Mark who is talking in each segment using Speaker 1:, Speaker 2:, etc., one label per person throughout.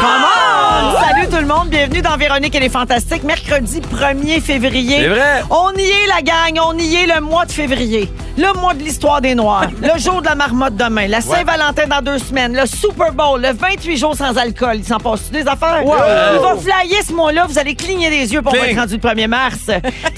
Speaker 1: Salut tout le monde, bienvenue dans Véronique et les Fantastiques, mercredi 1er février.
Speaker 2: C'est vrai.
Speaker 1: On y est la gang, on y est le mois de février. Le mois de l'histoire des Noirs, le jour de la marmotte demain, la Saint-Valentin dans deux semaines, le Super Bowl, le 28 jours sans alcool. Il s'en passe des affaires? Il va flyer ce mois-là, vous allez cligner des yeux pour
Speaker 2: Ping.
Speaker 1: être rendu le 1er mars.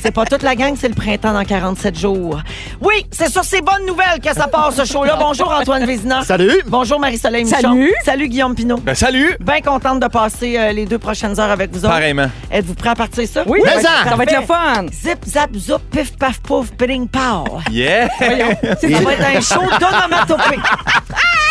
Speaker 1: C'est pas toute la gang, c'est le printemps dans 47 jours. Oui, c'est sur ces bonnes nouvelles que ça part ce show-là. Bonjour Antoine Vézina.
Speaker 2: Salut.
Speaker 1: Bonjour Marie-Soleil Michon.
Speaker 3: Salut.
Speaker 1: Salut Guillaume Pinot.
Speaker 2: Ben, salut.
Speaker 1: Bien contente de passer euh, les deux prochaines heures avec vous autres.
Speaker 2: Pareillement.
Speaker 1: Êtes-vous prêts à partir ça?
Speaker 3: Oui,
Speaker 2: Mais
Speaker 3: ça, va
Speaker 2: ça.
Speaker 3: être- ça va être le fun.
Speaker 1: Zip, zap, zoup, pif, paf, pouf, ping, pow.
Speaker 2: Yeah.
Speaker 1: Ça va être un show d'onomatopée.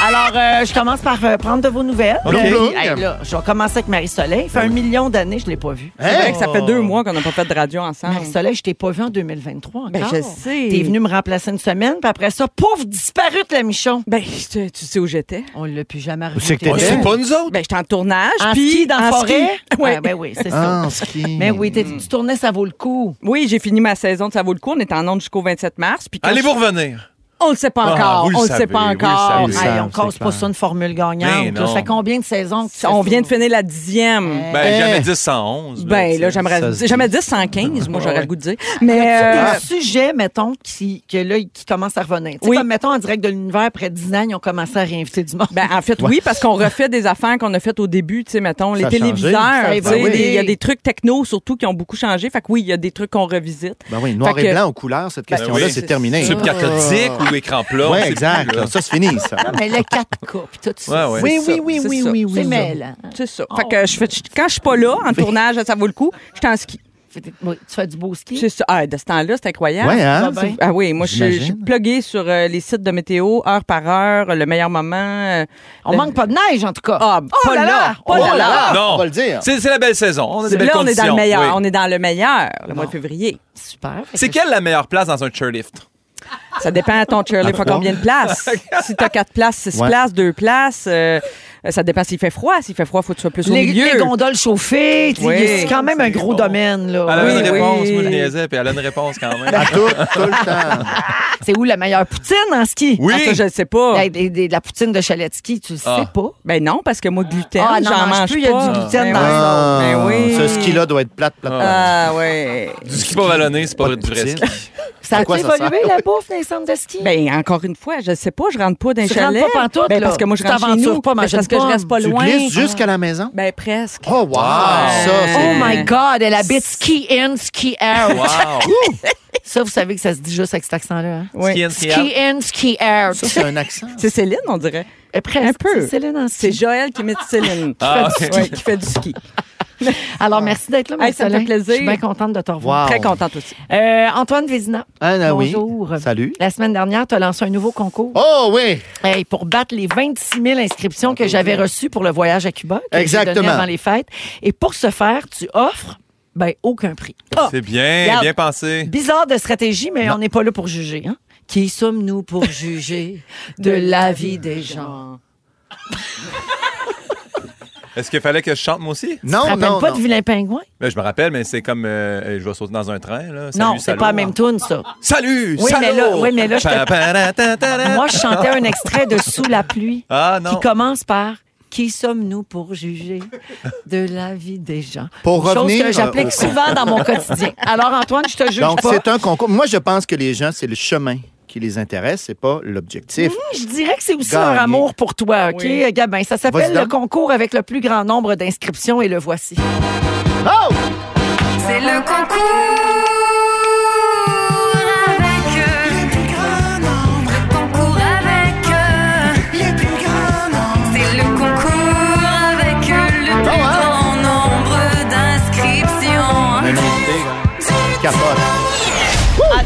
Speaker 1: Alors, euh, je commence par euh, prendre de vos nouvelles.
Speaker 2: Ok.
Speaker 1: Puis, hey, là, je vais commencer avec Marie-Soleil. Ça fait un million d'années que je ne l'ai pas vue.
Speaker 3: C'est vrai que ça fait deux mois qu'on n'a pas fait de radio ensemble.
Speaker 1: Marie-Soleil, je t'ai pas vue en 2023 encore.
Speaker 3: Ah. Ben, je sais.
Speaker 1: T'es venue me remplacer une semaine, puis après ça, pouf, disparu de la michon.
Speaker 3: Ben, je- tu sais où j'étais?
Speaker 1: On l'a plus jamais revue.
Speaker 4: c'est que
Speaker 1: T'es
Speaker 4: t'étais?
Speaker 1: belle.
Speaker 2: C'est pas nous autres.
Speaker 3: Ben, j'étais en tournage.
Speaker 1: En
Speaker 3: puis
Speaker 1: ski, dans la
Speaker 3: en
Speaker 1: forêt?
Speaker 3: ski.
Speaker 1: Ouais,
Speaker 3: Ouais. Mm.
Speaker 1: ben oui, c'est ça.
Speaker 4: Ah, en ski.
Speaker 1: Mais Ben oui, t'es- tu tournais, ça vaut le coup.
Speaker 3: Oui, j'ai fini ma saison de Ça vaut le coup. On est en onde jusqu'au 27 mars. Puis Ben, quand
Speaker 2: Allez-vous
Speaker 3: je-
Speaker 2: revenir?
Speaker 3: On le sait pas
Speaker 2: Ah,
Speaker 3: encore.
Speaker 2: vous le
Speaker 3: on le
Speaker 2: savez,
Speaker 3: sait pas
Speaker 2: vous le
Speaker 3: encore.
Speaker 2: savez.
Speaker 1: Hey,
Speaker 4: savent,
Speaker 1: on casse
Speaker 4: c'est
Speaker 1: pas
Speaker 4: clair.
Speaker 1: ça une formule gagnante.
Speaker 2: Ben
Speaker 1: là.
Speaker 2: non.
Speaker 1: Ça fait combien de saisons que tu fais
Speaker 3: On
Speaker 1: ça?
Speaker 3: vient de finir la dixième.
Speaker 2: Ben,
Speaker 4: Eh.
Speaker 2: jamais 10, 111.
Speaker 3: euh, Ben, là,
Speaker 2: tu sais.
Speaker 3: j'aimerais
Speaker 4: ça se dit.
Speaker 3: jamais 10, 115. Moi, j'aurais le goût de dire. Mais.
Speaker 1: Des
Speaker 3: euh,
Speaker 1: sujets, mettons, qui, que là, qui commencent à revenir. Tu sais,
Speaker 3: Oui.
Speaker 1: Comme, mettons, en direct de l'univers, après 10 ans, ils ont commencé à réinviter du monde.
Speaker 3: Ben, en fait, oui, parce qu'on refait des affaires qu'on a faites au début, tu sais, mettons, les
Speaker 4: a changé.
Speaker 3: téléviseurs,
Speaker 1: Ça
Speaker 3: tu sais,
Speaker 1: évolue.
Speaker 3: des- il y a des trucs techno, surtout, qui ont beaucoup changé. Fait que oui, il y a des trucs qu'on revisite.
Speaker 4: Ben oui, noir
Speaker 3: Fait que-
Speaker 4: et blanc ou couleur, cette
Speaker 3: Ben
Speaker 4: question-là,
Speaker 2: oui.
Speaker 4: c'est terminé.
Speaker 3: Ah.
Speaker 2: Sur cartotique ou écran plat.
Speaker 4: Oui,
Speaker 2: c'est
Speaker 4: exact.
Speaker 2: plus, là.
Speaker 4: Ça, c'est fini, ça.
Speaker 1: mais le 4K, puis tout ça.
Speaker 2: Ouais, ouais.
Speaker 4: Oui,
Speaker 3: C'est ça,
Speaker 4: oui,
Speaker 3: c'est
Speaker 4: oui,
Speaker 3: ça.
Speaker 4: oui, oui,
Speaker 1: C'est
Speaker 4: oui.
Speaker 1: mêlant.
Speaker 3: C'est ça. Fait
Speaker 1: Oh.
Speaker 3: que je fais, je- quand je suis pas là, en tournage, ça vaut le coup, je suis en ski.
Speaker 1: Oui, tu fais du beau ski.
Speaker 3: C'est ça. Ah, de ce temps-là, c'est incroyable.
Speaker 4: Ouais, hein?
Speaker 1: Ça va bien.
Speaker 3: Ah oui, moi, je suis- je suis
Speaker 4: J'imagine.
Speaker 3: pluguée sur euh, les sites de météo, heure par heure, le meilleur moment. euh,
Speaker 1: On
Speaker 3: le-
Speaker 1: manque pas de neige, en tout cas.
Speaker 3: Ah, pas là,
Speaker 1: Oh
Speaker 3: pas
Speaker 1: là
Speaker 3: là.
Speaker 1: là!
Speaker 2: Non.
Speaker 4: Ah, on va le dire.
Speaker 2: C'est c'est la belle saison. On a des belles
Speaker 3: Là, on est
Speaker 2: conditions.
Speaker 3: dans le meilleur.
Speaker 2: oui.
Speaker 3: On est dans le meilleur, le mois de février.
Speaker 1: Super. Fait
Speaker 2: C'est
Speaker 1: que-
Speaker 2: quelle la meilleure place dans un chairlift?
Speaker 3: Ça dépend à ton cheerleader, faut
Speaker 4: trois.
Speaker 3: combien de places. si t'as quatre places, six
Speaker 4: Ah, Ouais.
Speaker 3: places, deux places, euh, ça dépend s'il fait froid. S'il fait froid, faut que tu sois plus au
Speaker 1: Les,
Speaker 3: milieu.
Speaker 1: les gondoles chauffées, tu sais,
Speaker 3: Oui.
Speaker 1: c'est quand même un gros
Speaker 2: bon.
Speaker 1: domaine.
Speaker 2: Elle
Speaker 1: là.
Speaker 2: avait
Speaker 3: oui, Ah,
Speaker 2: une
Speaker 3: oui.
Speaker 2: réponse. Moi, je niaisais, puis elle a une réponse quand même.
Speaker 4: À tout, tout le temps.
Speaker 1: C'est où la meilleure poutine en ski?
Speaker 2: Oui.
Speaker 3: Ah, ça, je le sais pas.
Speaker 1: Hey, des- des- de la poutine de chalet de ski, tu le sais
Speaker 2: Ah.
Speaker 1: pas.
Speaker 3: Ben non, parce que moi, gluten,
Speaker 1: Ah, n'en
Speaker 3: j'en
Speaker 1: mange
Speaker 3: mange
Speaker 1: plus, il y a
Speaker 3: pas.
Speaker 1: du gluten
Speaker 3: Ben
Speaker 1: dans
Speaker 3: oui.
Speaker 4: Ah,
Speaker 3: Ben oui.
Speaker 4: Ce ski-là doit être plate, plate, plate.
Speaker 3: Ah, ouais.
Speaker 2: Du ski pas vallonné, c'est pas
Speaker 4: Pas de
Speaker 2: du vrai
Speaker 4: poutine.
Speaker 2: ski.
Speaker 1: Ça a
Speaker 4: À quoi ça
Speaker 1: évolué
Speaker 4: sert?
Speaker 1: la bouffe dans les centres de ski?
Speaker 3: Ben, encore une fois, je le sais pas, je rentre pas d'un
Speaker 1: Tu
Speaker 3: chalet.
Speaker 1: rentres pas pantoute,
Speaker 3: ben,
Speaker 1: là.
Speaker 3: parce que moi, je
Speaker 1: Tu
Speaker 3: rentre chez
Speaker 1: t'aventures
Speaker 3: nous.
Speaker 1: pas,
Speaker 3: Ben,
Speaker 1: mange
Speaker 3: parce
Speaker 1: une
Speaker 3: que je reste
Speaker 1: pomme.
Speaker 3: pas
Speaker 4: Tu
Speaker 3: loin.
Speaker 4: glisses jusqu'à la maison?
Speaker 3: Ben, presque.
Speaker 4: Oh, wow! Ça,
Speaker 1: hein. Oh
Speaker 4: c'est...
Speaker 1: my God, elle habite ski in, ski out.
Speaker 2: Wow.
Speaker 1: Ça, vous savez que ça se dit juste avec cet accent-là. hein?
Speaker 3: Ouais.
Speaker 2: Ski and ski out.
Speaker 1: Ski in, ski out.
Speaker 4: Ça, c'est un accent.
Speaker 3: C'est Céline, on dirait.
Speaker 1: Euh, presque,
Speaker 3: un peu.
Speaker 1: c'est Céline en ski.
Speaker 3: C'est Joël qui met Céline.
Speaker 2: Ah,
Speaker 3: qui, fait
Speaker 2: ok.
Speaker 3: du, ouais, qui fait du ski.
Speaker 1: Alors, merci d'être là,
Speaker 3: Hey, ça me
Speaker 1: Marcelin.
Speaker 3: fait plaisir.
Speaker 1: Je suis bien contente de te revoir.
Speaker 4: Wow.
Speaker 3: Très contente aussi.
Speaker 1: Euh, Antoine Vézina.
Speaker 4: Ah, ah oui.
Speaker 1: Bonjour.
Speaker 4: Salut.
Speaker 1: La semaine dernière, tu as lancé un nouveau concours
Speaker 4: Oh, oui!
Speaker 1: Hey, pour battre les 26 000 inscriptions que j'avais reçues pour le voyage à Cuba. que j'ai
Speaker 4: Ah, ben. Exactement.
Speaker 1: donné avant les fêtes. Et pour ce faire, tu offres ben, aucun prix. Ah,
Speaker 2: C'est bien,
Speaker 1: Regarde.
Speaker 2: bien pensé.
Speaker 1: Bizarre de stratégie, mais on n'est pas là pour juger. Hein? Qui sommes-nous pour juger de la vie des gens?
Speaker 2: Est-ce qu'il fallait que je chante moi aussi?
Speaker 4: Non,
Speaker 1: Tu te rappelles
Speaker 4: non,
Speaker 1: pas
Speaker 4: non.
Speaker 1: du vilain pingouin?
Speaker 2: Ben, je me rappelle, mais c'est comme euh, euh, je vais sauter dans un train. Là. Salut,
Speaker 1: non, c'est
Speaker 2: salaud.
Speaker 1: pas la même tune, ça.
Speaker 2: Salut!
Speaker 1: Oui,
Speaker 2: salaud!
Speaker 1: mais là- oui, mais là, je te-
Speaker 2: Pa- pa- ra- ta- ta-
Speaker 4: Euh.
Speaker 2: ra-
Speaker 1: Moi, je chantais un extrait de Sous la pluie
Speaker 2: Ah
Speaker 1: qui
Speaker 2: non.
Speaker 1: commence par Qui sommes-nous pour juger de la vie des gens?
Speaker 4: Pour
Speaker 1: Chose
Speaker 4: revenir,
Speaker 1: que
Speaker 4: euh,
Speaker 1: j'applique
Speaker 4: au-
Speaker 1: souvent dans mon quotidien. Alors, Antoine, je te juge
Speaker 4: Donc,
Speaker 1: pas.
Speaker 4: c'est un concours. Moi, je pense que les gens, c'est le chemin qui les intéresse, c'est pas l'objectif.
Speaker 1: Je dirais que c'est aussi
Speaker 4: Gagné.
Speaker 1: leur amour pour toi, OK,
Speaker 3: Oui.
Speaker 1: Gabin? Ça s'appelle
Speaker 4: Vas-y
Speaker 1: le
Speaker 4: donc.
Speaker 1: concours avec le plus grand nombre d'inscriptions et le voici.
Speaker 4: Oh!
Speaker 5: C'est le concours avec le plus grand nombre. Le concours avec le plus grand nombre. C'est le concours avec euh, le plus grand nombre d'inscriptions.
Speaker 4: Un invité, là, qui capote.
Speaker 1: Ah,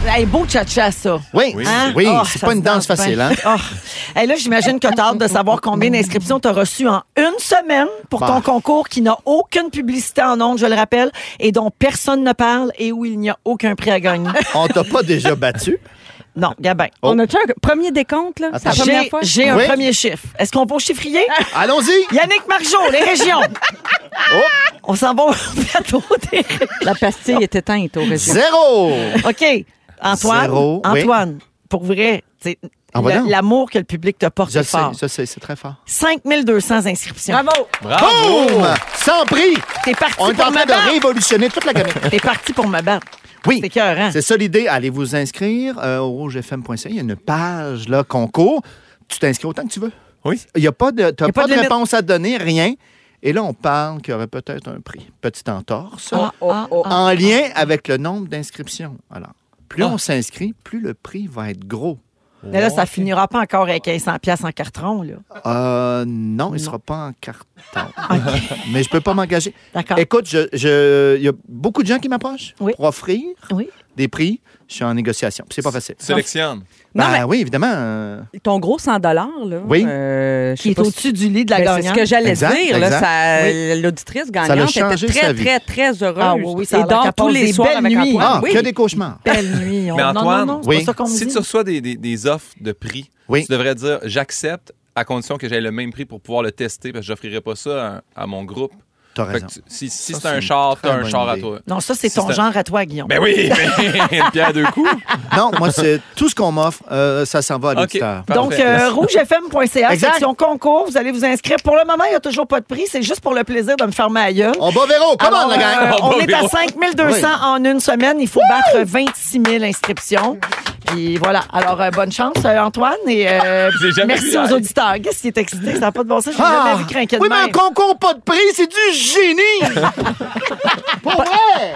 Speaker 1: Hey, beau tcha-tcha, ça.
Speaker 4: Oui,
Speaker 2: Oui.
Speaker 1: Hein?
Speaker 4: oui,
Speaker 1: Oh,
Speaker 4: c'est
Speaker 1: ça
Speaker 4: pas
Speaker 1: se
Speaker 4: une danse
Speaker 1: danse
Speaker 4: facile,
Speaker 1: bien.
Speaker 4: hein?
Speaker 1: Oh. Hey, là, j'imagine que t'as hâte de savoir combien d'inscriptions t'as reçues en une semaine pour ton
Speaker 4: Bah.
Speaker 1: concours qui n'a aucune publicité en ondes, je le rappelle, et dont personne ne parle et où il n'y a aucun prix à gagner.
Speaker 4: On t'a pas déjà battu?
Speaker 1: non, Gabin.
Speaker 4: Oh.
Speaker 3: On a-tu un premier décompte, là? C'est la
Speaker 4: Attends.
Speaker 3: première
Speaker 1: J'ai
Speaker 3: fois?
Speaker 1: j'ai un
Speaker 4: Oui.
Speaker 1: premier chiffre. Est-ce qu'on peut chiffrier?
Speaker 4: Allons-y!
Speaker 1: Yannick Margeau, les régions.
Speaker 4: Oh.
Speaker 1: On s'en va au plateau des régions.
Speaker 3: La pastille est éteinte au réseau.
Speaker 4: Zéro!
Speaker 1: OK. Antoine,
Speaker 4: Zéro, oui.
Speaker 1: Antoine, pour vrai, t'sais,
Speaker 4: Ah, va
Speaker 1: le-
Speaker 4: donc.
Speaker 1: l'amour que le public te porte
Speaker 4: Je
Speaker 1: est
Speaker 4: le sais,
Speaker 1: fort.
Speaker 4: je sais, c'est très fort.
Speaker 1: 5200 inscriptions.
Speaker 3: Bravo!
Speaker 2: Bravo!
Speaker 1: Ah, Oh!
Speaker 4: Boum! Sans prix!
Speaker 1: T'es parti
Speaker 4: On est
Speaker 1: pour
Speaker 4: en
Speaker 1: me
Speaker 4: train de
Speaker 1: battre.
Speaker 4: révolutionner toute la gamme.
Speaker 1: T'es parti pour me battre.
Speaker 4: Oui.
Speaker 1: C'est écœurant.
Speaker 4: C'est ça l'idée. Allez vous inscrire euh, au rougefm.ca. Il y a une page, là, concours. Tu t'inscris autant que tu veux.
Speaker 2: Oui.
Speaker 4: Il n'y a pas de, t'as
Speaker 1: Il y a
Speaker 4: pas
Speaker 1: pas de
Speaker 4: de
Speaker 1: limite.
Speaker 4: réponse à donner, rien. Et là, on parle qu'il y aurait peut-être un prix. Petite entorse.
Speaker 1: Ah, ah.
Speaker 4: en lien avec le nombre d'inscriptions. Alors, plus
Speaker 2: Ah.
Speaker 4: on s'inscrit, plus le prix va être gros.
Speaker 1: Mais là, ça finira pas encore avec 500 pièces en carton, là.
Speaker 4: Euh, non, il
Speaker 1: Non.
Speaker 4: ne sera pas en carton. Mais je peux pas m'engager.
Speaker 1: D'accord.
Speaker 4: Écoute, je- je- il y a beaucoup de gens qui m'approchent
Speaker 1: Oui.
Speaker 4: pour offrir
Speaker 1: Oui.
Speaker 4: des prix. Je suis en négociation. Puis C'est pas facile.
Speaker 2: Sélectionne.
Speaker 3: Non,
Speaker 4: Ben
Speaker 3: mais-
Speaker 4: oui, évidemment. euh,
Speaker 3: Ton gros 100 là.
Speaker 4: Oui.
Speaker 3: euh, je sais
Speaker 1: Qui est
Speaker 3: pas si-
Speaker 1: au-dessus du lit de la
Speaker 3: Ben, C'est ce
Speaker 1: gagnante.
Speaker 3: que j'allais
Speaker 4: Exact,
Speaker 3: dire. là,
Speaker 4: exact.
Speaker 3: ça- L'auditrice gagnante
Speaker 4: changé
Speaker 3: était
Speaker 4: sa
Speaker 3: très,
Speaker 4: vie.
Speaker 3: très, très heureuse.
Speaker 1: Ah oui, oui, ça a
Speaker 3: Et
Speaker 1: l'air
Speaker 3: dort
Speaker 1: qu'elle
Speaker 3: tous
Speaker 1: passe
Speaker 3: les
Speaker 1: des
Speaker 3: soirs
Speaker 1: belles
Speaker 3: avec
Speaker 1: nuits.
Speaker 3: Antoine.
Speaker 4: Ah,
Speaker 3: Oui.
Speaker 4: que des cauchemars.
Speaker 1: Belle nuit. on-
Speaker 2: Mais Antoine,
Speaker 1: non, non, non, c'est
Speaker 4: oui.
Speaker 1: pas ça qu'on me
Speaker 2: Si
Speaker 1: dit.
Speaker 2: tu reçois des, des- des offres de prix,
Speaker 4: Oui.
Speaker 2: tu devrais dire j'accepte à condition que j'aie le même prix pour pouvoir le tester parce que j'offrirai pas ça à, à mon groupe.
Speaker 4: T'as
Speaker 2: Fait
Speaker 4: raison.
Speaker 2: que tu- si si
Speaker 4: Ça,
Speaker 2: c'est un
Speaker 4: c'est
Speaker 2: char,
Speaker 4: une très
Speaker 2: t'as un
Speaker 4: bonne
Speaker 2: char à
Speaker 4: idée.
Speaker 2: toi.
Speaker 1: Non, ça, c'est
Speaker 2: Si
Speaker 1: ton
Speaker 2: c'est un-
Speaker 1: genre à toi, Guillaume.
Speaker 2: Ben oui, mais une pierre à deux coups.
Speaker 4: Non, moi, c'est tout ce qu'on m'offre, euh, ça s'en va à l'auditeur.
Speaker 2: parfait.
Speaker 1: Donc, euh, rougefm.ca,
Speaker 4: Exact.
Speaker 1: section concours, vous allez vous inscrire. Pour le moment, il n'y a toujours pas de prix. C'est juste pour le plaisir de me faire ma gueule.
Speaker 4: On va Véro, comment
Speaker 1: Alors,
Speaker 4: la gang? Oh,
Speaker 1: euh,
Speaker 2: On
Speaker 1: on
Speaker 2: va
Speaker 1: est à
Speaker 2: au bureau.
Speaker 1: 5200
Speaker 4: Oui.
Speaker 1: en une semaine. Il faut battre 26 000 inscriptions. Puis voilà. Alors, euh, bonne chance, euh, Antoine. Et euh,
Speaker 2: J'ai jamais
Speaker 1: merci
Speaker 2: vu
Speaker 1: aux
Speaker 2: live.
Speaker 1: auditeurs. Qu'est-ce qui est excité? Ça n'a pas de bon sens. J'ai
Speaker 4: Ah!
Speaker 1: jamais vu craquer de
Speaker 4: oui, mais un
Speaker 1: même.
Speaker 4: concours pas de prix, c'est du génie! Pour vrai!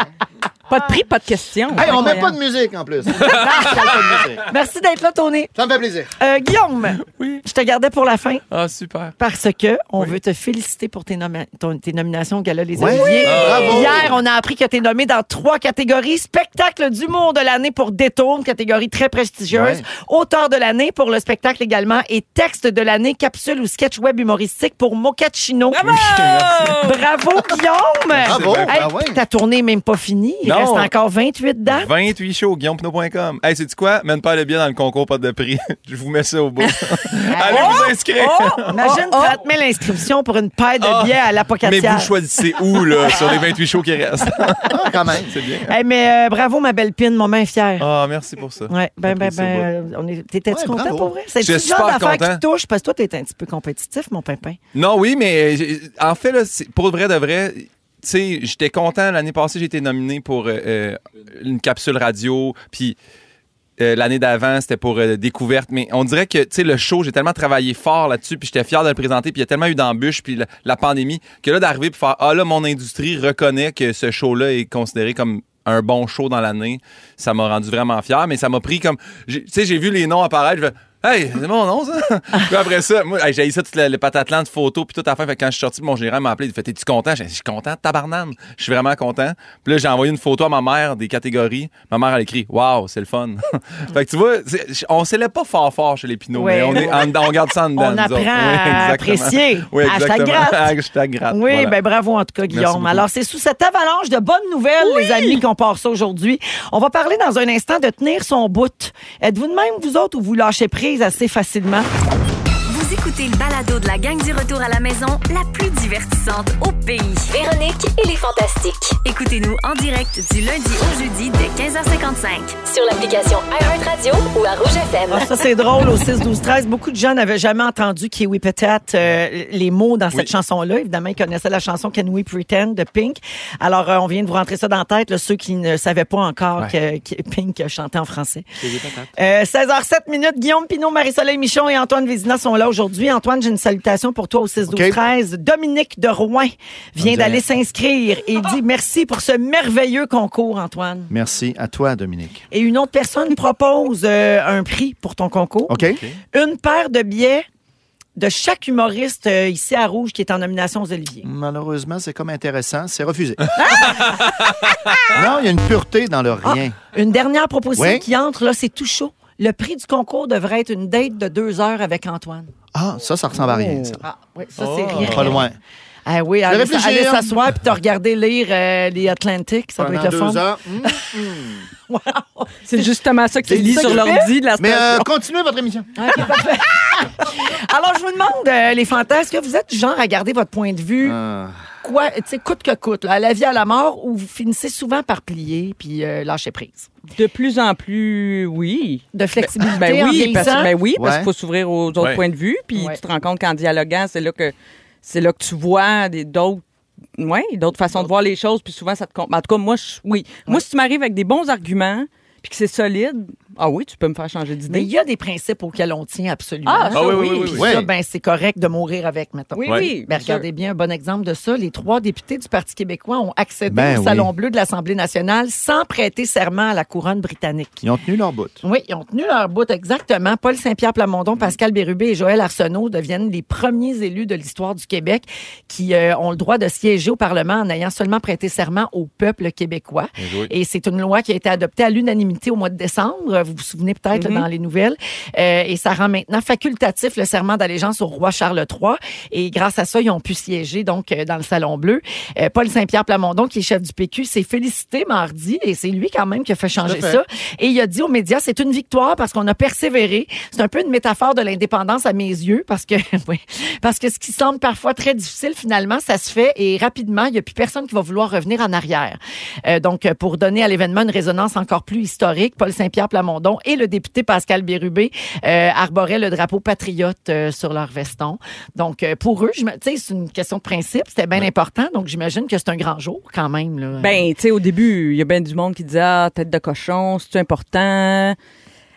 Speaker 3: Pas de prix, pas de question.
Speaker 4: Hey, on met
Speaker 3: Incroyable.
Speaker 4: pas de musique en plus. Pas de musique.
Speaker 1: Merci d'être là, Tony.
Speaker 4: Ça me fait plaisir.
Speaker 1: Euh, Guillaume,
Speaker 2: Oui.
Speaker 1: je te gardais pour la fin
Speaker 2: Ah, super.
Speaker 1: parce que on veut te féliciter pour tes, nomi- ton- tes nominations au Gala Les
Speaker 4: Ouais.
Speaker 1: Oliviers.
Speaker 2: Ah,
Speaker 4: Bravo.
Speaker 1: Hier, on a appris que tu es nommé dans trois catégories. Spectacle d'humour de l'année pour Détourne, catégorie très prestigieuse.
Speaker 4: Ouais.
Speaker 1: Auteur de l'année pour le spectacle également. Et texte de l'année, capsule ou sketch web humoristique pour Mochaccino.
Speaker 3: Bravo!
Speaker 1: Bravo, Guillaume!
Speaker 4: Bravo.
Speaker 1: Hey,
Speaker 4: Ah ouais.
Speaker 1: Ta tournée est même pas finie. Il
Speaker 2: ben Non.
Speaker 1: reste encore 28 dates.
Speaker 2: 28 shows, guillaumepinot.com. Hey, c'est quoi? Mène pas le bien dans le concours, pas de prix. Je vous mets ça au bout. Allez
Speaker 1: Oh!
Speaker 2: vous inscrire.
Speaker 1: Imagine 30 000 inscriptions pour une paire de
Speaker 2: Oh, Ah.
Speaker 1: billets à
Speaker 2: mais
Speaker 1: l'apocatière.
Speaker 2: vous choisissez où, là, sur les 28 shows qui restent?
Speaker 4: Ah, quand même.
Speaker 2: c'est bien.
Speaker 1: Hey, mais euh, bravo, ma belle pine, mon main est fière.
Speaker 2: Ah, merci pour ça.
Speaker 1: Ouais, ben, ben,
Speaker 2: J'apprécie
Speaker 1: ben, euh, on est- t'étais-tu
Speaker 4: Ouais,
Speaker 1: content
Speaker 4: bravo.
Speaker 1: pour vrai? C'est
Speaker 2: J'étais
Speaker 1: le genre
Speaker 2: super
Speaker 1: d'affaire qui
Speaker 2: content.
Speaker 1: te touche parce que toi, t'es un petit peu compétitif, mon pimpin.
Speaker 2: Non, oui, mais euh, j'ai- en fait, là, c'est- pour vrai de vrai, tu sais, j'étais content. L'année passée, j'ai été nominé pour euh, euh, une capsule radio, puis euh, l'année d'avant, c'était pour euh, découverte. Mais on dirait que, tu sais, le show, j'ai tellement travaillé fort là-dessus, puis j'étais fier de le présenter, puis il y a tellement eu d'embûches, puis la, la pandémie, que là, d'arriver puis faire Ah là, mon industrie reconnaît que ce show-là est considéré comme un bon show dans l'année, ça m'a rendu vraiment fier, mais ça m'a pris comme. j'ai- Tu sais, j'ai vu les noms apparaître, je fais, Hey, c'est mon nom, ça! puis après ça, moi, hey, j'ai eu ça, tout le, le patatlan de photos, puis tout à fait. Fait que quand je suis sorti, mon général m'a appelé, il fait T'es-tu content? J'ai dit, Je suis content, tabarnane. Je suis vraiment content. Puis là, j'ai envoyé une photo à ma mère des catégories. Ma mère, elle écrit Waouh, c'est le fun. fait que tu vois, c'est- on s'élève pas fort fort chez les Pinots,
Speaker 1: Ouais.
Speaker 2: mais on, est, en dedans, on garde ça en dedans.
Speaker 1: On
Speaker 2: nous
Speaker 1: apprend
Speaker 2: autres.
Speaker 1: à
Speaker 2: exactement.
Speaker 1: apprécier.
Speaker 2: Oui,
Speaker 1: Hashtag
Speaker 2: exactement.
Speaker 1: gratte.
Speaker 2: Hashtag gratte,
Speaker 1: Oui,
Speaker 2: voilà.
Speaker 1: ben bravo en tout cas, Guillaume.
Speaker 2: beaucoup.
Speaker 1: Alors, c'est sous cette avalanche de bonnes nouvelles, les amis, qu'on part ça aujourd'hui. On va parler dans un instant de tenir son bout. Êtes-vous de même, vous autres, ou vous lâchez prise assez facilement?
Speaker 5: Vous écoutez le balado de la gang du retour à la maison, la plus divertissante au pays.
Speaker 6: Véronique et les Fantastiques.
Speaker 5: Écoutez-nous en direct du lundi au jeudi dès 15h55.
Speaker 6: Sur l'application iHeartRadio ou à Rouge FM.
Speaker 1: Ah, ça, c'est drôle, au 6-12-13. Beaucoup de gens n'avaient jamais entendu Kiwi Peut-être euh, les mots dans cette
Speaker 2: Oui.
Speaker 1: chanson-là. Évidemment, ils connaissaient la chanson Can We Pretend de Pink. Alors, euh, on vient de vous rentrer ça dans la tête, là, ceux qui ne savaient pas encore que, que Pink chantait en français. Euh, 16h07 minutes, Guillaume Pinot, Marie-Soleil Michon et Antoine Vézina sont là aujourd'hui. Antoine, j'ai une salutation pour toi au 6-12-13. Dominique de Rouen vient d'aller s'inscrire et dit merci pour ce merveilleux concours, Antoine.
Speaker 4: Merci à toi, Dominique.
Speaker 1: Et une autre personne propose euh, un prix pour ton concours.
Speaker 4: OK?
Speaker 1: Une paire de billets de chaque humoriste euh, ici à Rouge qui est en nomination aux Oliviers.
Speaker 4: Mm. Malheureusement, c'est comme intéressant. C'est refusé. Ah! non, il y a une pureté dans le
Speaker 3: Ah!
Speaker 4: rien.
Speaker 1: Une dernière proposition
Speaker 4: Oui.
Speaker 1: qui entre, là, c'est tout chaud. Le prix du concours devrait être une date de deux heures avec Antoine.
Speaker 4: Ah, ça, ça ressemble à rien. ça.
Speaker 3: Oh!
Speaker 1: Ah oui, ça, c'est rien.
Speaker 4: Oh, Pas loin.
Speaker 1: Ah oui, allez,
Speaker 4: réfléchir.
Speaker 1: allez s'asseoir puis te regarder lire euh, les Atlantiques, ça
Speaker 4: Pendant
Speaker 1: peut être le fun.
Speaker 4: deux heures. Hmm.
Speaker 3: C'est justement ça que tu
Speaker 4: C'est
Speaker 3: lis
Speaker 4: ça
Speaker 3: sur
Speaker 4: qu'il fait?
Speaker 3: l'ordi de la
Speaker 4: Mais euh,
Speaker 3: station. Hein?
Speaker 4: continuez votre émission.
Speaker 1: Alors, je vous demande, euh, les fantasmes, est-ce que vous êtes du genre à garder votre point de vue,
Speaker 4: Ah.
Speaker 1: quoi, tu sais, coûte que coûte, là, à la vie, à la mort, ou vous finissez souvent par plier puis euh, lâcher prise?
Speaker 3: De plus en plus, oui.
Speaker 1: De flexibilité
Speaker 3: Ben
Speaker 1: en
Speaker 3: oui, parce,
Speaker 1: vieillissant?
Speaker 3: ben oui, parce
Speaker 4: Ouais.
Speaker 3: qu'il faut s'ouvrir aux autres
Speaker 2: Ouais.
Speaker 3: points de vue. Puis
Speaker 1: Ouais.
Speaker 3: tu te rends compte qu'en dialoguant, c'est là que c'est là que tu vois des d'autres. ouais, d'autres façons de voir les choses, puis souvent ça te compte. En tout cas, moi, je- oui. Moi, si tu m'arrives avec des bons arguments, puis que c'est solide, ah oui, tu peux me faire changer
Speaker 1: Mais il
Speaker 3: d'idée.
Speaker 1: y a des principes auxquels on tient absolument.
Speaker 3: Ah, ça,
Speaker 2: Ah oui, oui, oui, oui,
Speaker 1: Puis
Speaker 4: oui.
Speaker 1: ça,
Speaker 4: Oui.
Speaker 1: ben, c'est correct de mourir avec, mettons.
Speaker 3: Oui,
Speaker 2: Ouais.
Speaker 3: oui.
Speaker 1: Ben,
Speaker 3: bien sûr.
Speaker 1: regardez bien un bon exemple de ça. Les trois députés du Parti québécois ont accédé
Speaker 4: Ben
Speaker 1: au
Speaker 4: oui.
Speaker 1: Salon Bleu de l'Assemblée nationale sans prêter serment à la couronne britannique.
Speaker 4: Ils ont tenu leur bout.
Speaker 1: Oui, ils ont tenu leur bout exactement. Paul Saint-Pierre Plamondon, Pascal Bérubé et Joël Arsenault deviennent les premiers élus de l'histoire du Québec qui euh, ont le droit de siéger au Parlement en ayant seulement prêté serment au peuple québécois.
Speaker 2: joué.
Speaker 1: Et c'est une loi qui a été adoptée à l'unanimité au mois de décembre. Vous vous souvenez peut-être
Speaker 4: Mm-hmm.
Speaker 1: dans les nouvelles. Euh, et ça rend maintenant facultatif le serment d'allégeance au roi Charles III. Et grâce à ça, ils ont pu siéger donc euh, dans le Salon Bleu. Euh, Paul Saint-Pierre Plamondon, qui est chef du PQ, s'est félicité mardi et c'est lui quand même qui a fait changer
Speaker 4: Tout à fait.
Speaker 1: ça. Et il a dit aux médias, c'est une victoire parce qu'on a persévéré. C'est un peu une métaphore de l'indépendance à mes yeux parce que, oui, parce que ce qui semble parfois très difficile, finalement, ça se fait et rapidement, il n'y a plus personne qui va vouloir revenir en arrière. Euh, donc, euh, pour donner à l'événement une résonance encore plus historique, Paul Saint-Pierre Plamondon et le député Pascal Bérubé euh, arboraient le drapeau patriote euh, sur leur veston. Donc, euh, pour eux, je me- tu sais, c'est une question de principe, c'était bien important. Donc, j'imagine que c'est un grand jour quand même. Là.
Speaker 3: Ben, tu sais, au début, il y a bien du monde qui disait Ah, tête de cochon, c'est important.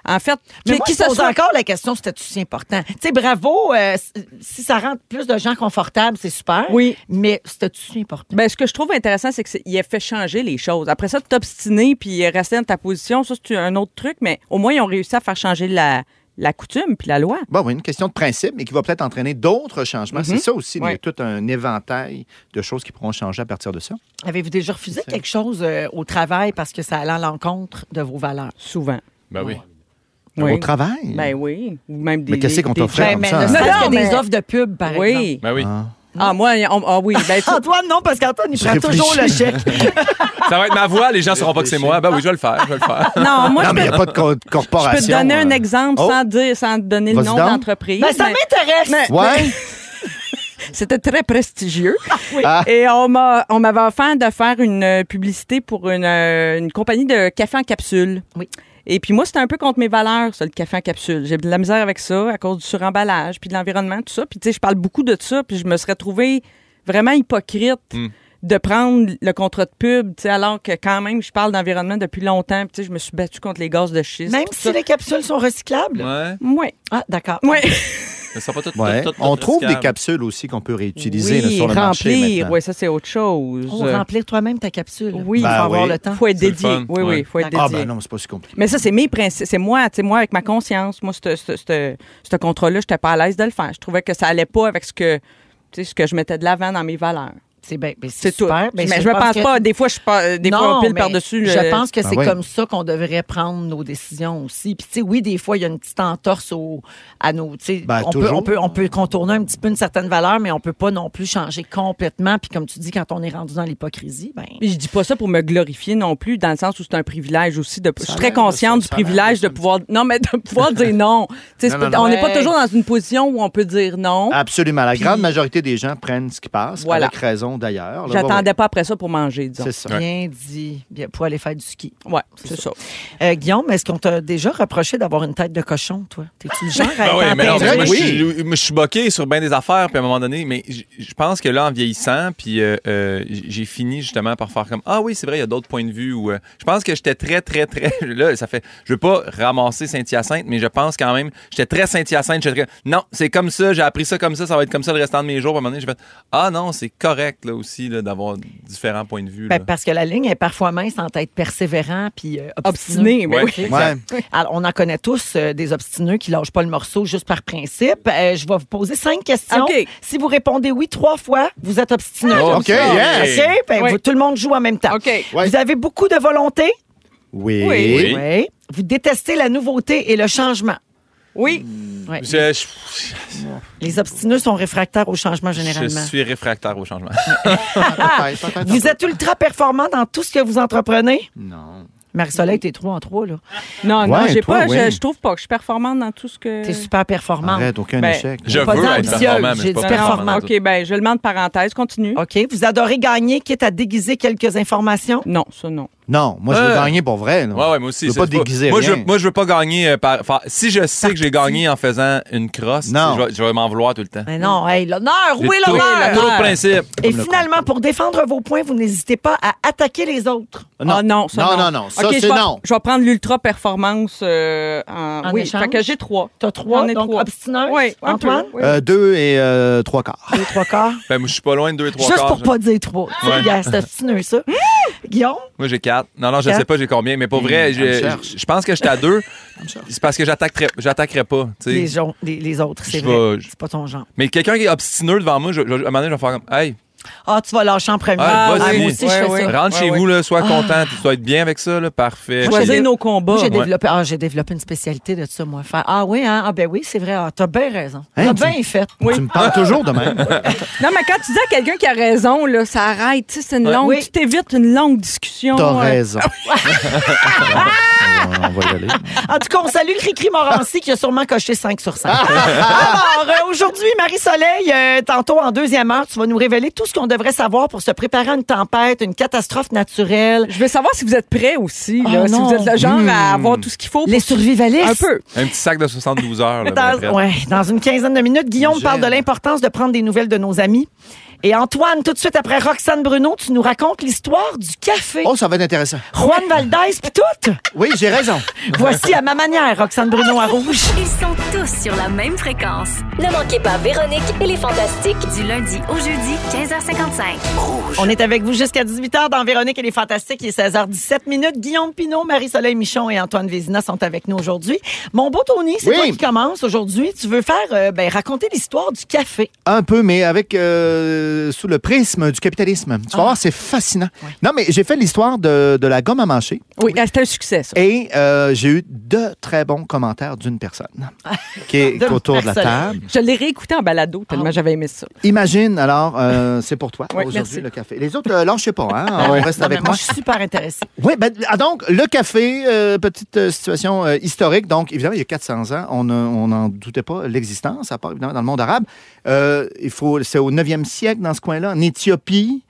Speaker 3: En fait,
Speaker 1: Mais
Speaker 3: qui-
Speaker 1: moi,
Speaker 3: qui
Speaker 1: je pose
Speaker 3: soit-
Speaker 1: encore la question, c'était si important. Tu sais, bravo, euh, si- si ça rend plus de gens confortables, c'est super.
Speaker 3: Oui.
Speaker 1: Mais c'était si important.
Speaker 3: Ben, ce que je trouve intéressant, c'est qu'il a fait changer les choses. Après ça, de t'obstiner puis rester dans ta position, ça, c'est un autre truc, mais au moins, ils ont réussi à faire changer la, la coutume puis la loi.
Speaker 4: Bon, oui, une question de principe, mais qui va peut-être entraîner d'autres changements. C'est ça aussi. Il y
Speaker 3: Mm-hmm. Ouais.
Speaker 4: a tout un éventail de choses qui pourront changer à partir de ça.
Speaker 1: Avez-vous déjà refusé quelque chose euh, au travail parce que ça allait à l'encontre de vos valeurs?
Speaker 3: Souvent.
Speaker 2: Ben oui.
Speaker 3: Oui.
Speaker 4: Au travail.
Speaker 3: Ben oui. Ou même des.
Speaker 4: Mais qu'est-ce qu'on
Speaker 3: des-
Speaker 4: t'offrait
Speaker 3: des-
Speaker 4: comme
Speaker 1: mais
Speaker 4: ça,
Speaker 1: ne
Speaker 4: hein?
Speaker 1: serait-ce
Speaker 3: Non,
Speaker 1: que
Speaker 3: non,
Speaker 1: des
Speaker 3: mais-
Speaker 1: offres de pub, par exemple.
Speaker 3: Oui.
Speaker 2: Ben oui.
Speaker 3: Ah, moi, on- ah oui. Ben, tu-
Speaker 1: Antoine, non, parce qu'Antoine, il
Speaker 4: Je
Speaker 1: prend toujours le
Speaker 4: réfléchis.
Speaker 1: chèque.
Speaker 2: Ah. Ça va être ma voix, les gens sauront pas que c'est moi. Ben oui, je vais le faire, je vais le faire.
Speaker 3: non, moi,
Speaker 4: non,
Speaker 3: je
Speaker 4: mais il n'y
Speaker 3: peux,
Speaker 4: a pas de co-
Speaker 3: je
Speaker 4: corporation.
Speaker 3: peux te donner un
Speaker 4: euh.
Speaker 3: exemple
Speaker 4: Oh.
Speaker 3: sans, dire, sans te donner le
Speaker 4: Vas-y
Speaker 3: nom
Speaker 4: donc.
Speaker 3: d'entreprise.
Speaker 1: Ben, ça
Speaker 3: mais
Speaker 1: m'intéresse.
Speaker 4: Ouais.
Speaker 3: C'était très prestigieux.
Speaker 4: Ah.
Speaker 3: Et on m'a- on m'avait offert de faire une euh, publicité pour une, euh, une compagnie de café en capsule.
Speaker 1: Oui.
Speaker 3: Et puis moi, c'était un peu contre mes valeurs, ça, le café en capsule. J'ai de la misère avec ça à cause du suremballage, puis de l'environnement, tout ça. Puis tu sais, je parle beaucoup de ça, puis je me serais trouvée vraiment hypocrite
Speaker 4: Hmm.
Speaker 3: de prendre le contrat de pub, tu sais, alors que quand même, je parle d'environnement depuis longtemps. Puis tu sais, je me suis battue contre les gaz de schiste.
Speaker 1: Même
Speaker 3: tout
Speaker 1: si
Speaker 3: ça.
Speaker 1: les capsules sont recyclables.
Speaker 2: Ouais.
Speaker 3: Ouais,
Speaker 1: Ah, d'accord.
Speaker 3: ouais.
Speaker 2: Mais ça sera pas tout,
Speaker 4: Ouais.
Speaker 2: tout- tout-
Speaker 4: On
Speaker 2: tout
Speaker 4: trouve des
Speaker 2: risquable.
Speaker 4: capsules aussi qu'on peut réutiliser là,
Speaker 3: Oui,
Speaker 4: sur le marché.
Speaker 3: remplir.
Speaker 4: maintenant.
Speaker 3: Oui, ça, c'est autre chose.
Speaker 1: Oh, remplir toi-même ta capsule.
Speaker 3: Oui.
Speaker 1: Faut
Speaker 4: Ben
Speaker 1: avoir
Speaker 4: oui.
Speaker 1: le temps.
Speaker 3: Faut être
Speaker 2: C'est le
Speaker 3: dédié.
Speaker 2: fun.
Speaker 3: Oui,
Speaker 2: Ouais.
Speaker 3: oui, faut être dédié.
Speaker 4: Ah, ben non, c'est pas si compliqué.
Speaker 3: Mais ça, c'est mes principes. C'est moi, tu sais, moi, avec ma conscience, moi, ce- ce ce- ce contrat-là, j'étais pas à l'aise de le faire. Je trouvais que ça allait pas avec ce que, tu sais, ce que je mettais de l'avant dans mes valeurs.
Speaker 1: C'est bien. ben,
Speaker 3: C'est tout.
Speaker 1: super. Ben,
Speaker 3: mais je me pense
Speaker 1: que-
Speaker 3: pas. Des fois, je suis pas, des fois, on pile
Speaker 1: mais
Speaker 3: par-dessus.
Speaker 1: Je
Speaker 3: euh,
Speaker 1: pense que
Speaker 4: Ah
Speaker 1: c'est
Speaker 4: ouais.
Speaker 1: comme ça qu'on devrait prendre nos décisions aussi. Puis, tu sais, oui, des fois, il y a une petite entorse au, à nos. tu sais,
Speaker 4: Ben,
Speaker 1: on, peut,
Speaker 4: toujours.
Speaker 1: on, peut, on peut contourner un petit peu une certaine valeur, mais on peut pas non plus changer complètement. Puis, comme tu dis, quand on est rendu dans l'hypocrisie, ben.
Speaker 3: Puis Je dis pas ça pour me glorifier non plus, dans le sens où c'est un privilège aussi. De, je suis très
Speaker 4: l'aide, ça,
Speaker 3: consciente du
Speaker 4: ça l'aide,
Speaker 3: privilège
Speaker 4: ça.
Speaker 3: de pouvoir, non, mais de pouvoir dire non. Tu sais, c'est
Speaker 4: Non,
Speaker 3: pas-
Speaker 4: non, Ah,
Speaker 3: on
Speaker 4: non.
Speaker 3: n'est pas
Speaker 1: Ouais.
Speaker 3: toujours dans une position où on peut dire non.
Speaker 4: Absolument. La grande majorité des gens prennent ce qui passe,
Speaker 3: Oh. Voilà.
Speaker 4: avec raison d'ailleurs. là. Ouais,
Speaker 3: J'attendais
Speaker 4: ouais.
Speaker 3: pas après ça pour manger, disons.
Speaker 4: C'est ça.
Speaker 1: Bien dit. Bien, pour aller faire du ski.
Speaker 3: Ouais, c'est ça.
Speaker 1: Euh, Guillaume, est-ce qu'on t'a déjà reproché d'avoir une tête de cochon, toi? T'es-tu le genre à
Speaker 2: Ben
Speaker 1: être
Speaker 2: ouais, mais non,
Speaker 1: entendu?
Speaker 2: mais moi, je
Speaker 4: Oui.
Speaker 2: suis- je me suis boqué sur bien des affaires, puis à un moment donné, mais j- je pense que là, en vieillissant, puis euh, euh, j'ai fini justement par faire comme Ah oui, c'est vrai, il y a d'autres points de vue. Où, euh, je pense que j'étais très, très, très. Là, ça fait. Je veux pas ramasser Saint-Hyacinthe, mais je pense quand même, j'étais très Saint-Hyacinthe. j'étais très, Non, c'est comme ça, j'ai appris ça comme ça, ça va être comme ça le restant de mes jours. Puis à un moment donné, j'ai fait Ah non, c'est correct. correct là, aussi là, d'avoir différents points de vue.
Speaker 1: Ben,
Speaker 2: là.
Speaker 1: parce que la ligne est parfois mince entre être persévérant puis euh, obstiné.
Speaker 3: Obstiné, mais
Speaker 2: Ouais.
Speaker 3: oui.
Speaker 4: Ouais.
Speaker 1: Alors, on en connaît tous euh, des obstineux qui lâchent pas le morceau juste par principe. Euh, je vais vous poser cinq questions.
Speaker 3: OK.
Speaker 1: Si vous répondez oui trois fois, vous êtes obstineux.
Speaker 2: Oh,
Speaker 4: OK, yeah.
Speaker 2: Hey.
Speaker 1: OK? Ben,
Speaker 3: Oui.
Speaker 1: vous- tout le monde joue en même temps.
Speaker 3: OK.
Speaker 4: Ouais.
Speaker 1: Vous avez beaucoup de volonté.
Speaker 4: Oui.
Speaker 2: Oui.
Speaker 1: Oui. Vous détestez la nouveauté et le changement.
Speaker 3: Oui.
Speaker 1: Ouais.
Speaker 2: Je, je-
Speaker 1: Les obstineux sont réfractaires au changement
Speaker 2: je
Speaker 1: généralement.
Speaker 2: suis réfractaire au changement.
Speaker 4: Peut-être, peut-être,
Speaker 1: Vous
Speaker 4: peut-être.
Speaker 1: êtes ultra performant dans tout ce que vous entreprenez.
Speaker 4: Non.
Speaker 1: Marie-Soleil, t'es trois en trois, là.
Speaker 3: Non, non,
Speaker 4: Ouais,
Speaker 3: j'ai
Speaker 4: toi,
Speaker 3: pas,
Speaker 4: oui.
Speaker 3: je, je trouve pas que je suis performante dans tout ce que.
Speaker 1: T'es super performant.
Speaker 4: Arrête, aucun
Speaker 3: Ben,
Speaker 4: échec.
Speaker 2: Je
Speaker 1: Pas
Speaker 2: veux être
Speaker 1: ambitieuse,
Speaker 2: performant, mais je
Speaker 1: j'ai
Speaker 2: suis pas
Speaker 1: dit
Speaker 2: performant.
Speaker 1: performante.
Speaker 2: du tout.
Speaker 3: OK, ben je le mets en parenthèse, continue.
Speaker 1: OK. Vous adorez gagner, quitte à déguiser quelques informations.
Speaker 3: Non, ça non.
Speaker 4: Non, moi, je veux
Speaker 2: Euh.
Speaker 4: gagner pour vrai. là.
Speaker 2: Ouais, ouais, moi aussi.
Speaker 4: Je veux
Speaker 2: c'est-
Speaker 4: pas
Speaker 2: c'est
Speaker 4: déguiser
Speaker 2: moi,
Speaker 4: rien.
Speaker 2: Je, veux- moi, je veux pas gagner euh, par. enfin, si je sais que j'ai gagné en faisant une crosse,
Speaker 4: Non.
Speaker 2: je vais, je vais m'en vouloir tout le temps.
Speaker 1: Mais non, hey, l'honneur,
Speaker 2: J'ai
Speaker 1: oui,
Speaker 2: tout-
Speaker 1: l'honneur.
Speaker 2: Tout le principe.
Speaker 1: Et finalement, pour défendre vos points, vous n'hésitez pas à attaquer les autres.
Speaker 3: Non, Ah, non, ça non.
Speaker 4: non, non, non. Ça,
Speaker 3: OK, je
Speaker 4: c'est
Speaker 3: vais-
Speaker 4: non.
Speaker 3: Je vais prendre l'ultra performance euh, en,
Speaker 1: En
Speaker 3: oui,
Speaker 1: échange?
Speaker 3: fait que j'ai trois.
Speaker 1: T'as trois,
Speaker 3: J'en ai
Speaker 1: donc
Speaker 3: trois.
Speaker 1: obstineuse.
Speaker 3: Oui, un peu,
Speaker 1: Antoine,
Speaker 3: oui.
Speaker 4: Euh, deux et euh, trois quarts.
Speaker 1: deux, trois quarts.
Speaker 2: Ben, moi, je suis pas loin de deux, trois
Speaker 1: Juste
Speaker 2: quarts.
Speaker 1: pour
Speaker 2: je-
Speaker 1: pas dire trois. Tu sais,
Speaker 2: Ouais. Mmh!
Speaker 1: gars, C'est obstineux, ça. Guillaume?
Speaker 2: Moi, j'ai quatre. Non, non, je
Speaker 1: Quatre?
Speaker 2: sais pas, j'ai combien. Mais pour vrai,
Speaker 4: Mmh,
Speaker 2: je,
Speaker 4: elle me cherche.
Speaker 2: je- je pense que j'étais à deux. C'est parce que j'attaquerai, j'attaquerai pas. tu sais.
Speaker 1: Les, gens- les, les autres, c'est
Speaker 2: Je
Speaker 1: vrai.
Speaker 2: vais-
Speaker 1: C'est pas ton genre.
Speaker 2: Mais quelqu'un qui est obstineux devant moi, je, je- à un moment donné, je vais faire comme Hey,
Speaker 1: Ah, tu vas lâcher en premier.
Speaker 2: Ah, vas-y.
Speaker 1: moi aussi,
Speaker 3: Ouais,
Speaker 1: je fais
Speaker 3: ouais.
Speaker 1: ça.
Speaker 2: rentre chez
Speaker 3: ouais.
Speaker 2: vous, là,
Speaker 1: Ah.
Speaker 2: sois content, tu dois être bien avec ça, là, parfait.
Speaker 1: Moi, j'ai-
Speaker 3: Choisir nos combats.
Speaker 1: Moi, j'ai
Speaker 2: Ouais.
Speaker 1: développé, ah, j'ai développé une spécialité de ça, moi. Faire, ah oui, hein? Ah ben oui, c'est vrai. Ah, t'as bien raison. t'as
Speaker 4: Hein, tu-
Speaker 1: bien fait.
Speaker 4: Tu me parles toujours de même.
Speaker 3: Non, mais quand tu dis à quelqu'un qui a raison, là, ça arrête. Tu sais, c'est une longue.
Speaker 1: Oui.
Speaker 3: Tu t'évites une longue discussion. euh.
Speaker 4: T'as
Speaker 3: ouais.
Speaker 4: raison. on, va, on va y aller.
Speaker 1: En tout cas, on salue Cricri Morancy qui a sûrement coché 5 sur 5. Alors, euh, aujourd'hui, Marie-Soleil, euh, tantôt en deuxième heure, tu vas nous révéler tout ce qu'on devrait savoir pour se préparer à une tempête, une catastrophe naturelle.
Speaker 3: Je veux savoir si vous êtes prêts aussi, là,
Speaker 1: Ah,
Speaker 3: si
Speaker 1: non.
Speaker 3: vous êtes le genre à
Speaker 4: Hmm.
Speaker 3: avoir tout ce qu'il faut. pour-
Speaker 1: Les survivalistes.
Speaker 3: Un peu.
Speaker 2: Un petit sac de 72 heures. Là, ben, prête.
Speaker 1: Dans, ouais, dans une quinzaine de minutes, Guillaume
Speaker 4: J'aime.
Speaker 1: parle de l'importance de prendre des nouvelles de nos amis. Et Antoine, tout de suite après Roxane Bruno, tu nous racontes l'histoire du café.
Speaker 4: Oh, ça va être intéressant.
Speaker 1: Juan Valdez, puis tout.
Speaker 4: Oui, j'ai raison.
Speaker 1: Voici à ma manière, Roxane Bruno à rouge.
Speaker 5: Ils sont tous sur la même fréquence.
Speaker 7: Ne manquez pas Véronique et les Fantastiques.
Speaker 5: Du lundi au jeudi, 15h55.
Speaker 1: On est avec vous jusqu'à 18h dans Véronique et les Fantastiques. Il est 16h17 minutes. Guillaume Pinot, Marie-Soleil Michon et Antoine Vézina sont avec nous aujourd'hui. Mon beau Tony, c'est
Speaker 4: Oui.
Speaker 1: toi qui commence aujourd'hui. Tu veux faire, euh, ben, raconter l'histoire du café.
Speaker 4: Un peu, mais avec euh, sous le prisme du capitalisme. Tu vas voir, c'est fascinant. Non, mais j'ai fait l'histoire de, de la gomme à mâcher
Speaker 3: Oui, ah, c'est un succès, ça.
Speaker 4: et euh, j'ai eu deux très bons commentaires d'une personne qui
Speaker 1: De
Speaker 4: est autour de la
Speaker 1: personne.
Speaker 4: table.
Speaker 3: Je l'ai réécouté en balado, tellement
Speaker 1: Ah.
Speaker 3: j'avais aimé ça.
Speaker 4: Imagine, alors, euh, c'est pour toi
Speaker 3: Oui, merci.
Speaker 4: aujourd'hui le café. Les autres, euh, lâchez pas, hein, on reste
Speaker 1: Non, mais
Speaker 4: avec
Speaker 1: Ah, ben,
Speaker 4: moi.
Speaker 1: Je suis super intéressée.
Speaker 4: Oui, ben, ah, donc, le café, euh, petite euh, situation euh, historique. Donc, évidemment, il y a 400 ans, on ne- on n'en doutait pas l'existence, à part évidemment dans le monde arabe. Euh, il faut, c'est au 9e siècle, dans ce coin-là, en Éthiopie,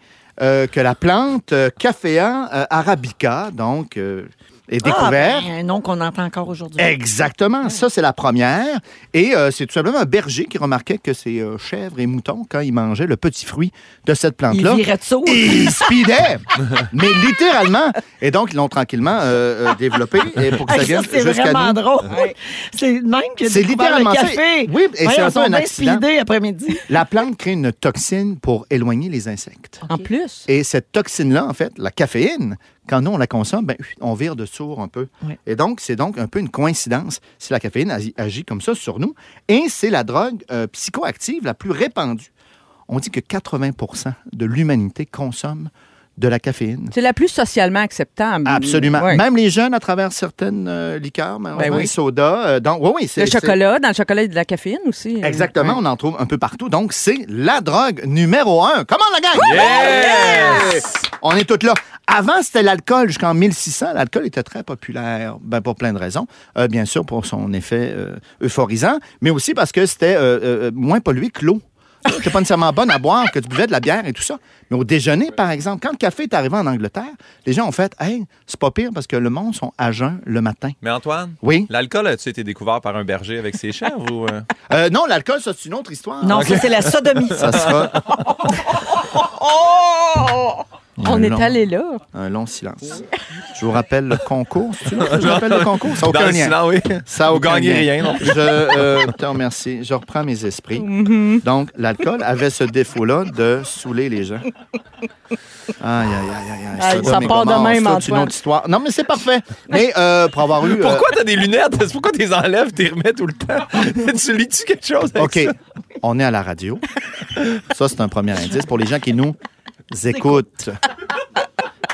Speaker 4: euh, que la plante euh, caféa euh, arabica, donc, euh, est
Speaker 1: Ah,
Speaker 4: découverte.
Speaker 1: ben, un nom qu'on entend encore aujourd'hui.
Speaker 4: Exactement, ça c'est la première. Et euh, c'est tout simplement un berger qui remarquait que ses euh, chèvres et moutons, quand ils mangeaient le petit fruit de cette
Speaker 1: Il
Speaker 4: plante-là,
Speaker 1: virait de sourd.
Speaker 4: il speedait, mais littéralement. Et donc, ils l'ont tranquillement euh, euh, développé et pour que ça
Speaker 1: Hey, ça,
Speaker 4: vienne
Speaker 1: c'est
Speaker 4: jusqu'à
Speaker 1: vraiment
Speaker 4: nous.
Speaker 1: drôle. C'est de même que
Speaker 4: C'est littéralement
Speaker 1: le
Speaker 4: ça.
Speaker 1: café.
Speaker 4: Oui, et c'est
Speaker 1: Voyons, ils
Speaker 4: un peu
Speaker 1: sont
Speaker 4: un
Speaker 1: bien
Speaker 4: accident.
Speaker 1: speedés après-midi.
Speaker 4: La plante crée une toxine pour éloigner les insectes.
Speaker 3: En plus.
Speaker 4: Et cette toxine-là, en fait, la caféine, quand nous on la consomme, ben, on vire de sourd un peu.
Speaker 1: Oui.
Speaker 4: Et donc, c'est donc un peu une coïncidence si la caféine agi- agit comme ça sur nous. Et c'est la drogue euh, psychoactive la plus répandue. On dit que 80 de l'humanité consomme de la caféine.
Speaker 3: C'est la plus socialement acceptable.
Speaker 4: Absolument.
Speaker 3: Ouais. Ben
Speaker 4: Même les jeunes, à travers certaines euh, liqueurs, malheureusement,
Speaker 3: oui.
Speaker 4: les sodas. euh, donc, oui, oui, c'est-
Speaker 3: Le
Speaker 4: c'est-
Speaker 3: chocolat, dans le chocolat, il y a de la caféine aussi. hein.
Speaker 4: Exactement, on en trouve un peu partout. Donc, c'est la drogue numéro un. Comment la gang?
Speaker 2: Yes!
Speaker 4: Yes! On est toutes là. Avant, c'était l'alcool. Jusqu'en 1600, l'alcool était très populaire, ben, pour plein de raisons. Euh, bien sûr, pour son effet euh, euphorisant, mais aussi parce que c'était euh, euh, moins pollué que l'eau. C'était pas nécessairement bonne à boire, que tu buvais de la bière et tout ça. Mais au déjeuner, par exemple, quand le café est arrivé en Angleterre, les gens ont fait Hey, c'est pas pire parce que le monde sont à jeun le matin.
Speaker 2: Mais Antoine,
Speaker 4: Oui.
Speaker 2: l'alcool, as-tu été découvert par un berger avec ses chèvres ou. euh?
Speaker 4: Euh, non, l'alcool, ça, c'est une autre histoire.
Speaker 1: Non, ça, c'est la sodomie.
Speaker 4: Ça sera. Un
Speaker 3: Oh On est
Speaker 4: long-
Speaker 3: allé là.
Speaker 4: Un long silence. Je vous rappelle le concours. C'est-tu là que Je vous rappelle le concours. Ça n'a
Speaker 2: Dans
Speaker 4: aucun
Speaker 2: le
Speaker 4: lien.
Speaker 2: silence, oui.
Speaker 4: Ça a
Speaker 2: Vous
Speaker 4: aucun
Speaker 2: gagnez
Speaker 4: lien.
Speaker 2: rien, non
Speaker 4: Je, euh, te remercie. Je reprends mes esprits.
Speaker 3: Mhm.
Speaker 4: Donc, l'alcool avait ce défaut-là de saouler les gens. Aïe, aïe, aïe, aïe, aïe.
Speaker 3: Aïe,
Speaker 4: donne
Speaker 3: ça
Speaker 4: mes
Speaker 3: part de
Speaker 4: commences,
Speaker 3: même,
Speaker 4: toute
Speaker 3: Antoine.
Speaker 4: une autre histoire. Non, mais c'est parfait. Mais euh, pour avoir eu... euh,
Speaker 2: Pourquoi t'as des lunettes? C'est Pourquoi t'es enlèves, t'es remets tout le temps? tu lis-tu quelque chose avec
Speaker 4: OK,
Speaker 2: ça?
Speaker 4: on est à la radio. Ça, c'est un premier indice pour les gens qui nous écoutent.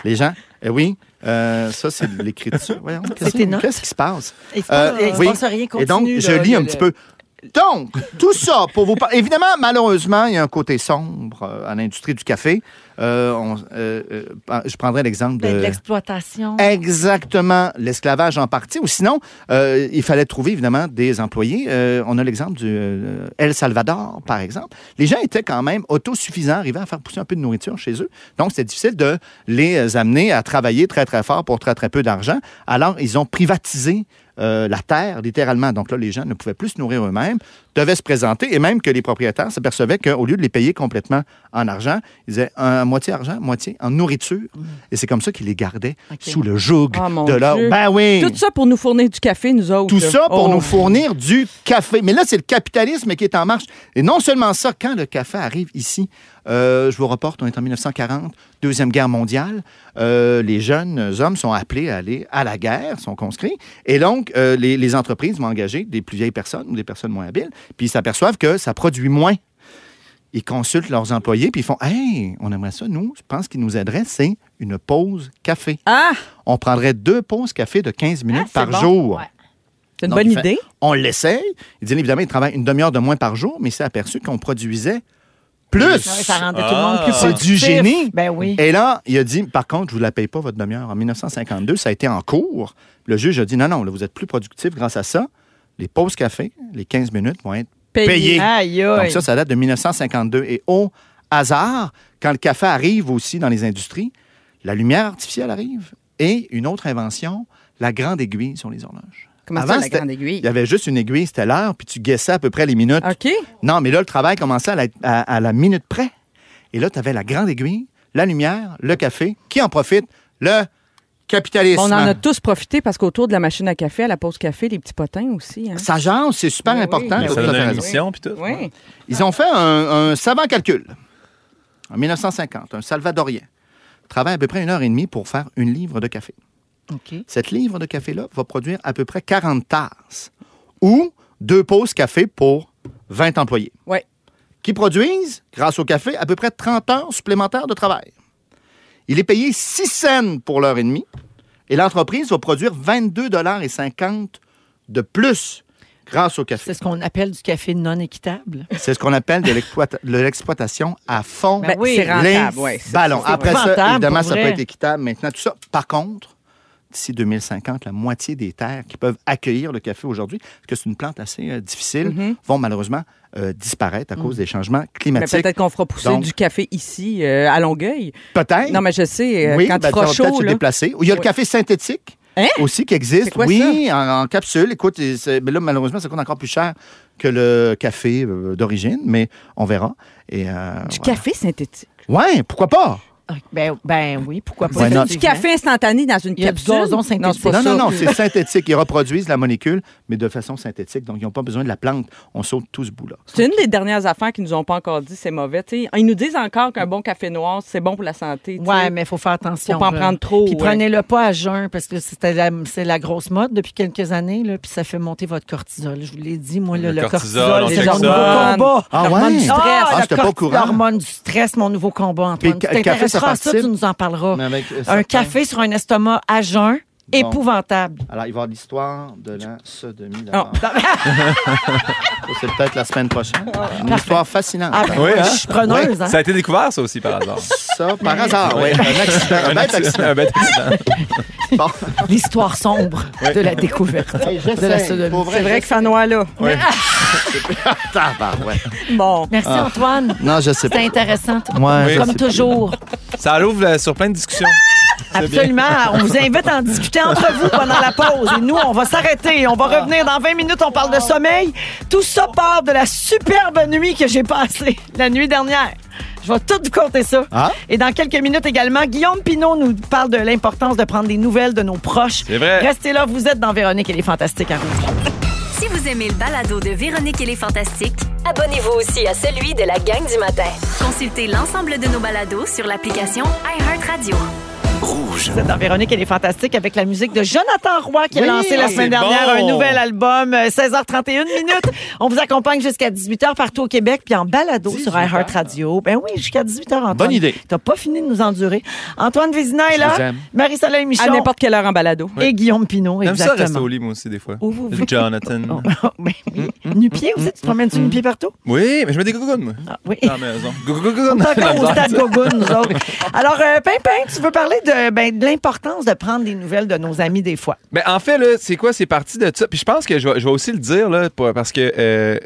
Speaker 4: Les gens, eh oui, euh, ça, c'est de l'écriture. Voyons, qu'est-ce
Speaker 8: tes notes.
Speaker 4: qu'est-ce qui se passe?
Speaker 8: Il se
Speaker 4: Euh,
Speaker 8: passe- il se
Speaker 4: oui.
Speaker 8: passe rien,
Speaker 4: Et donc,
Speaker 8: continue,
Speaker 4: je
Speaker 8: là,
Speaker 4: lis un
Speaker 8: le-
Speaker 4: petit peu. Donc, tout ça pour vous parler. Évidemment, malheureusement, il y a un côté sombre euh, à l'industrie du café. Euh, on- euh, euh, je prendrai l'exemple
Speaker 1: Ben, de
Speaker 4: de.
Speaker 1: l'exploitation.
Speaker 4: Exactement, l'esclavage en partie. Ou sinon, euh, il fallait trouver évidemment des employés. Euh, on a l'exemple du euh, El Salvador, par exemple. Les gens étaient quand même autosuffisants, arrivaient à faire pousser un peu de nourriture chez eux. Donc, c'était difficile de les euh, amener à travailler très, très fort pour très, très peu d'argent. Alors, ils ont privatisé euh, la terre, littéralement. Donc là, les gens ne pouvaient plus se nourrir eux-mêmes, devaient se présenter, et même que les propriétaires s'apercevaient qu'au lieu de les payer complètement en argent, ils disaient un, moitié argent, moitié en nourriture. Et c'est comme ça qu'ils les gardaient sous le joug
Speaker 3: Mm. Ah, mon
Speaker 4: de leur...
Speaker 3: Dieu.
Speaker 4: Ben oui!
Speaker 3: Tout ça pour nous fournir du café, nous autres.
Speaker 4: Tout ça pour
Speaker 3: Oh.
Speaker 4: nous fournir du café. Mais là, c'est le capitalisme qui est en marche. Et non seulement ça, quand le café arrive ici, euh, je vous reporte, on est en 1940, Deuxième Guerre mondiale. Euh, les jeunes hommes sont appelés à aller à la guerre, sont conscrits. Et donc, euh, les, les entreprises vont engager des plus vieilles personnes ou des personnes moins habiles. Puis ils s'aperçoivent que ça produit moins. Ils consultent leurs employés, puis ils font Hey, on aimerait ça, nous. Je pense qu'ils nous aideraient, c'est une pause café.
Speaker 3: Ah,
Speaker 4: On prendrait deux pauses café de 15 minutes
Speaker 1: Ah, c'est
Speaker 4: par
Speaker 1: bon.
Speaker 4: jour.
Speaker 1: Ouais.
Speaker 3: c'est une
Speaker 4: Donc,
Speaker 3: bonne
Speaker 4: il fait-
Speaker 3: idée.
Speaker 4: On l'essaye. Il dit évidemment, il travaille une demi-heure de moins par jour, mais il s'est aperçu qu'on produisait plus.
Speaker 1: Ouais, ça rendait tout le monde plus
Speaker 4: C'est
Speaker 1: productif.
Speaker 4: du génie.
Speaker 8: Ben oui.
Speaker 4: Et là, il a dit, par contre, je ne vous la paye pas, votre demi-heure. En 1952, ça a été en cours. Le juge a dit, non, non, là, vous êtes plus productif grâce à ça. Les pauses café, les 15 minutes vont être
Speaker 3: Payé.
Speaker 4: payées.
Speaker 1: Ah,
Speaker 8: Aïe,
Speaker 4: Donc
Speaker 8: aïe.
Speaker 4: ça, ça date de 1952. Et au hasard, quand le café arrive aussi dans les industries, la lumière artificielle arrive et une autre invention, la grande aiguille sur les horloges.
Speaker 3: Comment ça,
Speaker 4: Avant,
Speaker 3: la
Speaker 4: c'était-
Speaker 3: grande aiguille?
Speaker 4: Il y avait juste une aiguille, c'était l'heure, puis tu guessais à peu près les minutes.
Speaker 3: OK.
Speaker 4: Non, mais là, le travail commençait à la, à- à la minute près. Et là, tu avais la grande aiguille, la lumière, le café. Qui en profite? Le capitalisme.
Speaker 3: On en a tous profité parce qu'autour de la machine à café, à la pause café, les petits potins aussi. hein.
Speaker 4: Ça jase, c'est super
Speaker 3: Oui, oui.
Speaker 4: important.
Speaker 3: Mais
Speaker 4: Tout
Speaker 2: Ça
Speaker 4: à
Speaker 2: donne
Speaker 4: fait
Speaker 2: une
Speaker 4: raison.
Speaker 2: émission, puis tout.
Speaker 3: Oui.
Speaker 4: Ils ont fait un, un savant calcul. En 1950, un Salvadorien travaille à peu près une heure et demie pour faire une livre de café. Cette livre de café-là va produire à peu près 40 tasses ou deux pauses café pour 20 employés.
Speaker 3: Ouais.
Speaker 4: Qui produisent, grâce au café, à peu près 30 heures supplémentaires de travail. Il est payé 6 cents pour l'heure et demie et l'entreprise va produire 22,50 de plus grâce au café.
Speaker 1: C'est ce qu'on appelle du café non équitable.
Speaker 4: C'est ce qu'on appelle de l'exploita- de l'exploitation à fond
Speaker 3: Ben,
Speaker 1: oui.
Speaker 3: c'est rentable, ouais,
Speaker 4: les
Speaker 3: c'est-
Speaker 4: ballons.
Speaker 3: c'est
Speaker 4: Après
Speaker 8: épouvantable,
Speaker 4: ça, évidemment,
Speaker 8: pour
Speaker 4: ça peut
Speaker 8: vrai.
Speaker 4: être équitable maintenant, tout ça. Par contre, d'ici 2050, la moitié des terres qui peuvent accueillir le café aujourd'hui, parce que c'est une plante assez euh, difficile,
Speaker 3: Mm-hmm.
Speaker 4: vont malheureusement euh, disparaître à cause des changements
Speaker 3: Mais
Speaker 4: climatiques.
Speaker 3: Mm. Ben, peut-être qu'on fera pousser
Speaker 4: Donc-
Speaker 3: du café ici, euh, à Longueuil.
Speaker 4: Peut-être.
Speaker 3: Non, mais je sais, euh,
Speaker 4: oui,
Speaker 3: quand
Speaker 4: ben,
Speaker 3: il fera
Speaker 4: on va peut-être
Speaker 3: chaud,
Speaker 4: se
Speaker 3: là,
Speaker 4: déplacer. Il y a le
Speaker 3: Oui.
Speaker 4: café synthétique
Speaker 3: Hein?
Speaker 4: aussi qui
Speaker 3: C'est
Speaker 4: existe.
Speaker 3: quoi
Speaker 4: oui, en, en capsule. Écoute, et c'est- mais là, malheureusement, ça coûte encore plus cher que le café euh, d'origine, mais on verra. Et, euh,
Speaker 3: du
Speaker 4: voilà.
Speaker 3: café synthétique.
Speaker 4: Ouais, pourquoi pas?
Speaker 1: Ben, ben oui, pourquoi
Speaker 4: Why
Speaker 1: pas.
Speaker 4: not?
Speaker 3: Du café instantané dans une
Speaker 1: Il y a du
Speaker 3: capsule.
Speaker 1: gazon
Speaker 3: Non, c'est pas
Speaker 1: synthétique.
Speaker 4: Non,
Speaker 3: ça.
Speaker 4: non, non, c'est synthétique. Ils reproduisent la molécule, mais de façon synthétique. Donc, ils n'ont pas besoin de la plante. On saute tout ce bout-là.
Speaker 3: C'est une des dernières affaires qu'ils nous ont pas encore dit, c'est mauvais. tu sais. Ils nous disent encore qu'un bon café noir, c'est bon pour la santé. tu sais.
Speaker 1: Ouais, mais il faut faire attention.
Speaker 3: Faut pas en
Speaker 1: là.
Speaker 3: prendre trop,
Speaker 1: Puis
Speaker 3: ouais.
Speaker 1: prenez-le pas à jeun, parce que c'était la- c'est la grosse mode depuis quelques années, là, puis ça fait monter votre cortisol. Je vous l'ai dit, moi, là,
Speaker 2: Le
Speaker 1: le,
Speaker 2: cortisol,
Speaker 1: cortisol,
Speaker 2: on
Speaker 1: c'est
Speaker 2: check
Speaker 1: mon nouveau
Speaker 2: ça.
Speaker 1: combat.
Speaker 4: Ah
Speaker 3: L'hormone
Speaker 4: ouais?
Speaker 3: du stress.
Speaker 1: Ah,
Speaker 4: Ah,
Speaker 1: le
Speaker 4: j'étais pas au
Speaker 1: corti-
Speaker 4: courant.
Speaker 1: L'hormone du stress, mon nouveau combat, Antoine.
Speaker 4: Puis
Speaker 1: Tu
Speaker 4: le café, ça
Speaker 1: t'intéresseras à ça,
Speaker 4: participe.
Speaker 1: tu nous en parleras.
Speaker 4: Mais avec, euh,
Speaker 1: Un
Speaker 4: certains-
Speaker 1: café sur un estomac à jeun, épouvantable.
Speaker 4: Alors, il va y avoir l'histoire de la sodomie
Speaker 3: Oh.
Speaker 4: d'abord. Ça, C'est peut-être la semaine prochaine. Une histoire fascinante.
Speaker 1: Ah, ben,
Speaker 2: Oui, hein?
Speaker 1: Je suis preneuse, hein?
Speaker 2: Ça a été découvert, ça aussi, par hasard.
Speaker 4: Ça, par hasard, oui. Un accident, un
Speaker 2: Un
Speaker 4: bête
Speaker 2: accident.
Speaker 4: accident.
Speaker 2: Un bête accident.
Speaker 4: Bon.
Speaker 1: l'histoire sombre de la découverte
Speaker 4: Hey, j'essaie.
Speaker 1: de la sodomie.
Speaker 4: Pour vrai,
Speaker 3: C'est vrai que Fanois, là.
Speaker 4: Tabarouette.
Speaker 3: Bon.
Speaker 1: Merci, Antoine.
Speaker 4: Non, je sais
Speaker 1: C'était
Speaker 4: pas.
Speaker 1: intéressant, toi.
Speaker 4: Ouais,
Speaker 2: Oui.
Speaker 4: je sais
Speaker 1: comme
Speaker 4: pas.
Speaker 1: toujours.
Speaker 2: Ça l'ouvre euh, sur plein de discussions.
Speaker 8: Absolument. On vous invite à en discuter entre vous pendant la pause. Et nous, on va s'arrêter. On va
Speaker 4: Ah.
Speaker 8: revenir dans 20 minutes. On parle de sommeil. Tout ça part de la superbe nuit que j'ai passée la nuit dernière. Je vais tout vous compter ça.
Speaker 4: Ah.
Speaker 8: Et dans quelques minutes également, Guillaume Pinot nous parle de l'importance de prendre des nouvelles de nos proches.
Speaker 2: C'est vrai.
Speaker 8: Restez là, vous êtes dans Véronique et les Fantastiques à Rouge.
Speaker 5: Si vous aimez le balado de Véronique et les Fantastiques,
Speaker 6: Abonnez-vous aussi à celui de la gang du matin.
Speaker 5: consultez l'ensemble de nos balados sur l'application iHeartRadio.
Speaker 8: Vous êtes dans Véronique, elle est fantastique avec la musique de Jonathan Roy qui a
Speaker 4: Oui,
Speaker 8: lancé la semaine
Speaker 2: c'est
Speaker 8: dernière
Speaker 2: bon.
Speaker 8: un nouvel album, euh, 16h31 minutes. On vous accompagne jusqu'à 18h partout au Québec, puis en balado sur iHeart Radio. Ben oui, jusqu'à 18h, Antoine.
Speaker 4: Bonne idée.
Speaker 8: T'as pas fini de nous endurer. Antoine Vézina est
Speaker 4: vous
Speaker 8: là,
Speaker 4: aime.
Speaker 8: Marie-Soleil
Speaker 3: À
Speaker 8: Michon
Speaker 3: n'importe quelle heure en balado.
Speaker 8: et Guillaume Pinot,
Speaker 2: J'aime ça rester
Speaker 8: exactement.
Speaker 2: au lit, moi aussi, des fois.
Speaker 8: Où vous voulez.
Speaker 2: Jonathan.
Speaker 8: Oh, ben oui. Nu-pied aussi, tu te promènes-tu nu-pied partout?
Speaker 2: Oui, mais je mets des gougounes, moi.
Speaker 8: Ah, oui.
Speaker 2: Dans la maison. Gou- gou- gougoune.
Speaker 8: On est encore au
Speaker 2: La
Speaker 8: stade Gogun, nous autres. Alors, euh, Pimpin, tu veux parler de, ben, de l'importance de prendre des nouvelles de nos amis des fois.
Speaker 2: Ben, en fait, là, c'est quoi? C'est parti de ça. Puis je pense que je vais, je vais aussi le dire, là, pour- parce que. euh,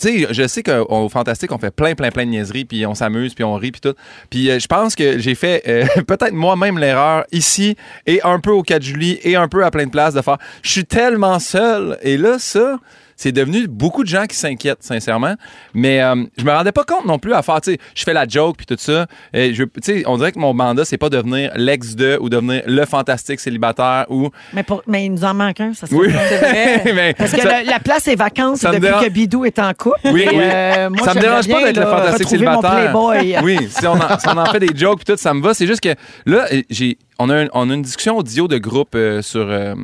Speaker 2: tu sais, je sais qu'au Fantastique, on fait plein, plein, plein de niaiseries, puis on s'amuse, puis on rit, puis tout. Puis euh, je pense que j'ai fait euh, peut-être moi-même l'erreur ici, et un peu au 4 juillet, et un peu à plein de places, de faire « Je suis tellement seul! » Et là, ça, c'est devenu beaucoup de gens qui s'inquiètent, sincèrement. Mais euh, je me rendais pas compte non plus à faire, tu sais, je fais la joke, puis tout ça. Et je, tu sais, on dirait que mon mandat, c'est pas devenir l'ex de, ou devenir le Fantastique célibataire, ou...
Speaker 8: Mais, pour, mais il nous en manque un, ça serait
Speaker 2: Oui,
Speaker 3: vrai.
Speaker 2: mais
Speaker 8: Parce que
Speaker 2: ça,
Speaker 8: le- la place est vacante
Speaker 2: ça me
Speaker 8: depuis
Speaker 2: dérange-
Speaker 8: que Bidou est en couple.
Speaker 2: Oui,
Speaker 8: Et,
Speaker 2: oui.
Speaker 8: euh, moi,
Speaker 2: ça
Speaker 8: j'aimerais
Speaker 2: me dérange pas
Speaker 8: bien,
Speaker 2: d'être le
Speaker 8: là,
Speaker 2: fantastique
Speaker 8: retrouver mon
Speaker 2: célibataire.
Speaker 8: Playboy.
Speaker 2: Oui, si on, en, si on en fait des jokes puis tout, ça me va. C'est juste que là, euh, j'ai, on, a un- on a une discussion audio de groupe euh, sur. euh,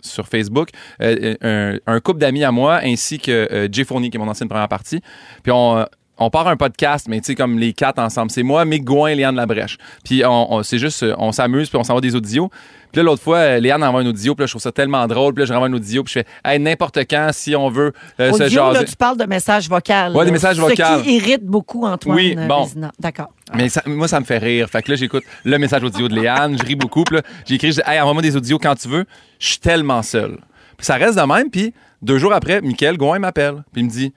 Speaker 2: sur Facebook, euh, euh, un, un couple d'amis à moi ainsi que euh, Jay Fournier, qui est mon ancienne première partie. Puis on, euh, on part un podcast, mais tu sais, comme les quatre ensemble. C'est moi, Mick Gouin et Léane Labrèche. Puis on, on- c'est juste, euh, on s'amuse, puis on s'envoie des audios. Puis là, l'autre fois, euh, Léane envoie un audio, puis là, je trouve ça tellement drôle. Puis là, je renvoie un audio, puis je fais, hey, n'importe quand, si on veut euh, se
Speaker 8: Audio,
Speaker 2: jaser.
Speaker 8: là, tu parles de messages vocaux.
Speaker 2: Ouais, des
Speaker 8: là,
Speaker 2: messages
Speaker 8: Ce
Speaker 2: vocaux.
Speaker 8: qui irrite beaucoup Antoine
Speaker 2: Oui,
Speaker 8: euh,
Speaker 2: bon.
Speaker 8: Vézina. D'accord.
Speaker 2: Mais ça- moi, ça me fait rire. Fait que là, j'écoute le message audio de Léane, je ris beaucoup. Puis là, j'ai écrit, j'ai dit, hey, envoie-moi des audios quand tu veux. Je suis tellement seul. Puis ça reste de même. Puis deux jours après, Michael Gouin m'appelle. Puis il me dit,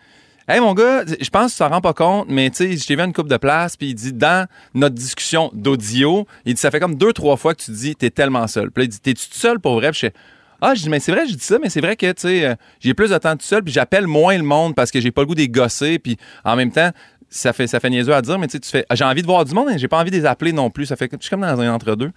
Speaker 2: hey, mon gars, je pense que tu t'en rends pas compte, mais tu sais, je t'ai vu à une coupe de place. Puis il dit, dans notre discussion d'audio, il dit, ça fait comme deux, trois fois que tu dis, t'es tellement seul. Puis là, il dit, t'es-tu tout seul pour vrai? Puis je fais, ah, je dis, mais c'est vrai, je dis ça, mais c'est vrai que, tu sais, euh, j'ai plus de temps tout seul, puis j'appelle moins le monde parce que j'ai pas le goût des gosser, puis en même temps, ça fait, ça fait niaiseux à dire, mais tu sais, tu fais, j'ai envie de voir du monde, mais j'ai pas envie de les appeler non plus. Ça fait que je suis comme dans un entre-deux.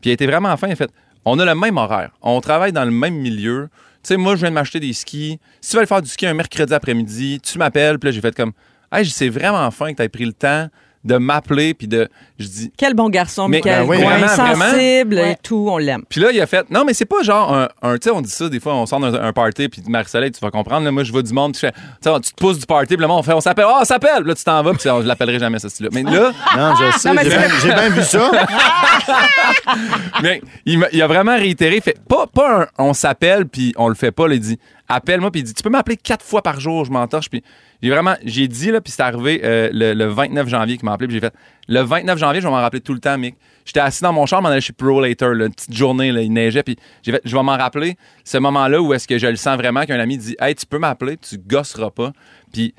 Speaker 2: Puis il était vraiment fin, en fait. On a le même horaire, on travaille dans le même milieu. Tu sais, moi, je viens de m'acheter des skis. Si tu veux aller faire du ski un mercredi après-midi, tu m'appelles, puis là, j'ai fait comme, hey, je dis, c'est vraiment fin que tu pris le temps de m'appeler, puis de. Je dis,
Speaker 3: Quel bon garçon,
Speaker 2: Mais-
Speaker 3: Michael.
Speaker 4: Ben oui,
Speaker 3: Gouin,
Speaker 2: vraiment, vraiment.
Speaker 3: sensible et tout, on l'aime.
Speaker 2: puis là, il a fait, non, mais c'est pas genre un, un- tu sais, on dit ça, des fois, on sort d'un un party, puis Marie-Soleil, tu vas comprendre, là, moi, je vois du monde, puis je fais, tu sais, tu te pousses du party, puis le monde, on fait, on s'appelle, ah, on s'appelle, Puis là, tu t'en vas, puis c'est- je l'appellerai jamais, ce style-là. Mais là,
Speaker 4: Non, je sais,
Speaker 3: mais
Speaker 4: j'ai
Speaker 3: c'est-
Speaker 4: bien- j'ai bien vu ça.
Speaker 2: mais, il, m'a- il a vraiment réitéré, fait, pas, pas un, on s'appelle, puis on le fait pas, là, il dit, appelle-moi, puis il dit, tu peux m'appeler quatre fois par jour, je m'entorche, puis j'ai vraiment, j'ai dit, là, puis c'est arrivé euh, le, le 29 janvier qu'il m'a appelé, puis j'ai fait, le 29 janvier, je vais m'en rappeler tout le temps, Mick. J'étais assis dans mon chambre, on allait chez Pro Later, là, une petite journée, là, il neigeait, puis j'ai fait, je vais m'en rappeler ce moment-là où est-ce que je le sens vraiment qu'un ami dit, hey, tu peux m'appeler, tu gosseras pas, puis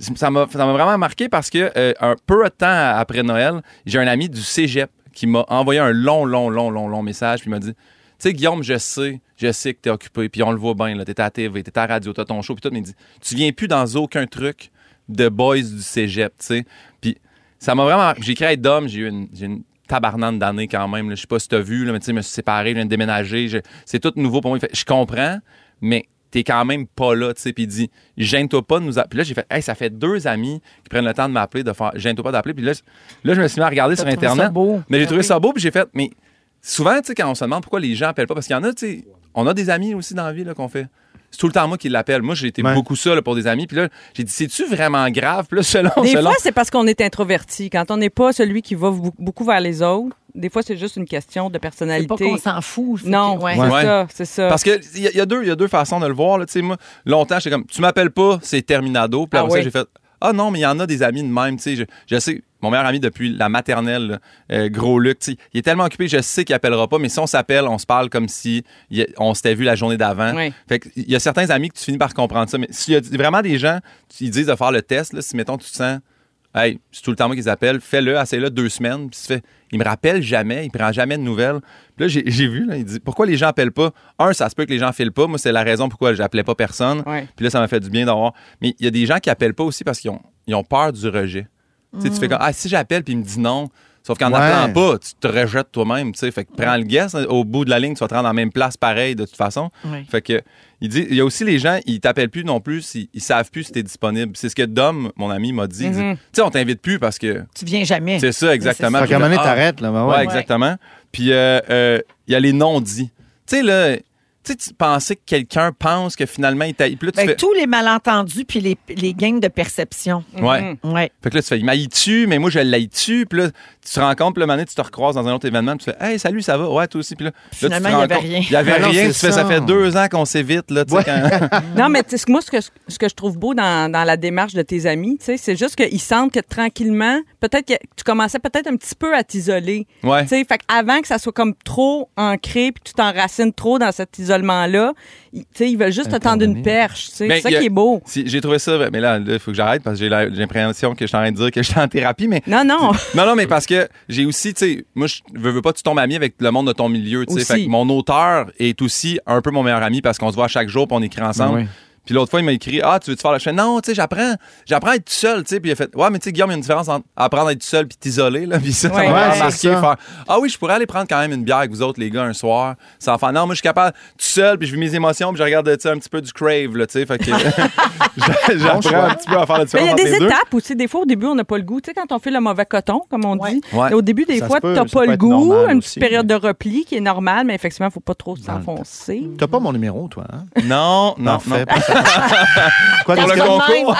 Speaker 2: ça m'a ça m'a vraiment marqué parce que euh, un peu de temps après Noël, j'ai un ami du Cégep qui m'a envoyé un long, long, long, long, long message. Puis il m'a dit Tu sais, Guillaume, je sais, je sais que t'es occupé. Puis on le voit bien, là. T'es à la TV, t'es à la radio, t'as ton show. Puis tout. Mais il dit Tu viens plus dans aucun truc de boys du cégep, tu sais. Puis ça m'a vraiment. J'ai créé d'homme, j'ai eu une. j'ai une tabarnane d'années quand même. là. Je sais pas si t'as vu, là, mais tu sais, je me suis séparé, je viens de déménager. je- C'est tout nouveau pour moi. Il fait, je comprends, mais t'es quand même pas là, tu sais. Puis il dit, gêne-toi pas de nous appeler. Puis là, j'ai fait, hey, ça fait deux amis qui prennent le temps de m'appeler, de faire, gêne-toi pas d'appeler. Puis là, je- là, je me suis mis à regarder sur
Speaker 8: trouvé ça
Speaker 2: Internet.
Speaker 8: beau. Ah
Speaker 2: Mais j'ai trouvé ça beau, puis j'ai fait, mais souvent, tu sais, quand on se demande pourquoi les gens appellent pas, parce qu'il y en a, tu sais, on a des amis aussi dans la vie là, qu'on fait. C'est tout le temps moi qui l'appelle. Moi, j'ai été
Speaker 4: Ouais.
Speaker 2: beaucoup seul pour des amis. Puis là, j'ai dit, c'est-tu vraiment grave? Puis là, selon,
Speaker 3: Des
Speaker 2: selon-
Speaker 3: fois, c'est parce qu'on est introverti. Quand on n'est pas celui qui va bou- beaucoup vers les autres, des fois, c'est juste une question de
Speaker 8: C'est pas
Speaker 3: personnalité.
Speaker 8: qu'on s'en fout. c'est
Speaker 3: Non,
Speaker 8: que- ouais.
Speaker 3: c'est
Speaker 2: Ouais.
Speaker 3: ça, c'est ça.
Speaker 2: Parce qu'il y, a- y a deux- y a deux façons de le voir. Là. Tu sais, Moi, longtemps, j'étais comme, tu m'appelles pas, c'est terminado. Puis
Speaker 3: Ah
Speaker 2: après ça,
Speaker 3: oui.
Speaker 2: j'ai fait, ah non, mais il y en a des amis de même. Tu sais, Je, je sais, mon meilleur ami depuis la maternelle, là, euh, Gros Luc, tu sais, il est tellement occupé, je sais qu'il appellera pas. Mais si on s'appelle, on se parle comme si il y a- on s'était vu la journée d'avant.
Speaker 3: Oui.
Speaker 2: Fait que il y a certains amis que tu finis par comprendre ça. Mais s'il y a d- vraiment des gens, tu- ils disent de faire le test, là, si mettons, tu te sens. Hey, c'est tout le temps moi qu'ils appellent. Fais-le, essaye-le deux semaines. Puis tu fais, il me rappelle jamais, il prend jamais de nouvelles. Puis là, j'ai j'ai vu, là, il dit, pourquoi les gens appellent pas? Un, ça se peut que les gens filent pas. Moi, c'est la raison pourquoi j'appelais pas personne.
Speaker 3: Ouais.
Speaker 2: Puis là, ça m'a fait du bien d'avoir. Mais il y a des gens qui appellent pas aussi parce qu'ils ont, ils ont peur du rejet. Tu sais, tu fais comme, ah, si j'appelle puis il me dit non. Sauf qu'en
Speaker 4: Ouais.
Speaker 2: n'appelant pas, tu te rejettes toi-même, tu sais. Fait que prends le guess. Au bout de la ligne, tu vas te rendre en même place pareil, de toute façon.
Speaker 1: Oui.
Speaker 2: Fait que, il dit, il y a aussi les gens, ils t'appellent plus non plus, ils, ils savent plus si t'es disponible. C'est ce que Dom, mon ami, m'a dit. Il dit,
Speaker 3: Mhm.
Speaker 2: Tu sais, on t'invite plus parce que
Speaker 1: Tu viens jamais.
Speaker 2: c'est ça, exactement.
Speaker 4: Fait qu'à un moment donné,
Speaker 2: Ah,
Speaker 4: t'arrêtes, là. ben
Speaker 2: ouais,
Speaker 4: ouais.
Speaker 2: exactement. Puis euh, euh, il y a les non-dits. Tu sais, là, tu sais, tu pensais que quelqu'un pense que finalement il t'a. Puis là, tu
Speaker 1: Ben,
Speaker 2: fais.
Speaker 1: Tous les malentendus puis les, les gangs de perception.
Speaker 2: Ouais.
Speaker 1: Ouais.
Speaker 2: Fait que là, tu fais, il m'a tu mais moi, je l'ai tu Puis là, tu te rends compte, puis là, un moment donné, tu te recroises dans un autre événement, puis tu fais, hey, salut, ça va? Ouais, toi aussi. Puis là, là, tu te
Speaker 1: Finalement, il
Speaker 2: rends
Speaker 1: y avait
Speaker 2: compte-
Speaker 1: rien.
Speaker 2: Il y avait
Speaker 4: Ben non,
Speaker 2: rien.
Speaker 4: c'est
Speaker 2: Tu fais,
Speaker 4: ça.
Speaker 2: ça fait deux ans qu'on s'évite, là, tu sais,
Speaker 4: Ouais.
Speaker 2: quand-
Speaker 3: Non, mais tu sais, moi, ce que, ce que je trouve beau dans, dans la démarche de tes amis, tu sais, c'est juste qu'ils sentent que tranquillement, peut-être que tu commençais peut-être un petit peu à t'isoler.
Speaker 2: Ouais.
Speaker 3: Tu sais, fait avant que ça soit comme trop ancré puis que tu t'enracines trop dans cet isolement-là, ils- tu sais, ils veulent juste te tendre une perche. tu sais.
Speaker 2: Ben,
Speaker 3: C'est ça
Speaker 2: y a-
Speaker 3: qui est beau.
Speaker 2: Si, j'ai trouvé ça, mais là, il faut que j'arrête parce que j'ai la- j'ai l'impression que je suis en train de dire que je suis en thérapie, mais
Speaker 3: Non, non.
Speaker 2: Non, non, mais parce que j'ai aussi, tu sais, moi, je veux, veux pas que tu tombes ami avec le monde de ton milieu, tu sais.
Speaker 3: Aussi.
Speaker 2: Fait que mon auteur est aussi un peu mon meilleur ami parce qu'on se voit à chaque jour puis on écrit ensemble.
Speaker 4: Ben oui.
Speaker 2: Puis l'autre fois, il m'a écrit Ah, tu veux-tu faire la chaîne Non, tu sais, j'apprends. J'apprends à être tout seul, tu sais. Puis il a fait Ouais, mais tu sais, Guillaume, il y a une différence entre apprendre à être tout seul puis t'isoler, là. Puis ça, ça
Speaker 3: Ouais.
Speaker 2: m'a
Speaker 3: Ouais,
Speaker 2: remarqué,
Speaker 4: c'est ça.
Speaker 2: faire, Ah oui, je pourrais aller prendre quand même une bière avec vous autres, les gars, un soir. Sans faire Non, moi, je suis capable tout seul puis je vis mes émotions puis je regarde, tu sais, un petit peu du crave, là, tu sais. Fait que j'apprends un petit peu à faire la
Speaker 3: Mais il
Speaker 2: différence
Speaker 3: y a
Speaker 2: entre
Speaker 3: des
Speaker 2: les deux.
Speaker 3: étapes aussi. Des fois, au début, on n'a pas le goût. Tu sais, quand on fait le mauvais coton, comme on dit,
Speaker 2: Ouais.
Speaker 3: au début, des
Speaker 4: Ça
Speaker 3: fois,
Speaker 4: se
Speaker 3: tu
Speaker 4: peut,
Speaker 3: n'as
Speaker 4: ça
Speaker 3: pas
Speaker 4: peut
Speaker 3: le
Speaker 4: être
Speaker 3: goût,
Speaker 4: normal
Speaker 3: une
Speaker 4: aussi.
Speaker 3: petite période de repli qui est normale, mais effectivement, il ne faut pas trop s'enfoncer.
Speaker 4: T'as pas mon numéro, toi. Hein?
Speaker 2: Non, non, non.
Speaker 4: Parfait, parfait. Quoi,
Speaker 2: Pour
Speaker 4: qu'est-ce
Speaker 2: le
Speaker 4: que-
Speaker 2: concours.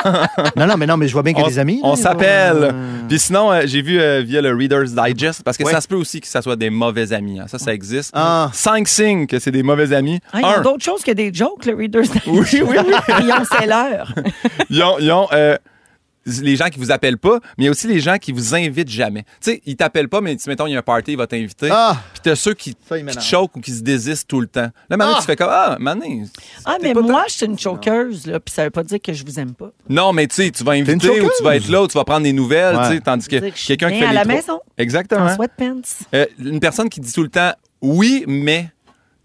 Speaker 4: Non, non, mais non, mais je vois bien qu'il y a
Speaker 2: On-
Speaker 4: des amis.
Speaker 2: On,
Speaker 4: là,
Speaker 2: s'appelle.
Speaker 4: euh,
Speaker 2: Puis sinon, euh, j'ai vu euh, via le Reader's Digest, parce que
Speaker 4: Ouais.
Speaker 2: ça se peut aussi que ça soit des mauvais amis. hein. Ça, ça existe.
Speaker 4: Ah.
Speaker 2: Cinq signes que c'est des mauvais amis.
Speaker 1: Hein, ils ont
Speaker 2: Un,
Speaker 1: d'autres choses que des jokes, le Reader's Digest.
Speaker 2: Oui, oui, oui.
Speaker 1: Rions, c'est l'heure.
Speaker 2: ils ont, ils ont, euh, les gens qui vous appellent pas, mais aussi les gens qui vous invitent jamais. Tu sais, ils t'appellent pas, mais si, mettons, il y a un party, il va t'inviter.
Speaker 4: Ah!
Speaker 2: Puis t'as ceux qui,
Speaker 4: Ça, il
Speaker 2: qui te
Speaker 4: m'énerve.
Speaker 2: choquent ou qui se désistent tout le temps. Là, maintenant,
Speaker 4: Ah!
Speaker 2: tu fais comme Ah, Mané.
Speaker 1: Ah, mais
Speaker 2: pas tant-
Speaker 1: moi, je suis une chokeuse, là, puis ça veut pas dire que je vous aime pas.
Speaker 2: Non, mais tu sais, tu vas
Speaker 4: une
Speaker 2: inviter ou tu vas
Speaker 4: choqueuse.
Speaker 2: être là ou tu vas prendre des nouvelles,
Speaker 4: Ouais.
Speaker 2: tu sais, tandis que
Speaker 1: Ça veut dire que je suis
Speaker 2: quelqu'un qui
Speaker 1: bien
Speaker 2: fait
Speaker 1: à
Speaker 2: les
Speaker 1: la
Speaker 2: trois-
Speaker 1: maison.
Speaker 2: Exactement.
Speaker 1: En sweatpants.
Speaker 2: Euh, une personne qui dit tout le temps oui, mais.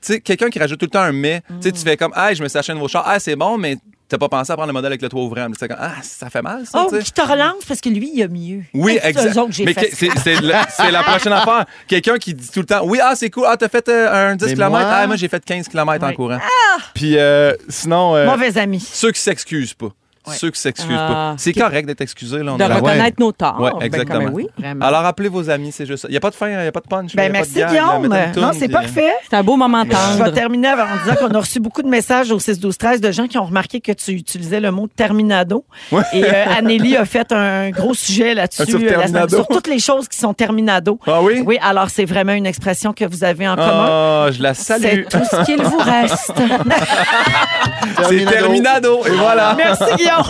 Speaker 2: Tu sais, quelqu'un qui rajoute tout le temps un mais. Tu
Speaker 1: Mm.
Speaker 2: sais, tu fais comme, ah, je me suis acheté un nouveau char. Ah, c'est bon, mais t'as pas pensé à prendre le modèle avec le toit ouvrant. Tu sais, comme, ah, ça fait mal, ça,
Speaker 1: Oh,
Speaker 2: tu sais.
Speaker 1: qui te relance parce que lui, il a mieux.
Speaker 2: Oui,
Speaker 1: Ah, C'est eux
Speaker 2: exact.
Speaker 1: autres que j'ai
Speaker 2: Mais
Speaker 1: fait.
Speaker 2: que- c'est c'est la, c'est la prochaine affaire. Quelqu'un qui dit tout le temps, oui, ah, c'est cool, ah, t'as fait euh, un 10
Speaker 4: Mais
Speaker 2: km,
Speaker 4: moi-
Speaker 2: ah, moi, j'ai fait 15 km en
Speaker 1: Oui.
Speaker 2: courant. Puis euh, sinon, euh,
Speaker 1: Ah! Mauvais ami.
Speaker 2: ceux qui s'excusent pas.
Speaker 1: Ouais.
Speaker 2: Ceux qui s'excusent
Speaker 3: Ah.
Speaker 2: pas. C'est correct d'être excusé, là. on
Speaker 3: De
Speaker 2: est là.
Speaker 4: ouais.
Speaker 3: reconnaître nos
Speaker 1: Ah,
Speaker 3: torts.
Speaker 2: Ben Ouais,
Speaker 3: Ben,
Speaker 2: exactement.
Speaker 3: comme, oui.
Speaker 1: Vraiment.
Speaker 2: Alors, appelez vos amis, c'est juste ça. Il n'y a pas de fin, il n'y a pas de punch. là, y
Speaker 1: ben,
Speaker 2: a
Speaker 1: merci,
Speaker 2: pas de gang, là,
Speaker 1: Guillaume.
Speaker 2: mettez une toune,
Speaker 1: non, c'est
Speaker 2: puis, euh,
Speaker 1: parfait.
Speaker 3: C'est un beau moment
Speaker 1: Je vais
Speaker 3: tendre.
Speaker 1: terminer avant en disant qu'on a reçu beaucoup de messages au 6-12-13 de gens qui ont remarqué que tu utilisais le mot terminado.
Speaker 2: Ouais.
Speaker 1: Et euh, Annélie a fait un gros sujet là-dessus
Speaker 2: Ah, sur
Speaker 1: euh, la semaine-
Speaker 2: terminado.
Speaker 1: sur toutes les choses qui sont terminado.
Speaker 2: Ah oui?
Speaker 1: Oui, alors c'est vraiment une expression que vous avez en commun.
Speaker 2: Ah, je la
Speaker 1: C'est
Speaker 2: salue.
Speaker 1: tout ce qu'il vous reste.
Speaker 2: C'est Terminado. Et voilà.
Speaker 1: Merci, Guillaume.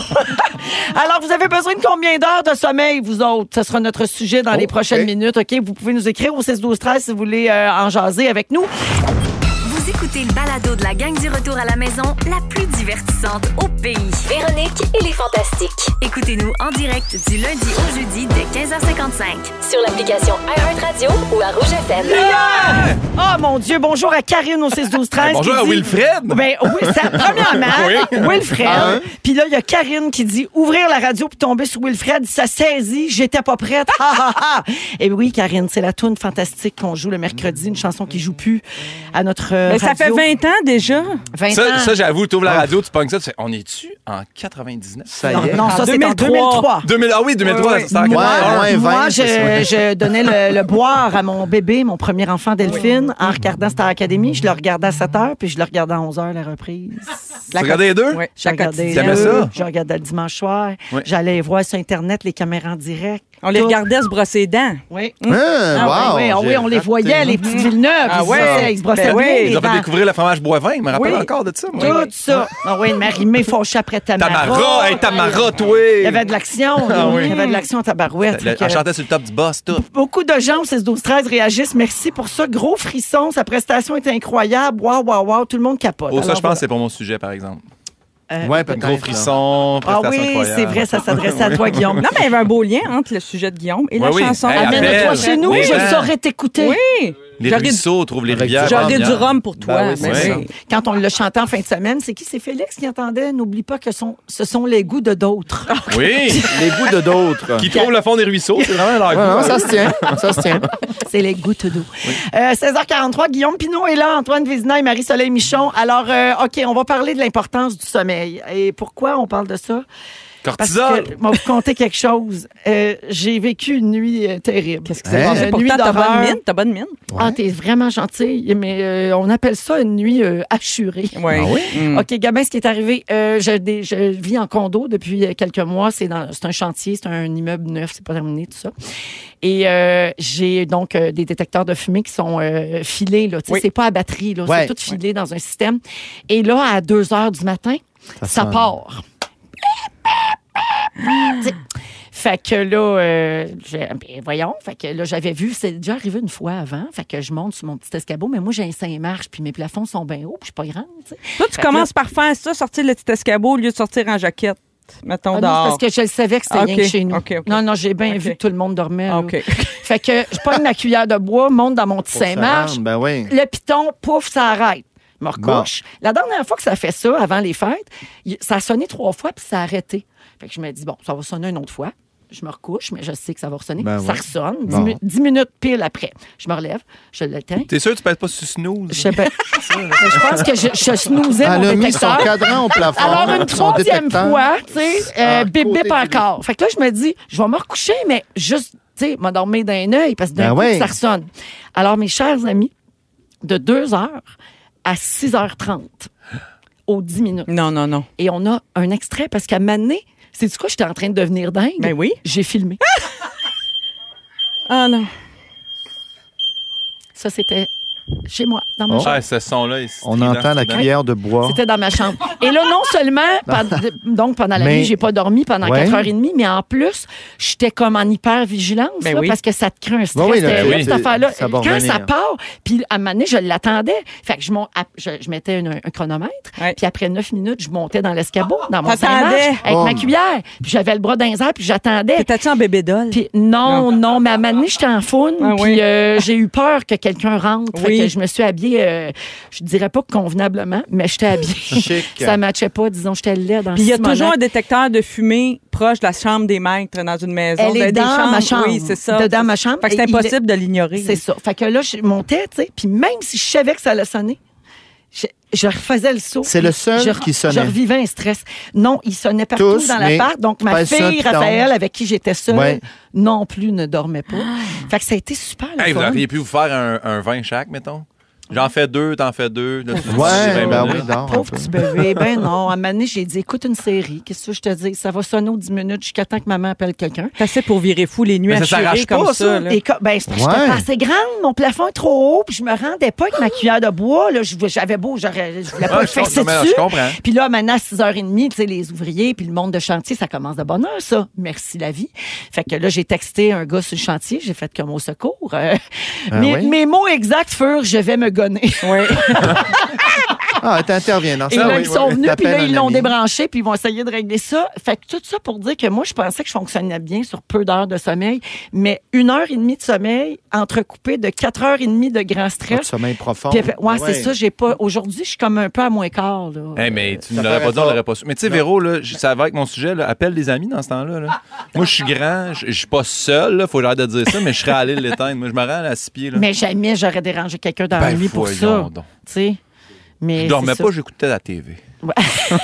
Speaker 1: Alors, vous avez besoin de combien d'heures de sommeil, vous autres? Ce sera notre sujet dans les
Speaker 2: Oh,
Speaker 1: prochaines minutes, OK? Vous pouvez nous écrire au 6-12-13 si vous voulez euh, en jaser avec nous.
Speaker 5: Vous écoutez le balado de la gang du retour à la maison, la plus divertissante au pays.
Speaker 6: Véronique et les Fantastiques.
Speaker 5: Écoutez-nous en direct du lundi au jeudi dès 15h55.
Speaker 6: Sur l'application iHeartRadio ou à Rouge FM.
Speaker 1: Oh, mon Dieu. Bonjour à Karine au 6-12-13.
Speaker 2: Bonjour
Speaker 1: qui
Speaker 2: à
Speaker 1: dit-
Speaker 2: Wilfred. Ah
Speaker 1: Ben oui, ça, premièrement, Wilfred. Puis là, il y a Karine qui dit ouvrir la radio puis tomber sur Wilfred, ça saisit, j'étais pas prête. Ha, ha, ha. Et oui, Karine, c'est la tune fantastique qu'on joue le mercredi, une chanson qui joue plus à notre euh,
Speaker 3: Mais Ben, ça fait
Speaker 1: radio.
Speaker 3: 20 ans déjà.
Speaker 1: 20
Speaker 2: Ça,
Speaker 1: ans.
Speaker 2: ça, j'avoue, tu ouvres la radio, tu pognes ça, tu fais On est-tu en 99
Speaker 4: Ça y est.
Speaker 1: non, ça c'est en 2003.
Speaker 3: 2003.
Speaker 2: 2000, ah oui, 2003,
Speaker 3: Ouais, ouais.
Speaker 2: c'est en
Speaker 4: Moi,
Speaker 2: 81.
Speaker 4: moi,
Speaker 1: Moi,
Speaker 4: 20,
Speaker 1: je,
Speaker 4: c'est
Speaker 1: je donnais le, le boire à mon bébé, mon premier enfant Delphine, en regardant Star Academy. Je le regardais à 7 h, puis je le regardais à 11 h la reprise.
Speaker 2: Tu regardais les deux?
Speaker 3: Oui,
Speaker 1: Je
Speaker 3: la
Speaker 1: regardais,
Speaker 3: quotidienne.
Speaker 2: T'aimais ça?
Speaker 1: je regardais le dimanche soir.
Speaker 2: Oui.
Speaker 1: J'allais voir sur Internet les caméras en direct.
Speaker 3: On les
Speaker 1: Tout.
Speaker 3: regardait se brosser les dents.
Speaker 1: Oui.
Speaker 4: Hein,
Speaker 1: Ah
Speaker 4: wow,
Speaker 1: oui, ah oui,
Speaker 4: j'ai
Speaker 1: on les
Speaker 4: raté.
Speaker 1: voyait, les petites Villeneuve.
Speaker 3: Ah
Speaker 1: ils se
Speaker 3: ouais.
Speaker 1: brossaient, ils se brossaient
Speaker 3: Ben
Speaker 1: bien
Speaker 3: oui.
Speaker 1: les
Speaker 2: Ils ont fait
Speaker 1: dents.
Speaker 2: découvrir le fromage Boivin, je me rappelle
Speaker 1: Oui.
Speaker 2: encore de ça, moi.
Speaker 1: Tout ça. Ah oui, Marie-Mé fauchée après Tamara.
Speaker 2: Tamara, hey, Tamara, toi!
Speaker 1: Il y avait euh, de l'action.
Speaker 2: Ah oui.
Speaker 1: Il y avait de l'action à tabarouette.
Speaker 2: Le-
Speaker 1: Fait que-
Speaker 2: Elle chantait sur le top du boss, tout.
Speaker 1: Beaucoup de gens au 16 12 13 réagissent. Merci pour ça. Gros frisson. Sa prestation était incroyable. Waouh, waouh, waouh. Tout le monde capote.
Speaker 2: Oh, ça,
Speaker 1: Alors,
Speaker 2: je pense que c'est pour mon sujet, par exemple.
Speaker 1: voilà. Euh,
Speaker 4: Ouais, peut-être.
Speaker 2: Gros frisson,
Speaker 1: Ah
Speaker 2: prestation
Speaker 1: oui,
Speaker 2: incroyable.
Speaker 1: c'est vrai, ça s'adressait à toi, Guillaume.
Speaker 3: Non, mais il y avait un beau lien entre le sujet de Guillaume et la
Speaker 2: Oui, oui.
Speaker 3: chanson.
Speaker 2: Hey,
Speaker 3: Amène-toi
Speaker 1: Amène-toi
Speaker 2: appelle.
Speaker 1: chez nous,
Speaker 2: Oui.
Speaker 1: je saurais t'écouter.
Speaker 3: Oui!
Speaker 2: Les
Speaker 3: J'aurais-
Speaker 2: ruisseaux trouvent les
Speaker 4: Avec du-
Speaker 2: rivières.
Speaker 3: J'aurais
Speaker 2: en
Speaker 3: du
Speaker 2: viande.
Speaker 3: rhum pour toi.
Speaker 4: Ben oui,
Speaker 3: mais
Speaker 2: c'est
Speaker 3: oui.
Speaker 2: ça.
Speaker 1: Quand on l'a chanté en fin de semaine, c'est qui? C'est Félix qui entendait. N'oublie pas que son- ce sont les goûts de d'autres.
Speaker 2: Ah, Oui.
Speaker 4: Les goûts de d'autres.
Speaker 2: Qui trouvent le fond des ruisseaux, c'est vraiment leur
Speaker 4: Ouais, non,
Speaker 2: goût. hein.
Speaker 4: ça se tient,
Speaker 1: Ben
Speaker 4: ça se tient.
Speaker 1: C'est les gouttes d'eau. Euh, 16h43, Guillaume Pinot est là, Antoine Vézina et Marie-Soleil Michon. Alors, euh, OK, on va parler de l'importance du sommeil. Et pourquoi on parle de ça? Parce
Speaker 2: Cortisol.
Speaker 1: que, moi, vous compter quelque chose. Euh, J'ai vécu une nuit euh, terrible.
Speaker 3: Qu'est-ce qui
Speaker 4: Hein?
Speaker 3: s'est passé?
Speaker 1: Une
Speaker 3: Pourtant,
Speaker 1: nuit
Speaker 3: t'as bonne
Speaker 1: d'horreur.
Speaker 3: mine. T'as bonne mine.
Speaker 1: Ah, t'es vraiment gentille, mais euh, on appelle ça une nuit euh, assurée.
Speaker 2: Ah
Speaker 3: Ouais. Mm.
Speaker 1: OK, Gabin, ce qui est arrivé, euh, je, dé- je vis en condo depuis euh, quelques mois. C'est dans- c'est un chantier, c'est un immeuble neuf, c'est pas terminé, tout ça. Et euh, j'ai donc euh, des détecteurs de fumée qui sont euh, filés. Là. Tu sais,
Speaker 3: Oui.
Speaker 1: C'est pas à batterie, là.
Speaker 4: Ouais.
Speaker 1: c'est tout filé dans un système. Et là, à 2 heures du matin, ça,
Speaker 4: sonne.
Speaker 1: part. Tu sais. Fait que là, euh, j'ai- ben, voyons, fait que là, j'avais vu, c'est déjà arrivé une fois avant. Fait que je monte sur mon petit escabeau, mais moi, j'ai un 5 marches, puis mes plafonds sont bien hauts, puis je suis pas grande, tu sais.
Speaker 3: Toi, tu
Speaker 1: que
Speaker 3: commences par faire ça, sortir le petit escabeau au lieu de sortir en jaquette.
Speaker 1: Ah
Speaker 3: Mettons
Speaker 1: non,
Speaker 3: dehors.
Speaker 1: c'est parce que je le savais que c'était
Speaker 3: Ah,
Speaker 1: rien que
Speaker 3: ok,
Speaker 1: chez nous.
Speaker 3: ok, ok.
Speaker 1: Non, non, j'ai bien
Speaker 3: Ok.
Speaker 1: vu que tout le monde dormait. là.
Speaker 3: OK.
Speaker 1: Fait que je pogne ma cuillère de bois, monte dans mon petit
Speaker 4: Pour se
Speaker 1: Saint-Marche.
Speaker 4: rendre, Ben oui.
Speaker 1: Le piton, pouf, ça arrête. Je me recouche. La dernière fois que ça fait ça, avant les fêtes, il- ça a sonné trois fois puis ça a arrêté. Fait que je me dis, bon, ça va sonner une autre fois. Je me recouche, mais je sais que ça va ressonner.
Speaker 4: Ben
Speaker 1: ça
Speaker 4: ouais.
Speaker 1: ressonne. Dix,
Speaker 4: Bon.
Speaker 1: mi- dix minutes pile après. Je me relève, je l'éteins.
Speaker 2: T'es sûr que tu pètes pas sur snooze?
Speaker 1: Je, sais pas- Mais je pense que je, je snoozais
Speaker 4: Elle
Speaker 1: mon
Speaker 4: a mis son
Speaker 1: détecteur.
Speaker 4: cadran au plafond.
Speaker 1: Alors, une
Speaker 4: son
Speaker 1: troisième
Speaker 4: détecteur.
Speaker 1: fois, tu sais, euh,
Speaker 4: À
Speaker 1: bip
Speaker 4: Ah, côté
Speaker 1: bip
Speaker 4: du lit.
Speaker 1: encore. Fait que là, je me dis, je vais me recoucher, mais juste, tu sais, m'endormir d'un œil parce que d'un
Speaker 4: Ben
Speaker 1: coup,
Speaker 4: ouais.
Speaker 1: ça ressonne. Alors, mes chers amis, de 2 h à 6 h 30 aux 10 minutes.
Speaker 3: Non, non, non.
Speaker 1: Et on a un extrait parce qu'à Mané, c'est du quoi j'étais en train de devenir dingue?
Speaker 3: Ben oui.
Speaker 1: J'ai filmé.
Speaker 3: Ah non.
Speaker 1: Ça, c'était chez moi, dans ma
Speaker 4: Oh.
Speaker 1: chambre.
Speaker 2: Ah, ce son-là. il-
Speaker 4: On
Speaker 2: il est
Speaker 4: entend
Speaker 2: dans-
Speaker 4: la
Speaker 2: dans-
Speaker 4: cuillère de bois.
Speaker 1: C'était dans ma chambre. Et là, non seulement, pend- donc pendant la
Speaker 4: Mais-
Speaker 1: nuit, j'ai pas dormi pendant
Speaker 4: Ouais.
Speaker 1: 4h30, mais en plus, j'étais comme en hyper-vigilance,
Speaker 3: Ben
Speaker 1: là,
Speaker 3: oui.
Speaker 1: parce que ça te crée un stress.
Speaker 4: Ben oui, là,
Speaker 1: terrible,
Speaker 2: oui.
Speaker 1: cette affaire-là.
Speaker 4: Ça va
Speaker 1: Quand
Speaker 4: revenir.
Speaker 1: ça part, puis à un moment donné, je l'attendais. Fait que je, mon- à- je, je mettais une- un chronomètre,
Speaker 3: Ouais.
Speaker 1: puis après 9 minutes, je montais dans l'escabeau, dans mon
Speaker 3: T'attendais.
Speaker 1: Saint-Marche, avec
Speaker 4: Oh.
Speaker 1: ma cuillère. Puis j'avais le bras dans les airs, puis j'attendais.
Speaker 3: T'étais-tu en bébé doll?
Speaker 1: Puis non, non, mais à un moment donné, j'étais en faune,
Speaker 3: Ah
Speaker 1: puis
Speaker 3: oui.
Speaker 1: euh, j'ai eu peur que quelqu'un rentre. Fait
Speaker 3: Oui.
Speaker 1: que je me suis habillée, euh, je dirais pas convenablement, mais j'étais habillée.
Speaker 4: Chic.
Speaker 1: Ça matchait pas, disons, j'étais laide dans
Speaker 3: Puis il y a toujours un détecteur de fumée proche de la chambre des maîtres dans une maison.
Speaker 1: Elle est
Speaker 3: des
Speaker 1: dans
Speaker 3: chambres.
Speaker 1: ma chambre.
Speaker 3: Oui, c'est ça.
Speaker 1: Dedans ma chambre.
Speaker 3: Fait que
Speaker 1: Et
Speaker 3: c'est
Speaker 1: il est-
Speaker 3: impossible de l'ignorer.
Speaker 1: C'est ça. Fait que là, je montais, tu sais, puis même si je savais que ça allait sonner, je, je refaisais le saut.
Speaker 4: C'est le seul
Speaker 1: Je-
Speaker 4: qui sonnait.
Speaker 1: Je revivais un stress. Non, il sonnait partout
Speaker 4: Tous,
Speaker 1: dans
Speaker 4: mais
Speaker 1: l'appart. Donc, ma
Speaker 4: pèse ça,
Speaker 1: fille,
Speaker 4: puis tombe.
Speaker 1: Raphaël, avec qui j'étais seule,
Speaker 4: Ouais.
Speaker 1: non plus ne dormait pas.
Speaker 3: Ah.
Speaker 1: Fait que ça a été super. le
Speaker 2: Hey, vous
Speaker 1: fun.
Speaker 2: auriez pu vous faire un, un vin chaque, mettons. J'en fais deux, t'en fais deux. Là, tu- tu-
Speaker 4: Ouais,
Speaker 2: tu-
Speaker 4: ben
Speaker 2: tu-
Speaker 4: oui, dors. un
Speaker 1: Pauvre
Speaker 4: peu.
Speaker 1: petit bébé. Ben non, à un moment donné, j'ai dit, écoute une série. Qu'est-ce que je te dis? Ça va sonner aux 10 minutes jusqu'à temps que maman appelle quelqu'un.
Speaker 3: T'as assez pour virer fou les nuits
Speaker 2: Mais ça
Speaker 3: assurées
Speaker 2: s'arrache pas,
Speaker 3: comme ça.
Speaker 2: ça.
Speaker 3: là.
Speaker 1: Et co- ben, c'est- j'étais
Speaker 4: Ouais.
Speaker 1: pas assez grande, mon plafond est trop haut, puis je me rendais pas avec ma cuillère de bois. Là, Je vou- j'avais beau, j'aurais- je voulais
Speaker 2: Ah,
Speaker 1: pas le
Speaker 2: je comprends,
Speaker 1: fesser
Speaker 2: mais non,
Speaker 1: dessus.
Speaker 2: je comprends.
Speaker 1: Puis là, maintenant, à 6h30, tu sais, les ouvriers, puis le monde de chantier, ça commence de bonne heure, ça. Merci la vie. Fait que là, j'ai texté un gars sur le chantier, j'ai fait comme au secours. Euh,
Speaker 4: Ah
Speaker 1: mes,
Speaker 4: oui?
Speaker 1: mes mots exacts furent, je vais me gonner.
Speaker 3: Ouais.
Speaker 4: Ah, t'interviens dans ça.
Speaker 1: Et là,
Speaker 4: oui,
Speaker 1: ils sont
Speaker 4: oui.
Speaker 1: venus, puis là,
Speaker 4: T'appelles
Speaker 1: ils
Speaker 4: un
Speaker 1: l'ont
Speaker 4: ami.
Speaker 1: débranché, puis ils vont essayer de régler ça. Fait que tout ça pour dire que moi, je pensais que je fonctionnais bien sur peu d'heures de sommeil, mais une heure et demie de sommeil entrecoupée de quatre heures et demie de grand
Speaker 4: Pas de
Speaker 1: stress.
Speaker 4: sommeil profond.
Speaker 1: Puis, ouais, c'est ça, j'ai pas. Aujourd'hui, je suis comme un peu à moins quart, là.
Speaker 2: Hey, mais tu ne
Speaker 4: Ça
Speaker 2: l'aurais pas
Speaker 4: paraît
Speaker 2: dit, on
Speaker 4: pas.
Speaker 2: l'aurait pas su. Mais tu sais, Véro, là, je- ça va avec mon sujet, là, appelle des amis dans ce temps-là. là. Moi, je suis grand, je je suis pas seul, là, faut l'air de dire ça, mais je serais allé l'éteindre. Moi, je me rends à six pieds. Là.
Speaker 1: Mais jamais j'aurais dérangé quelqu'un dans la
Speaker 2: Ben,
Speaker 1: nuit pour ça.
Speaker 2: voyons donc.
Speaker 1: Tu sais. Mais
Speaker 2: Je dormais
Speaker 1: c'est
Speaker 2: pas, j'écoutais la TV.
Speaker 1: ça.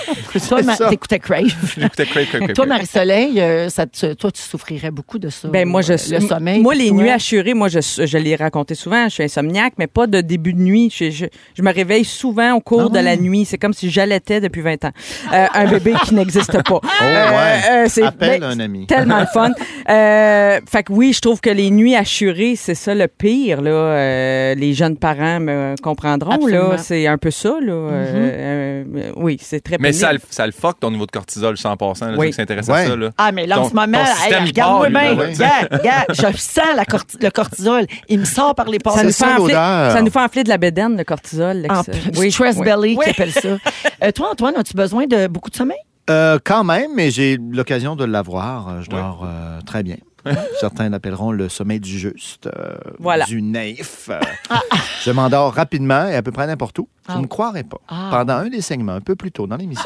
Speaker 1: Toi, ma-
Speaker 4: ça.
Speaker 1: t'écoutais Crave.
Speaker 2: J'écoutais Craig, Craig, Craig.
Speaker 1: toi, Marie-Soleil, euh, ça te- toi, tu souffrirais beaucoup de ça.
Speaker 3: Ben moi je
Speaker 1: euh, le sommeil.
Speaker 3: Moi les
Speaker 1: toi.
Speaker 3: nuits assurées, moi je je l'ai raconté souvent, je suis insomniaque mais pas de début de nuit, je, je, je me réveille souvent au cours de
Speaker 1: Ah.
Speaker 3: la nuit, c'est comme si j'allaitais depuis 20 ans. Euh, un bébé qui n'existe
Speaker 1: Oh,
Speaker 3: pas.
Speaker 4: Oh, ouais.
Speaker 1: Euh,
Speaker 3: c'est
Speaker 4: Appelle
Speaker 3: ben,
Speaker 4: un ami.
Speaker 3: Tellement le fun. Euh, fait que oui, je trouve que les nuits assurées, c'est ça le pire là, Euh, les jeunes parents me comprendront
Speaker 1: Absolument. Mm-hmm.
Speaker 3: là, c'est un peu ça là. Euh, euh, oui, c'est très
Speaker 2: Mais
Speaker 3: pénible.
Speaker 2: ça, le- ça le fuck ton niveau de cortisol 100%, là, ceux
Speaker 3: Oui.
Speaker 2: qui s'intéressent à
Speaker 4: Ouais.
Speaker 2: ça. Là.
Speaker 1: Ah, mais là, en
Speaker 2: Ton-
Speaker 1: ce moment,
Speaker 2: ton
Speaker 1: hey,
Speaker 2: système, il
Speaker 1: regarde-moi
Speaker 2: part,
Speaker 1: bien.
Speaker 2: lui, là,
Speaker 4: ouais.
Speaker 1: Regarde, regarde, je sens la corti- le cortisol. Il me sort par les
Speaker 3: ça
Speaker 1: passes.
Speaker 3: nous,
Speaker 4: C'est
Speaker 3: fait
Speaker 4: ça,
Speaker 3: enfler,
Speaker 4: l'odeur.
Speaker 3: ça nous fait enfler de la bédaine, le cortisol.
Speaker 1: En
Speaker 3: l'ex-
Speaker 1: plus,
Speaker 3: Oui,
Speaker 1: stress
Speaker 3: oui.
Speaker 1: belly, qui appelle ça. Euh, toi, Antoine, as-tu besoin de beaucoup de sommeil?
Speaker 4: Euh, quand même, mais j'ai l'occasion de l'avoir. Euh, Je dors euh, très bien. Certains l'appelleront le sommeil du juste, euh,
Speaker 3: Voilà.
Speaker 4: du naïf. Euh, je m'endors rapidement et à peu près n'importe où. Vous ne me croirez pas. Pendant un des segments, un peu plus tôt dans l'émission,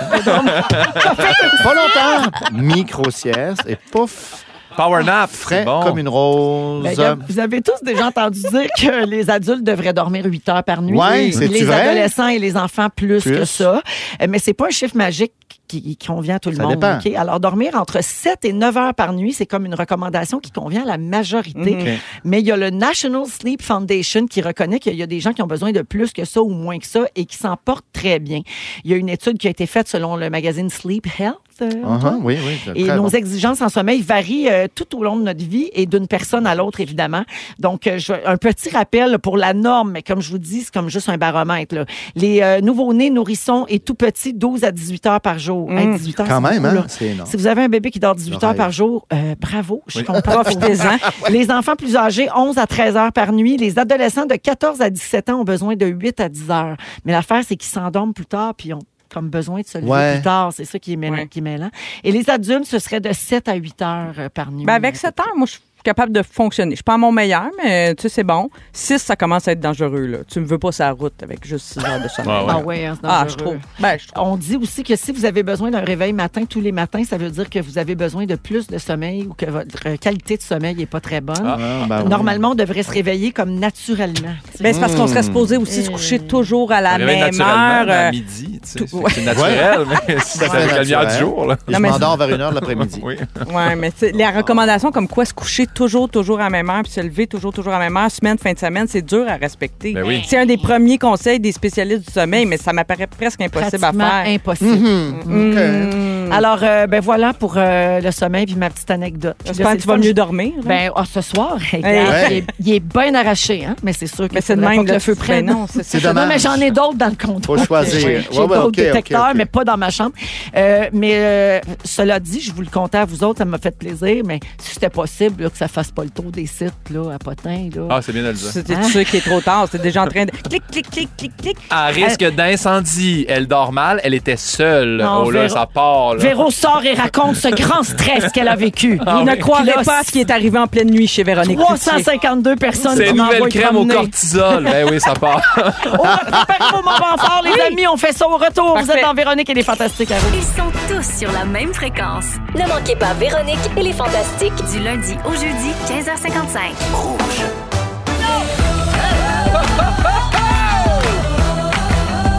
Speaker 4: pas longtemps, micro-sieste et pouf,
Speaker 2: Power nap,
Speaker 4: frais
Speaker 2: c'est bon.
Speaker 4: comme une rose.
Speaker 1: Ben, gars, vous avez tous déjà entendu dire que les adultes devraient dormir 8 heures par nuit.
Speaker 4: Ouais, c'est-tu
Speaker 1: les
Speaker 4: vrai?
Speaker 1: adolescents et les enfants plus,
Speaker 4: Plus.
Speaker 1: que ça. Euh, Mais c'est pas un chiffre magique qui, qui convient à tout le
Speaker 4: Ça
Speaker 1: monde.
Speaker 4: dépend.
Speaker 1: OK? Alors, dormir entre 7 et 9 heures par nuit, c'est comme une recommandation qui convient à la majorité.
Speaker 3: Mhm.
Speaker 4: Mm. OK.
Speaker 1: Mais il y a le National Sleep Foundation qui reconnaît qu'il y a des gens qui ont besoin de plus que ça ou moins que ça et qui s'en portent très bien. Il y a une étude qui a été faite selon le magazine Sleep Health. euh,
Speaker 4: Uh-huh, oui, oui. c'est
Speaker 1: et
Speaker 4: très
Speaker 1: nos
Speaker 4: bon.
Speaker 1: exigences en sommeil varient euh, tout au long de notre vie et d'une personne à l'autre, évidemment. Donc, euh, je- un petit rappel pour la norme, mais comme je vous dis, c'est comme juste un baromètre. là. Les euh, nouveaux-nés, nourrissons et tout petits, 12 à 18 heures par jour. Hey, 18 heures,
Speaker 4: Quand
Speaker 1: c'est
Speaker 4: même,
Speaker 1: beaucoup,
Speaker 4: hein?
Speaker 1: là.
Speaker 4: C'est énorme.
Speaker 1: Si vous avez un bébé qui dort 18
Speaker 4: Le
Speaker 1: heures
Speaker 4: rêve.
Speaker 1: par jour, euh, bravo, je suis contente.
Speaker 3: Profitez-en.
Speaker 1: Les enfants plus âgés, 11 à 13 heures par nuit. Les adolescents de 14 à 17 ans ont besoin de 8 à 10 heures. Mais l'affaire, c'est qu'ils s'endorment plus tard puis ils ont comme besoin de se lever
Speaker 4: Ouais.
Speaker 1: plus tard. C'est ça qui est, mêlant,
Speaker 3: Ouais.
Speaker 1: qui est mêlant. Et les adultes, ce serait de 7 à 8 heures euh, par nuit.
Speaker 3: Ben, avec 7 heures, moi, je suis capable de fonctionner. Je suis pas à mon meilleur, mais tu sais, c'est bon. 6, ça commence à être dangereux. Là. Tu me veux pas sa route avec juste 6 heures de sommeil.
Speaker 2: Ouais, ouais.
Speaker 1: Ah ouais, hein, c'est
Speaker 3: Ah,
Speaker 1: dangereux.
Speaker 3: je trouve. Ben, je trouve.
Speaker 1: On dit aussi que si vous avez besoin d'un réveil matin tous les matins, ça veut dire que vous avez besoin de plus de sommeil ou que votre euh, qualité de sommeil n'est pas très bonne.
Speaker 4: Ah, ben oui.
Speaker 1: Normalement, on devrait se réveiller comme naturellement.
Speaker 3: Ben, c'est parce qu'on serait supposé aussi se coucher toujours à la
Speaker 2: réveille
Speaker 3: même
Speaker 2: naturellement
Speaker 3: heure.
Speaker 2: mais à
Speaker 3: euh,
Speaker 2: midi, tu sais.
Speaker 3: tout-
Speaker 2: C'est naturel, mais c'est
Speaker 4: fait
Speaker 2: avec la lumière du
Speaker 4: naturel.
Speaker 2: jour, là.
Speaker 4: Et
Speaker 3: Non,
Speaker 4: je
Speaker 3: mais-
Speaker 4: m'endors vers une heure de l'après-midi.
Speaker 2: Oui.
Speaker 3: Ouais, mais tu sais, la recommandation comme quoi se coucher toujours, toujours à la même heure, puis se lever toujours, toujours à la même heure, semaine, fin de semaine, c'est dur à respecter.
Speaker 2: Ben oui.
Speaker 3: C'est un des premiers conseils des spécialistes du sommeil, mais ça m'apparaît presque impossible à
Speaker 1: Pratiquement
Speaker 3: faire.
Speaker 1: impossible.
Speaker 4: Mm.
Speaker 3: Mmh.
Speaker 1: Alors, euh, ben voilà pour euh, le sommeil puis ma petite anecdote. Puis
Speaker 3: J'espère
Speaker 1: là,
Speaker 3: que tu
Speaker 1: c'est
Speaker 3: vas
Speaker 1: le fun.
Speaker 3: mieux dormir. là.
Speaker 1: Ben, ah, ce soir, regarde,
Speaker 3: Ouais.
Speaker 1: il, est, il est bien arraché, hein? mais c'est sûr que
Speaker 3: Mais c'est de
Speaker 1: faudrait pas
Speaker 3: même
Speaker 1: que
Speaker 3: là,
Speaker 1: le feu
Speaker 3: tu-
Speaker 1: prenne.
Speaker 3: ben non, c'est ça.
Speaker 4: C'est dommage.
Speaker 1: Non, mais j'en ai d'autres dans le comptoir.
Speaker 4: Faut choisir.
Speaker 1: J'ai
Speaker 4: Ouais, ouais,
Speaker 1: d'autres
Speaker 4: ok, ok,
Speaker 1: détecteurs,
Speaker 4: ok.
Speaker 1: mais pas dans ma chambre. Euh, mais euh, cela dit, je vous le comptais à vous autres, ça m'a fait plaisir, mais si c'était possible là, que ça fasse pas le tour des sites là, à Potin, là.
Speaker 2: Ah, c'est bien de le dire.
Speaker 3: C'était sûr qu'il est trop tard. C'est déjà en train de. Clic, clic, clic, clic, clic.
Speaker 2: À risque d'incendie, elle dort mal, elle était seule.
Speaker 1: Non,
Speaker 2: oh là,
Speaker 1: Véro-
Speaker 2: ça part, là.
Speaker 1: Véro sort et raconte ce grand stress qu'elle a vécu.
Speaker 4: Ah,
Speaker 3: Vous ne croirez
Speaker 1: Puis là,
Speaker 3: pas à ce qui est arrivé en pleine nuit chez Véronique. Cloutier.
Speaker 1: 352 personnes
Speaker 2: C'est
Speaker 1: qui
Speaker 2: une nouvelle
Speaker 1: m'envoient
Speaker 2: crème au
Speaker 1: promener.
Speaker 2: cortisol. ben oui, ça part.
Speaker 1: On va préparer vos moments forts, les amis. On fait ça au retour. Vous
Speaker 3: Parfait.
Speaker 1: êtes dans Véronique et les Fantastiques à Rouge.
Speaker 5: Ils sont tous sur la même fréquence.
Speaker 6: Ne manquez pas Véronique et les Fantastiques.
Speaker 5: Du lundi au jeudi, 15h55.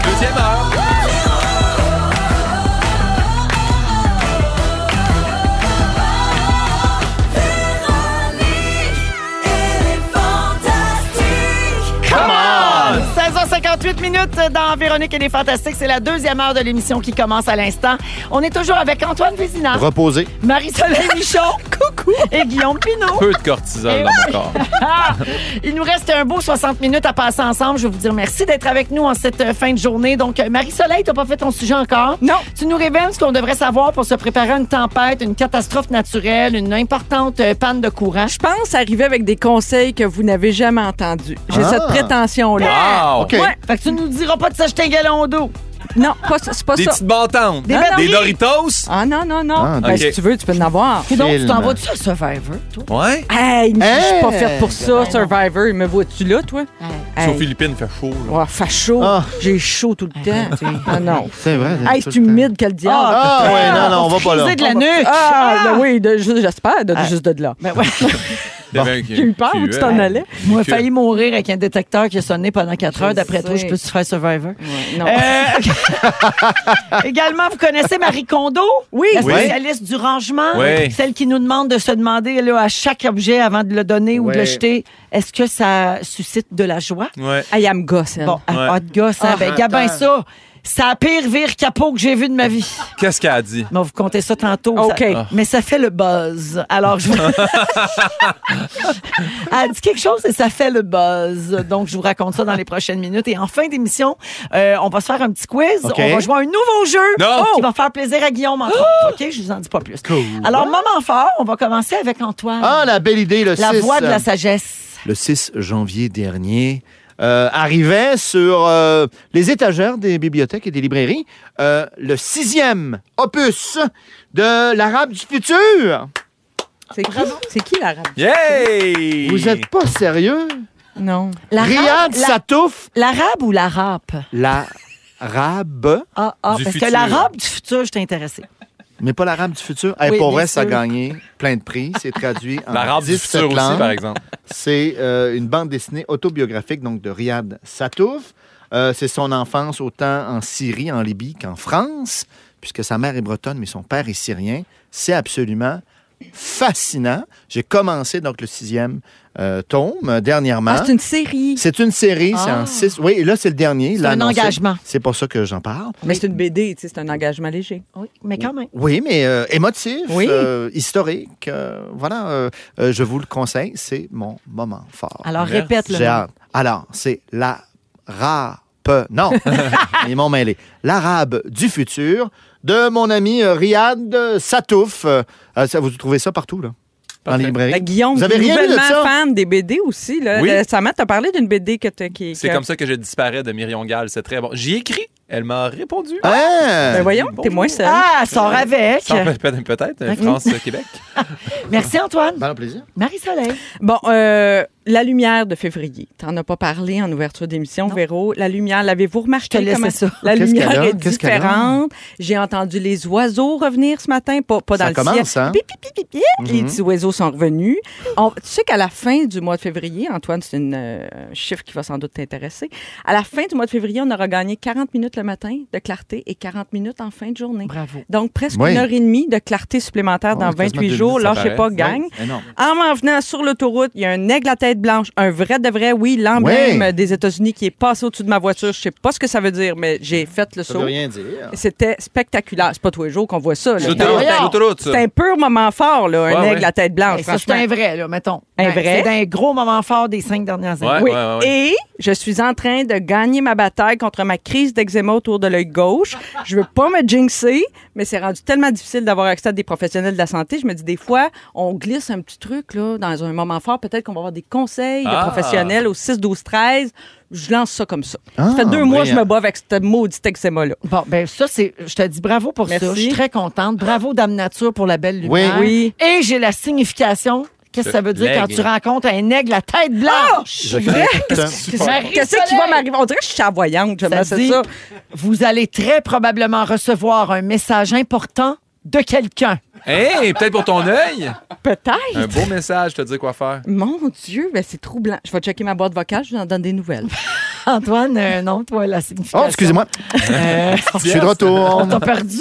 Speaker 2: Deuxième heure.
Speaker 1: Come on! 16h58 minutes dans Véronique et les Fantastiques. C'est la deuxième heure de l'émission qui commence à l'instant. On est toujours avec Antoine Vézina,
Speaker 4: Reposer.
Speaker 1: Marie-Soleil Michon, coucou, et Guillaume Pinot.
Speaker 2: Peu de cortisol dans mon corps.
Speaker 1: Ah! il nous reste un beau 60 minutes à passer ensemble. Je veux vous dire merci d'être avec nous en cette euh, fin de journée. Donc, euh, Marie-Soleil, t'as pas fait ton sujet encore?
Speaker 3: Non.
Speaker 1: Tu nous révèles ce qu'on devrait savoir pour se préparer à une tempête, une catastrophe naturelle, une importante euh, panne de courant.
Speaker 3: Je pense arriver avec des conseils que vous n'avez jamais entendus. J'ai
Speaker 4: Ah.
Speaker 3: cette prétention-là.
Speaker 2: Wow!
Speaker 4: OK.
Speaker 3: Eh Ouais.
Speaker 1: Fait que tu nous diras pas de s'acheter un galon d'eau.
Speaker 3: Non, pas ça, c'est pas
Speaker 2: Des
Speaker 3: ça.
Speaker 2: petites bantantes.
Speaker 3: Des batteries.
Speaker 2: Doritos.
Speaker 3: Ah non, non, non.
Speaker 4: Ah,
Speaker 3: Ben,
Speaker 2: ok.
Speaker 3: Si tu veux, tu peux en avoir.
Speaker 1: Puis donc, tu
Speaker 4: Film.
Speaker 1: t'en vas-tu à Survivor, toi?
Speaker 2: Ouais.
Speaker 3: Hey, mais je suis pas
Speaker 4: Hey.
Speaker 3: faite pour ça, Survivor. Me vois-tu là, toi?
Speaker 2: Sauf
Speaker 3: Hey.
Speaker 2: Philippines fait chaud, là.
Speaker 3: Oh, fait chaud.
Speaker 4: Ah.
Speaker 3: J'ai chaud tout le temps. Ah non.
Speaker 4: C'est vrai.
Speaker 3: Hey,
Speaker 4: tout
Speaker 3: c'est
Speaker 4: le temps.
Speaker 3: humide, quel diable.
Speaker 4: Ah, ouais, non, non, on va pas là.
Speaker 1: Friser de la nuque.
Speaker 3: Ah, ben oui, de- ju- j'espère, de- juste de là.
Speaker 1: Ben ouais.
Speaker 3: J'ai eu peur où tu t'en allais.
Speaker 1: Moi, j'ai failli mourir avec un détecteur qui a sonné pendant 4
Speaker 3: Je
Speaker 1: heures. D'après
Speaker 3: sais.
Speaker 1: toi, je peux-tu faire Survivor?
Speaker 3: Ouais, non.
Speaker 1: Euh, Également, vous connaissez Marie Kondo? Oui. La
Speaker 2: Oui.
Speaker 1: spécialiste du rangement.
Speaker 2: Oui.
Speaker 1: Celle qui nous demande de se demander là, à chaque objet avant de le donner ou de le
Speaker 4: Oui.
Speaker 1: jeter, est-ce que ça suscite de la joie?
Speaker 2: Ouais.
Speaker 3: Hey, elle me gosse, elle.
Speaker 1: Bon, ah, hot gosse, hein? ben, gabin ça, c'est la pire vire capot que j'ai vue de ma vie.
Speaker 2: Qu'est-ce qu'elle a dit?
Speaker 1: Mais on va vous compter ça tantôt.
Speaker 3: OK.
Speaker 4: Ah.
Speaker 1: Ça- mais ça fait le buzz. Alors, je vous... Elle dit quelque chose et ça fait le buzz. Donc, je vous raconte ça dans les prochaines minutes. Et en fin d'émission, euh, on va se faire un petit quiz.
Speaker 4: OK.
Speaker 1: On va jouer à un nouveau jeu Oh!
Speaker 2: Non.
Speaker 1: qui va faire plaisir à Guillaume, entre
Speaker 4: Oh!
Speaker 1: autres. OK? Je vous en dis pas plus. Alors, moment fort, on va commencer avec Antoine.
Speaker 4: Ah, euh, la belle idée, le 6.
Speaker 1: la voix de la sagesse.
Speaker 4: Le 6 janvier dernier, euh, arrivait sur euh, les étagères des bibliothèques et des librairies euh, le sixième opus de l'Arabe du futur.
Speaker 3: C'est qui, c'est qui l'arabe?
Speaker 2: Yay!
Speaker 4: Vous êtes pas sérieux?
Speaker 3: Non.
Speaker 1: La
Speaker 4: Riyad
Speaker 1: la-
Speaker 4: Satouf,
Speaker 1: L'arabe ou la rape?
Speaker 4: l'arabe,
Speaker 1: Ah, ah,
Speaker 2: Du
Speaker 1: parce
Speaker 2: futur.
Speaker 1: que l'arabe du futur, je t'ai intéressée.
Speaker 4: mais pas l'arabe du futur. Hey,
Speaker 1: Oui,
Speaker 4: pour vrai,
Speaker 1: bien
Speaker 4: ça a
Speaker 1: sûr.
Speaker 4: gagné plein de prix. C'est traduit en
Speaker 2: L'arabe du
Speaker 4: 17
Speaker 2: futur aussi,
Speaker 4: langues.
Speaker 2: par exemple.
Speaker 4: C'est euh, une bande dessinée autobiographique donc de Riyad Satouf. Euh, c'est son enfance autant en Syrie, en Libye qu'en France, puisque sa mère est bretonne, mais son père est syrien. C'est absolument fascinant. J'ai commencé donc le sixième euh, tome euh, dernièrement.
Speaker 3: Ah, c'est une série. Ah.
Speaker 4: c'est une série, c'est en six. Oui, et là, c'est le dernier. il
Speaker 1: C'est
Speaker 4: l'a
Speaker 1: un
Speaker 4: annoncé.
Speaker 1: engagement.
Speaker 4: C'est pour ça que j'en parle.
Speaker 3: Mais c'est une BD, tu sais, c'est un engagement léger.
Speaker 1: Oui, mais quand même.
Speaker 4: Oui, mais euh, émotif,
Speaker 3: Oui.
Speaker 4: euh, historique. euh, voilà, euh, euh, je vous le conseille. C'est mon moment fort.
Speaker 1: Alors,
Speaker 2: Merci.
Speaker 1: répète
Speaker 4: J'ai
Speaker 1: le
Speaker 4: hâte. Alors, c'est la rape. Non, ils m'ont mêlé. L'arabe du futur de mon ami euh, Riyad Satouf. Euh, euh, ça, vous trouvez ça partout, là, dans les librairies.
Speaker 3: Fait que Euh, Guillaume,
Speaker 4: Vous
Speaker 3: tu
Speaker 4: avez
Speaker 3: es
Speaker 4: rien vu de ça?
Speaker 3: nouvellement fan des BD aussi. Là.
Speaker 2: Oui.
Speaker 3: Récemment, tu as parlé d'une BD que tu qui.
Speaker 2: C'est
Speaker 3: que-
Speaker 2: comme ça que je disparais de Myrion Gall. C'est très bon. J'y ai écrit. Elle m'a répondu.
Speaker 4: Hein?
Speaker 3: Ben voyons,
Speaker 2: Bonjour.
Speaker 3: t'es moins seul.
Speaker 1: Ah, sors avec.
Speaker 2: Sans- peut- peut- Peut-être, euh, France-Québec.
Speaker 1: Merci, Antoine.
Speaker 4: Ben, un plaisir.
Speaker 1: Marie-Soleil.
Speaker 3: Bon, euh, la lumière de février. T'en as pas parlé en ouverture d'émission, Véro. La lumière, l'avez-vous remarqué?
Speaker 1: Je te laisse
Speaker 3: comment-
Speaker 1: ça.
Speaker 3: La
Speaker 4: Qu'est-ce
Speaker 3: lumière
Speaker 4: qu'elle a?
Speaker 3: est
Speaker 4: Qu'est-ce qu'elle a?
Speaker 3: différente. J'ai entendu les oiseaux revenir ce matin, pas, pas dans
Speaker 4: Ça
Speaker 3: le
Speaker 4: commence,
Speaker 3: ciel.
Speaker 4: hein?
Speaker 3: Pip, pip, pip, pip, pip. Les petits oiseaux sont revenus. On- tu sais qu'à la fin du mois de février, Antoine, c'est une, euh, un chiffre qui va sans doute t'intéresser. À la fin du mois de février, on aura gagné 40 minutes le matin de clarté et 40 minutes en fin de journée.
Speaker 1: Bravo.
Speaker 3: Donc, presque
Speaker 4: Oui.
Speaker 3: une heure et demie de clarté supplémentaire dans
Speaker 4: Ouais, quasiment
Speaker 3: 28
Speaker 4: deux
Speaker 3: jours.
Speaker 4: minutes,
Speaker 3: Là,
Speaker 4: ça
Speaker 3: je sais
Speaker 2: paraît.
Speaker 3: pas, gang.
Speaker 4: Énorme.
Speaker 3: En m'en venant sur l'autoroute, il y a un aigle à tête blanche, un vrai de vrai, oui, l'emblème
Speaker 4: Ouais.
Speaker 3: des États-Unis qui est passé au-dessus de ma voiture. Je sais pas ce que ça veut dire, mais j'ai fait le
Speaker 4: Ça
Speaker 3: saut.
Speaker 4: veut rien dire.
Speaker 3: C'était spectaculaire. C'est pas tous les jours qu'on voit ça. là.
Speaker 2: Sur
Speaker 3: C'est
Speaker 2: l'autoroute,
Speaker 3: un-
Speaker 2: sur l'autoroute, ça.
Speaker 3: C'est un pur moment fort, là, un
Speaker 2: Ouais,
Speaker 3: aigle
Speaker 2: ouais.
Speaker 3: à tête blanche.
Speaker 1: Hey, ça, c'est
Speaker 3: franchement.
Speaker 1: un vrai, là, mettons.
Speaker 3: Un
Speaker 1: Ouais,
Speaker 3: vrai?
Speaker 1: C'est un gros moment fort des cinq dernières années.
Speaker 2: Ouais,
Speaker 3: Oui.
Speaker 2: ouais, ouais, ouais.
Speaker 3: Et je suis en train de gagner ma bataille contre ma crise d'eczéma autour de l'œil gauche. Je veux pas me jinxer, mais c'est rendu tellement difficile d'avoir accès à des professionnels de la santé. Je me dis des fois, on glisse un petit truc là, dans un moment fort. Peut-être qu'on va avoir des conseils
Speaker 2: Ah.
Speaker 3: de professionnels au 6, 12, 13. Je lance ça comme ça.
Speaker 4: Ah,
Speaker 3: ça fait deux mois que je
Speaker 4: brillant.
Speaker 3: me bats avec ce maudit eczéma là.
Speaker 1: Bon, ben ça, c'est. Je te dis bravo pour ça.
Speaker 3: Merci.
Speaker 1: Je suis très contente. Bravo, Dame Nature, pour la belle
Speaker 4: Oui.
Speaker 1: lumière.
Speaker 3: Oui.
Speaker 1: Et j'ai la signification. Qu'est-ce que ça veut dire quand
Speaker 2: L'aigle.
Speaker 1: tu rencontres un aigle à tête blanche?
Speaker 3: Oh!
Speaker 4: Je crée tout le temps.
Speaker 3: Qu'est-ce qui va m'arriver On dirait que je suis chavoyante. Je
Speaker 1: Ça
Speaker 3: me- c'est
Speaker 1: dit,
Speaker 3: ça.
Speaker 1: vous allez très probablement recevoir un message important de quelqu'un. Euh,
Speaker 2: Hey, peut-être pour ton œil.
Speaker 3: Peut-être.
Speaker 2: Un beau message, te dire quoi faire.
Speaker 3: Mon Dieu, ben c'est troublant. Je vais checker ma boîte vocale, je vous en donne des nouvelles.
Speaker 1: Antoine, euh, non, toi, la signification.
Speaker 4: Oh, excusez-moi.
Speaker 1: Euh,
Speaker 4: Je suis de retour.
Speaker 1: on t'a perdu.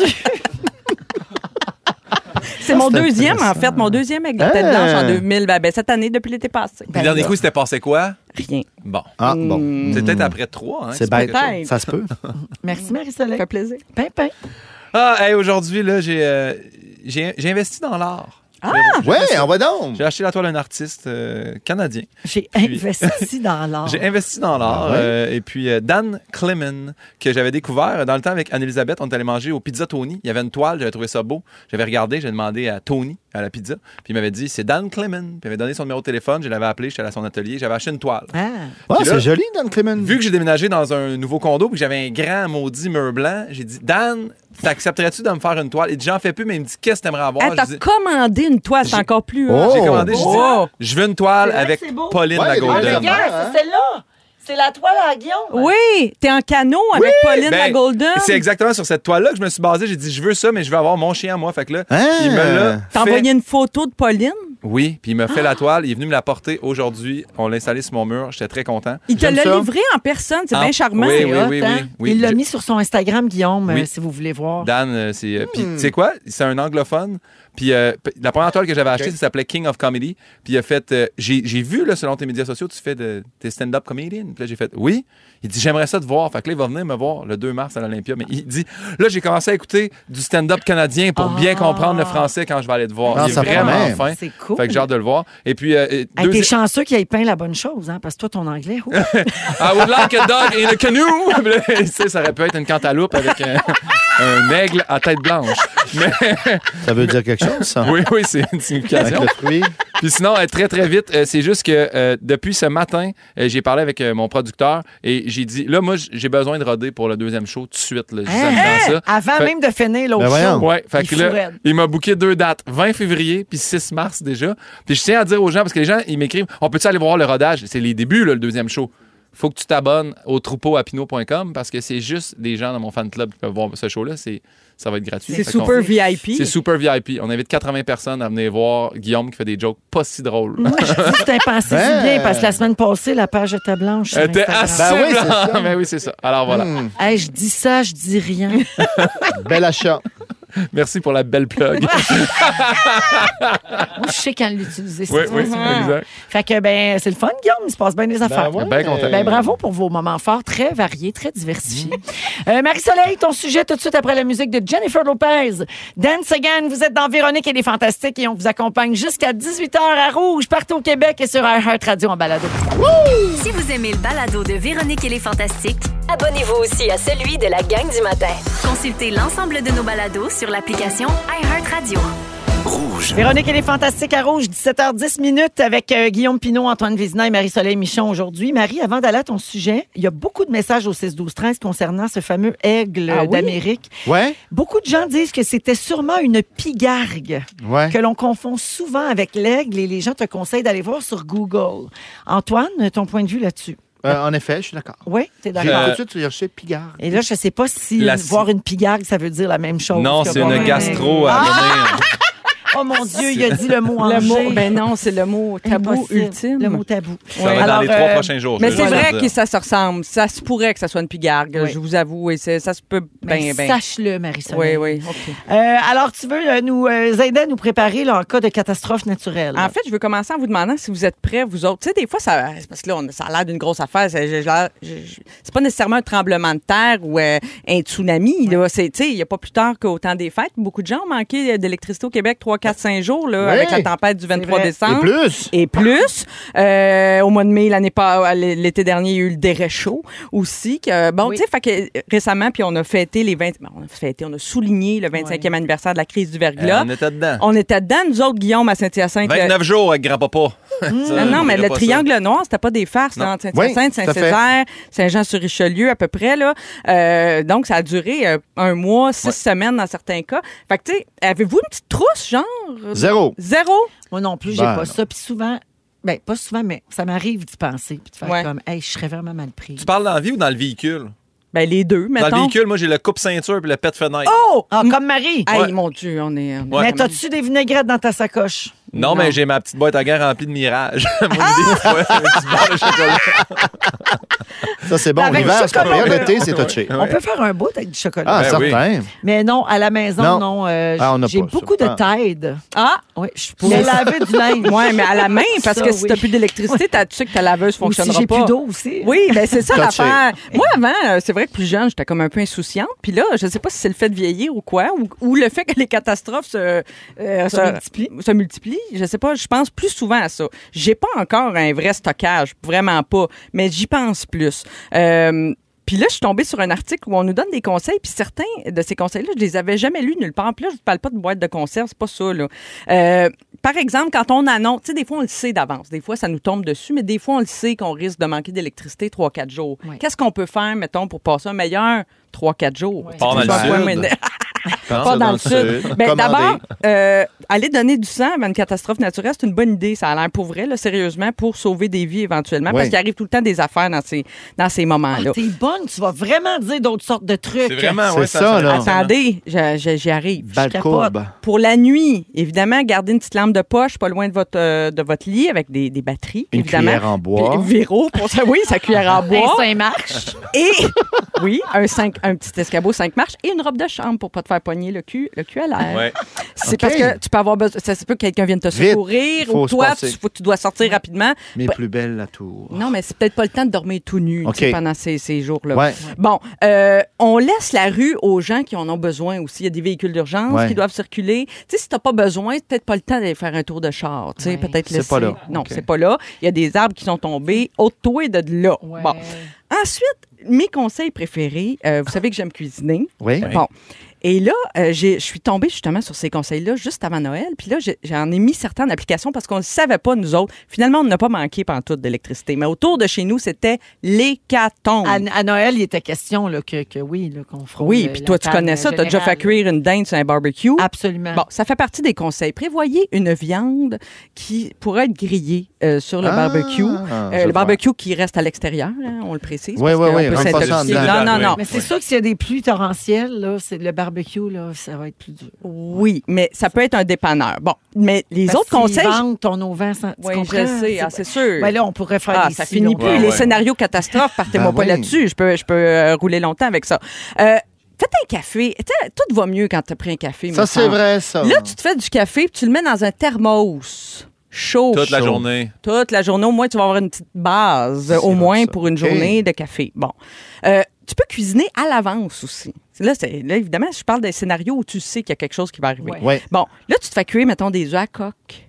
Speaker 3: C'est mon
Speaker 4: c'est
Speaker 3: deuxième, en
Speaker 4: intéressant.
Speaker 3: fait, mon deuxième avec
Speaker 4: Hein?
Speaker 3: la tête blanche en 2000. Ben, ben, cette année, depuis l'été passé.
Speaker 1: Ben,
Speaker 2: Le dernier coup, c'était passé quoi?
Speaker 3: Rien.
Speaker 2: Ben Bon.
Speaker 4: Ah, bon.
Speaker 2: Hmm. C'est peut-être après trois. Hein, que
Speaker 4: C'est
Speaker 2: pas
Speaker 4: bête.
Speaker 2: quelque chose.
Speaker 3: chose.
Speaker 4: Ça se peut.
Speaker 1: Merci,
Speaker 3: Ça
Speaker 1: Marie-Soleil.
Speaker 3: fait plaisir.
Speaker 1: Pimpin.
Speaker 2: Ah, hey, aujourd'hui, là, j'ai, euh, j'ai, j'ai investi dans l'art.
Speaker 4: Ouais, on va donc.
Speaker 2: J'ai acheté la toile d'un artiste euh, canadien.
Speaker 1: J'ai investi dans l'art.
Speaker 2: J'ai investi dans l'art.
Speaker 4: Ah ouais?
Speaker 2: euh, et puis, euh, Dan Clemen, que j'avais découvert euh, dans le temps avec Anne-Elisabeth, on est allé manger au Pizza Tony. Il y avait une toile, j'avais trouvé ça beau. J'avais regardé, j'ai demandé à Tony, à la pizza. Puis il m'avait dit, c'est Dan Clemen. Puis il m'avait donné son numéro de téléphone, je l'avais appelé, j'étais allé à son atelier, j'avais acheté une toile.
Speaker 1: Ah.
Speaker 4: Ouais,
Speaker 2: Puis là-
Speaker 4: c'est joli, Dan Clement.
Speaker 2: Vu que j'ai déménagé dans un nouveau condo puis que j'avais un grand maudit mur blanc, j'ai dit Dan, t'accepterais-tu de me faire une toile? Il dit J'en fais plus, mais il me dit Qu'est-ce que t'aimerais avoir?
Speaker 3: Elle t'a
Speaker 2: Je dis-
Speaker 3: commandé une toile, c'est encore plus. hein.
Speaker 4: Oh!
Speaker 2: J'ai commandé, j'ai dit
Speaker 3: Oh!
Speaker 2: Je veux une toile
Speaker 1: C'est vrai
Speaker 2: avec
Speaker 1: que c'est beau.
Speaker 2: Pauline
Speaker 4: Ouais,
Speaker 2: la
Speaker 4: les
Speaker 2: Golden.
Speaker 4: Golden Girls. Hein?
Speaker 1: c'est celle-là. C'est la toile à Guillaume.
Speaker 3: Oui, t'es en canot avec Pauline
Speaker 2: Ben,
Speaker 3: la Golden.
Speaker 2: C'est exactement sur cette toile-là que je me suis basé. J'ai dit Je veux ça, mais je veux avoir mon chien à moi. Fait que là,
Speaker 4: Hein?
Speaker 2: il me l'a.
Speaker 3: T'as
Speaker 2: fait.
Speaker 3: envoyé Ah! une photo de Pauline.
Speaker 2: Oui, puis il m'a fait la toile. Il est venu me la porter aujourd'hui. On l'a installée sur mon mur. J'étais très content.
Speaker 3: Il te
Speaker 4: J'aime
Speaker 3: l'a
Speaker 4: ça.
Speaker 3: livrée en personne. C'est
Speaker 2: Ah,
Speaker 3: bien charmant.
Speaker 2: oui,
Speaker 3: C'est
Speaker 2: oui,
Speaker 3: hot.
Speaker 2: oui,
Speaker 1: Attends.
Speaker 2: oui, oui.
Speaker 1: hein. Il l'a
Speaker 2: Je-
Speaker 1: mis sur son Instagram, Guillaume,
Speaker 2: Oui.
Speaker 1: euh, si vous voulez voir.
Speaker 2: Dan, euh, c'est. euh, Puis, tu
Speaker 4: Hmm.
Speaker 2: sais quoi? C'est un anglophone. Puis, euh, p- la première toile que j'avais achetée, ça s'appelait King of Comedy. Puis, il a fait. euh, j'ai j'ai vu, là, selon tes médias sociaux, tu fais de, tes stand-up comedian. Puis là, j'ai fait oui. Il dit, j'aimerais ça te voir. Fait que là, il va venir me voir le 2 mars à l'Olympia. Mais il dit, là, j'ai commencé à écouter du stand-up canadien pour bien comprendre le français quand je vais aller te voir.
Speaker 4: Ah,
Speaker 2: il est
Speaker 4: ça prend
Speaker 2: vraiment
Speaker 4: même.
Speaker 2: fin.
Speaker 1: Ah. C'est cool.
Speaker 2: Fait que j'ai hâte de le voir. Et puis, euh, euh,
Speaker 1: Hey,
Speaker 2: deuxi-
Speaker 1: T'es chanceux qu'il ait peint la bonne chose, hein, parce que toi, ton anglais. oh.
Speaker 2: I would like a dog in a canoe. Puis là, tu sais, ça aurait pu être une cantaloupe avec un. un aigle à tête blanche. Mais
Speaker 4: Ça veut dire quelque chose, ça?
Speaker 2: oui, oui, c'est une
Speaker 4: Avec
Speaker 2: signification.
Speaker 4: le fruit.
Speaker 2: Puis sinon, euh, très, très vite, euh, c'est juste que euh, depuis ce matin, euh, j'ai parlé avec euh, mon producteur et j'ai dit, là, moi, j- j'ai besoin de roder pour le deuxième show tout de suite. Là, Je vous
Speaker 3: Hein?
Speaker 2: attends ça.
Speaker 1: hein. Avant
Speaker 2: Fait-
Speaker 1: même de finir
Speaker 4: Ben
Speaker 1: l'autre
Speaker 4: voyons.
Speaker 1: show.
Speaker 2: Ouais, fait
Speaker 1: Il
Speaker 2: que
Speaker 1: est
Speaker 2: là,
Speaker 1: fou raide.
Speaker 2: il m'a booké deux dates, 20 février puis 6 mars déjà. Puis je tiens à dire aux gens, parce que les gens, ils m'écrivent, on peut-tu aller voir le rodage? C'est les débuts, là, le deuxième show. Faut que tu t'abonnes au troupeau à pinot.com parce que c'est juste des gens dans mon fan club qui peuvent voir ce show-là. C'est, ça va être gratuit.
Speaker 3: C'est
Speaker 2: Fait qu'on-
Speaker 3: super VIP.
Speaker 2: C'est super VIP. On invite 80 personnes à venir voir Guillaume qui fait des jokes pas si drôles.
Speaker 1: Moi, je dis que tu pensé
Speaker 4: Ouais.
Speaker 1: du bien parce que la semaine passée, la page était blanche. sur
Speaker 2: Elle était
Speaker 1: Instagram.
Speaker 2: assez
Speaker 4: Ben oui, c'est
Speaker 2: blanc.
Speaker 4: ça.
Speaker 2: Ben oui, c'est ça. Alors voilà.
Speaker 4: Hmm,
Speaker 1: Hey, je dis ça, je dis rien.
Speaker 4: bel achat.
Speaker 2: Merci pour la belle plug.
Speaker 1: Moi, je sais quand l'utiliser. c'est
Speaker 2: oui,
Speaker 1: ça.
Speaker 2: oui, exact.
Speaker 1: Fait que, ben, c'est le fun, Guillaume. Il se passe bien des affaires.
Speaker 4: Ah ouais.
Speaker 2: Ben content.
Speaker 1: Ben, bravo pour vos moments forts, très variés, très diversifiés. Euh, Marie-Soleil, ton sujet tout de suite après la musique de Jennifer Lopez. Dan Segan, vous êtes dans Véronique et les Fantastiques et on vous accompagne jusqu'à 18h à Rouge, partout au Québec et sur iHeart Radio en balado.
Speaker 5: Si vous aimez le balado de Véronique et les Fantastiques,
Speaker 6: Abonnez-vous aussi à celui de la gang du matin.
Speaker 5: consultez l'ensemble de nos balados sur l'application iHeartRadio.
Speaker 1: Véronique et les Fantastiques à Rouge, 17h10 minutes avec euh, Guillaume Pinot, Antoine Vézina et Marie-Soleil Michon aujourd'hui. Marie, avant d'aller à ton sujet, il y a beaucoup de messages au 6-12-13 concernant ce fameux aigle
Speaker 3: Ah
Speaker 1: euh,
Speaker 3: oui?
Speaker 1: d'Amérique.
Speaker 4: Ouais,
Speaker 1: Beaucoup de gens disent que c'était sûrement une pigargue.
Speaker 4: ouais.
Speaker 1: que l'on confond souvent avec l'aigle et les gens te conseillent d'aller voir sur Google. Antoine, ton point de vue là-dessus?
Speaker 4: Euh, en effet, je suis d'accord.
Speaker 1: Oui, t'es
Speaker 4: J'ai
Speaker 1: d'accord?
Speaker 2: Euh,
Speaker 4: tout de suite cherché Pigard.
Speaker 1: Et là, je sais pas si
Speaker 2: La-
Speaker 1: voir une pigargue, ça veut dire la même chose.
Speaker 2: Non,
Speaker 1: que
Speaker 2: c'est
Speaker 1: voir
Speaker 2: une
Speaker 1: un- Ah!
Speaker 2: gastro à venir.
Speaker 1: Oh mon Dieu, il a dit le mot
Speaker 3: Le
Speaker 1: angé.
Speaker 3: mot, ben non, c'est le mot tabou
Speaker 1: Impossible.
Speaker 3: ultime.
Speaker 1: Le mot tabou.
Speaker 2: Ça va être dans
Speaker 1: Alors,
Speaker 2: les
Speaker 1: euh,
Speaker 2: trois prochains jours.
Speaker 3: Mais
Speaker 2: Oh, je
Speaker 3: c'est
Speaker 2: veux
Speaker 3: vrai
Speaker 2: dire.
Speaker 3: que ça se ressemble. Ça se pourrait que ça soit une pigargue,
Speaker 1: Oui.
Speaker 3: je vous avoue. Et c'est- ça se peut
Speaker 1: Ben,
Speaker 3: bien, bien.
Speaker 1: Sache-le, marie
Speaker 3: Oui, oui. ok.
Speaker 1: alors, tu veux euh, nous euh, aider à nous préparer là, en cas de catastrophe naturelle?
Speaker 3: En fait, je veux commencer en vous demandant si vous êtes prêts, vous autres. Tu sais, des fois, ça, c'est parce que là, on- ça a l'air d'une grosse affaire. C'est j'ai l'air- j'ai- j'ai- c'est pas nécessairement un tremblement de terre ou euh, un tsunami. là. C'est- Tu sais, il n'y a pas plus tard qu'au temps des fêtes. Beaucoup de gens ont manqué euh, d'électricité au Québec 3, 4, 5 jours là,
Speaker 4: Oui.
Speaker 3: avec la tempête du 23
Speaker 1: vrai.
Speaker 3: décembre.
Speaker 4: Et plus?
Speaker 3: Et plus, euh, au mois de mai, l'année pas, euh, l'été dernier, il y a eu le déréchaud aussi. Que, bon,
Speaker 1: Oui.
Speaker 3: tu sais, fait que, euh, récemment, puis on a fêté les 20, bon, on a fêté, on a souligné le 25e anniversaire de la crise du
Speaker 2: Euh,
Speaker 1: Eh,
Speaker 3: verglas.
Speaker 2: on était dedans.
Speaker 3: on était dedans, nous autres, Guillaume, à Saint-Hyacinthe.
Speaker 2: 29 jours avec grand-papa. Euh,
Speaker 3: Non, Hmm. Ah non, mais le triangle noir, c'était pas des farces
Speaker 2: Non.
Speaker 3: dans Saint-Hyacinthe,
Speaker 4: Oui, tout à fait.
Speaker 3: Saint-Césaire, Saint-Jean-sur-Richelieu à peu près. Là. Euh, donc, ça a duré euh, un mois, six
Speaker 2: Ouais.
Speaker 3: semaines dans certains cas. Fait que, tu sais, avez-vous une petite trousse, genre?
Speaker 4: Zéro.
Speaker 3: Zéro?
Speaker 1: Moi non plus, j'ai
Speaker 4: Ben
Speaker 1: pas
Speaker 4: non.
Speaker 1: ça. Puis souvent, ben pas souvent, mais ça m'arrive d'y penser. Puis de faire
Speaker 3: Ouais.
Speaker 1: comme, hey, je serais vraiment mal pris.
Speaker 2: Tu parles dans la vie ou dans le véhicule?
Speaker 3: Ben, les deux, mettons.
Speaker 2: Dans le véhicule, moi, j'ai le coupe-ceinture puis le pet-fenêtre.
Speaker 1: Oh! Ah, comme Marie!
Speaker 3: Aïe,
Speaker 2: Ouais.
Speaker 3: mon Dieu, on est... on est
Speaker 2: Ouais.
Speaker 1: Mais
Speaker 3: vraiment-
Speaker 1: t'as-tu des vinaigrettes dans ta sacoche?
Speaker 2: non,
Speaker 3: non. Ah!
Speaker 2: mais j'ai ma petite boîte à gants remplie de mirages. Mon idée, ouais, un petit bar de chocolat.
Speaker 4: Ça, c'est bon.
Speaker 1: Avec
Speaker 4: L'hiver, c'est pas
Speaker 1: chocolat.
Speaker 4: pire. L'été, c'est touché.
Speaker 1: On peut faire un bout avec du chocolat.
Speaker 4: Ah,
Speaker 2: Ben oui.
Speaker 4: certain.
Speaker 1: Mais non, à la maison, non.
Speaker 4: Non.
Speaker 1: euh,
Speaker 4: Ah, on n'a
Speaker 1: J'ai
Speaker 4: pas ça.
Speaker 1: beaucoup de
Speaker 4: Ah.
Speaker 1: Tide.
Speaker 3: Ah!
Speaker 1: Oui, je pourrais
Speaker 3: ça-
Speaker 1: laver du linge.
Speaker 3: Ouais, mais à la main, parce
Speaker 1: Ça,
Speaker 3: que si t'as
Speaker 1: oui.
Speaker 3: plus d'électricité, t'as- tu sais que ta laveuse
Speaker 1: Ou si
Speaker 3: fonctionnera
Speaker 1: j'ai
Speaker 3: pas.
Speaker 1: plus d'eau aussi.
Speaker 3: Oui, ben c'est ça
Speaker 4: Touché.
Speaker 3: l'affaire. Moi, avant, euh, c'est vrai que plus jeune, j'étais comme un peu insouciante. Puis là, je sais pas si c'est le fait de vieillir ou quoi, ou, ou le fait que les catastrophes se, euh,
Speaker 1: Se multiplient.
Speaker 3: se multiplient. Je sais pas, je pense plus souvent à ça. J'ai pas encore un vrai stockage, vraiment pas, mais j'y pense plus. Euh, puis là, je suis tombée sur un article où on nous donne des conseils, puis certains de ces conseils-là, je les avais jamais lus nulle part. Puis là, je vous parle pas de boîte de conserve, c'est pas ça, là. Euh, par exemple, quand on annonce, tu sais, des fois, on le sait d'avance. Des fois, ça nous tombe dessus, mais des fois, on le sait qu'on risque de manquer d'électricité 3-4 jours.
Speaker 1: Ouais.
Speaker 3: Qu'est-ce qu'on peut faire, mettons, pour passer un meilleur 3-4 jours? Tu sais,
Speaker 2: Part dans
Speaker 3: que ce
Speaker 2: le
Speaker 3: soit
Speaker 2: sud.
Speaker 3: moins-
Speaker 2: Pense
Speaker 3: pas
Speaker 2: à-
Speaker 3: dans le sud.
Speaker 4: sud.
Speaker 3: Ben,
Speaker 4: Commander.
Speaker 3: D'abord, euh, aller donner du sang avant une catastrophe naturelle, c'est une bonne idée. Ça a l'air pour vrai, là, sérieusement, pour sauver des vies éventuellement,
Speaker 4: Oui.
Speaker 3: parce qu'il arrive tout le temps des affaires dans ces, dans ces
Speaker 1: Ah,
Speaker 3: moments-là.
Speaker 1: T'es bonne, tu vas vraiment dire d'autres sortes de trucs.
Speaker 2: C'est vraiment,
Speaker 4: C'est
Speaker 2: ouais,
Speaker 4: ça, là.
Speaker 3: Attendez, je- je- j'y arrive.
Speaker 4: Balcourbe.
Speaker 3: Pour la nuit, évidemment, gardez une petite lampe de poche pas loin de votre, euh, de votre lit avec des, des batteries,
Speaker 4: Une
Speaker 3: évidemment.
Speaker 4: cuillère en bois.
Speaker 3: Puis, Véro, pour ça, oui, sa cuillère en
Speaker 1: Ben,
Speaker 3: bois.
Speaker 1: ça marche.
Speaker 3: Et oui, un, cinq, un petit escabeau, cinq marches et une robe de chambre pour pas te faire pogner le cul, le cul à l'air.
Speaker 2: Ouais.
Speaker 3: C'est
Speaker 4: OK.
Speaker 3: parce que tu peux avoir besoin. Ça se peut que quelqu'un vienne te
Speaker 4: Vite,
Speaker 3: secourir
Speaker 4: faut
Speaker 3: ou
Speaker 4: se
Speaker 3: toi, tu,
Speaker 4: passer.
Speaker 3: faut- tu dois sortir rapidement.
Speaker 4: Mes
Speaker 3: Bah-
Speaker 4: plus belles la tour.
Speaker 3: Non, mais c'est peut-être pas le temps de dormir tout nu
Speaker 4: OK.
Speaker 3: tu sais, pendant ces, ces jours-là.
Speaker 4: Ouais.
Speaker 3: Bon, euh, on laisse la rue aux gens qui en ont besoin aussi. Il y a des véhicules d'urgence
Speaker 4: Ouais.
Speaker 3: qui doivent circuler. Tu sais, si t'as pas besoin, c'est peut-être pas le temps d'aller faire un tour de char. Tu sais,
Speaker 1: Ouais.
Speaker 3: peut-être
Speaker 4: C'est
Speaker 3: laisser-
Speaker 4: pas là.
Speaker 3: Non,
Speaker 4: OK.
Speaker 3: c'est pas là. Il y a des arbres qui sont tombés. Ôte-toi de là. Bon. Ensuite, mes conseils préférés. euh, vous savez que j'aime cuisiner.
Speaker 4: Oui.
Speaker 3: Bon. Et là, euh, j'ai- je suis tombée justement sur ces conseils-là juste avant Noël. Puis là, j'ai- j'en ai mis certains en application parce qu'on ne le savait pas, nous autres. Finalement, on n'a pas manqué pantoute d'électricité. Mais autour de chez nous, c'était l'hécatombe.
Speaker 1: À, à Noël, il était question là, que, que oui, là, qu'on frôle.
Speaker 3: Oui,
Speaker 1: euh,
Speaker 3: puis
Speaker 1: la
Speaker 3: toi, tu
Speaker 1: panne
Speaker 3: connais ça. Tu as déjà
Speaker 1: générale.
Speaker 3: fait cuire une dinde sur un barbecue.
Speaker 1: Absolument.
Speaker 3: Bon, ça fait partie des conseils. Prévoyez une viande qui pourrait être grillée euh, sur le
Speaker 4: Ah,
Speaker 3: barbecue. Euh,
Speaker 4: je
Speaker 3: le
Speaker 4: vois.
Speaker 3: barbecue qui reste à l'extérieur, hein, on le précise.
Speaker 4: Oui,
Speaker 3: parce
Speaker 4: oui,
Speaker 3: qu'on
Speaker 4: oui,
Speaker 3: peut
Speaker 4: rentre pas ça en
Speaker 3: s'intoxiquer.
Speaker 4: dedans.
Speaker 3: Non, non, non.
Speaker 1: Mais c'est sûr que s'il y a des pluies torrentielles, là, c'est le barbecue, là, ça va être plus dur.
Speaker 3: Oui, mais ça peut être un dépanneur. Bon, mais les
Speaker 1: Parce
Speaker 3: autres
Speaker 1: qu'ils
Speaker 3: conseils.
Speaker 1: vendent ton auvent, sans, tu
Speaker 3: Oui,
Speaker 1: comprends?
Speaker 3: je sais, ah, c'est sûr.
Speaker 1: Ben là, on pourrait faire
Speaker 3: Ah,
Speaker 1: des
Speaker 3: ça
Speaker 1: si
Speaker 3: finit
Speaker 1: longs.
Speaker 3: plus.
Speaker 2: Ouais,
Speaker 3: les
Speaker 2: ouais.
Speaker 3: scénarios catastrophes, partez-moi
Speaker 4: Ben
Speaker 3: pas
Speaker 4: oui.
Speaker 3: là-dessus. Je peux, je peux euh, rouler longtemps avec ça. Euh, faites un café. Tu sais, Tout va mieux quand tu as pris un café. me
Speaker 4: Ça, c'est
Speaker 3: semble.
Speaker 4: vrai, ça.
Speaker 3: Là, tu te fais du café puis tu le mets dans un thermos chaud.
Speaker 2: Toute la
Speaker 3: chaud.
Speaker 2: journée.
Speaker 3: Toute la journée, au moins, tu vas avoir une petite base,
Speaker 4: C'est
Speaker 3: au
Speaker 4: bon,
Speaker 3: moins,
Speaker 4: ça.
Speaker 3: pour une
Speaker 4: OK.
Speaker 3: journée de café. Bon. Euh, tu peux cuisiner à l'avance aussi. Là, c'est- là, évidemment, je parle des scénarios où tu sais qu'il y a quelque chose qui va arriver.
Speaker 1: Ouais.
Speaker 4: Ouais.
Speaker 3: Bon, là, tu te fais cuire, mettons, des œufs à coque.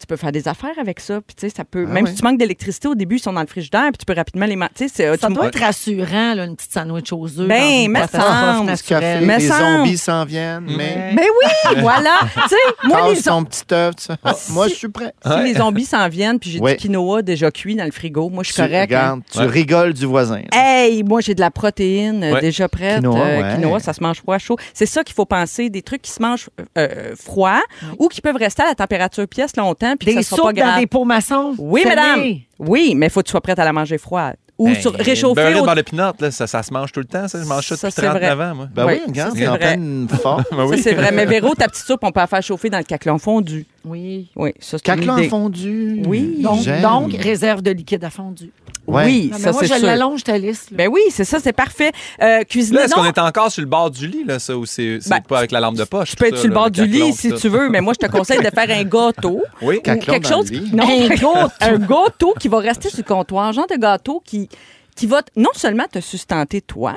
Speaker 3: Tu peux faire des affaires avec ça. Puis, tu sais, ça peut.
Speaker 4: Ah
Speaker 3: même
Speaker 4: ouais.
Speaker 3: si tu manques d'électricité au début, ils sont dans le frigidaire, puis tu peux rapidement les. man- Tu sais, c'est-
Speaker 1: Ça
Speaker 3: tu-
Speaker 1: doit être rassurant, là, une petite sandwich aux œufs.
Speaker 3: Ben,
Speaker 1: dans une
Speaker 3: me
Speaker 1: catastrophe
Speaker 3: semble.
Speaker 4: Du café,
Speaker 1: naturelle.
Speaker 3: Mais
Speaker 4: les
Speaker 3: semble.
Speaker 4: zombies s'en viennent, mais...
Speaker 3: Ben oui, voilà. tu sais, moi,
Speaker 4: Moi,
Speaker 3: les,
Speaker 4: ton petit œuf, tu sais. Ah, Moi, je suis prêt.
Speaker 3: si les zombies s'en viennent, puis j'ai
Speaker 4: Ouais.
Speaker 3: du quinoa déjà cuit dans le frigo, moi, je suis
Speaker 4: Tu
Speaker 3: correct. hein.
Speaker 4: regardes, tu
Speaker 2: Ouais.
Speaker 4: rigoles du voisin.
Speaker 3: Hey, moi j'ai de la protéine euh,
Speaker 2: Ouais.
Speaker 3: déjà prête. euh,
Speaker 4: Quinoa, ouais.
Speaker 3: quinoa, ça se mange froid, chaud. C'est ça qu'il faut penser, des trucs qui se mangent euh, froid ou qui peuvent rester à la température pièce longtemps puis que
Speaker 1: Des
Speaker 3: ça sera pas
Speaker 1: soupes
Speaker 3: grave.
Speaker 1: dans des pots maçons.
Speaker 3: Oui,
Speaker 1: salées.
Speaker 3: madame. Oui, mais faut que tu sois prête à la manger froide ou
Speaker 2: Hey,
Speaker 3: sur réchauffer
Speaker 2: beurrer
Speaker 3: au-
Speaker 2: Ben, dans le pinot, là, ça, ça se mange tout le temps. Ça, je mange ça
Speaker 3: Ça,
Speaker 2: depuis
Speaker 3: c'est
Speaker 2: 39
Speaker 3: vrai.
Speaker 2: ans, moi.
Speaker 4: Ben oui,
Speaker 3: Ouais,
Speaker 4: regarde,
Speaker 3: ça,
Speaker 4: il
Speaker 3: c'est
Speaker 4: en
Speaker 3: vrai.
Speaker 4: pleine forme.
Speaker 2: Ben
Speaker 3: Ça c'est vrai, mais Véro, ta petite soupe, on peut la faire chauffer dans le caclon fondu.
Speaker 1: Oui.
Speaker 3: Oui, ça c'est une
Speaker 4: Caclin
Speaker 3: idée.
Speaker 4: fondu.
Speaker 3: Oui.
Speaker 1: Donc,
Speaker 4: J'aime.
Speaker 1: donc, réserve de liquide à fondu.
Speaker 4: Ouais.
Speaker 3: Oui,
Speaker 1: Non, mais
Speaker 3: ça
Speaker 1: moi,
Speaker 3: c'est
Speaker 1: je
Speaker 3: sûr.
Speaker 1: l'allonge ta liste. là.
Speaker 3: Ben oui, c'est ça, c'est parfait. Euh, cuisiner
Speaker 2: Là, est-ce
Speaker 3: non,
Speaker 2: qu'on est encore sur le bord du lit, là, ça, ou c'est c'est
Speaker 3: Ben,
Speaker 2: pas avec la lampe de poche?
Speaker 3: tu peux être
Speaker 2: ça,
Speaker 3: sur le
Speaker 2: là,
Speaker 3: bord du
Speaker 2: caclon,
Speaker 3: lit si
Speaker 2: ça?
Speaker 3: tu veux, mais moi je te conseille de faire un gâteau.
Speaker 2: Oui.
Speaker 3: Ou
Speaker 4: Caclon
Speaker 3: quelque
Speaker 4: dans
Speaker 3: chose
Speaker 4: le lit.
Speaker 3: qui- non, un gâteau un gâteau qui va rester sur le comptoir genre de gâteau qui qui va t- non seulement te sustenter toi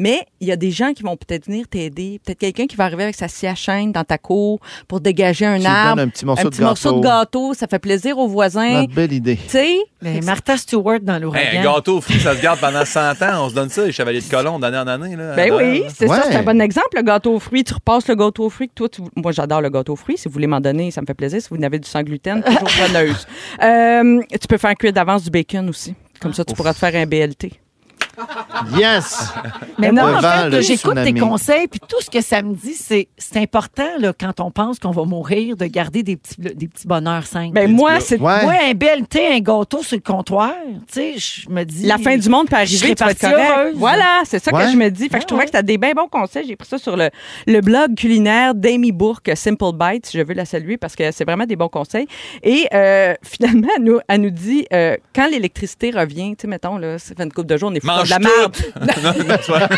Speaker 3: mais il y a des gens qui vont peut-être venir t'aider peut-être quelqu'un qui va arriver avec sa scie à chaîne dans ta cour pour dégager un
Speaker 4: Tu lui
Speaker 3: arbre
Speaker 4: donnes un petit morceau de
Speaker 3: morceau de
Speaker 4: gâteau. Ah.
Speaker 3: gâteau ça fait plaisir aux voisins
Speaker 4: Notre belle idée.
Speaker 3: tu sais
Speaker 1: Mais Martha Stewart dans l'ouragan.
Speaker 2: Hey, un gâteau aux fruits, ça se garde pendant 100 ans. On se donne ça, les chevaliers de colon, d'année en année. Là,
Speaker 3: Ben
Speaker 2: Ah,
Speaker 3: oui,
Speaker 2: là.
Speaker 3: c'est
Speaker 4: Ouais.
Speaker 3: ça, c'est un bon exemple, le gâteau aux fruits. Tu repasses le gâteau aux fruits que toi, tu- moi j'adore le gâteau aux fruits. Si vous voulez m'en donner, ça me fait plaisir. Si vous n'avez du sans gluten, toujours preneuse. Euh, tu peux faire cuire d'avance du bacon aussi. Comme ça, tu pourras te faire un BLT.
Speaker 4: Yes!
Speaker 1: Mais moi, en
Speaker 4: Devant
Speaker 1: fait,
Speaker 4: le
Speaker 1: là, j'écoute tes
Speaker 4: tsunami.
Speaker 1: conseils, puis tout ce que ça me dit, c'est c'est important là, quand on pense qu'on va mourir de garder des petits, des petits bonheurs simples.
Speaker 3: Ben moi, c'est
Speaker 4: Ouais.
Speaker 1: Moi, un bel thé, un gâteau sur le comptoir, tu sais, je me dis.
Speaker 3: la fin du monde peut arriver,
Speaker 1: serais
Speaker 3: tu vas être
Speaker 1: partie
Speaker 3: correct.
Speaker 1: heureuse.
Speaker 3: Voilà, c'est ça
Speaker 4: Ouais.
Speaker 3: que je me dis. Fait que je trouvais que c'était des bien bons conseils. J'ai pris ça sur le, le blog culinaire d'Amy Bourque, Simple Bites. Je veux la saluer parce que c'est vraiment des bons conseils. Et euh, finalement, elle nous, elle nous dit, euh, quand l'électricité revient, tu sais, mettons, là, ça fait une couple de jours, on est fous
Speaker 2: Mange
Speaker 3: de la
Speaker 2: tout.
Speaker 3: merde.
Speaker 2: Non, non, c'est vrai.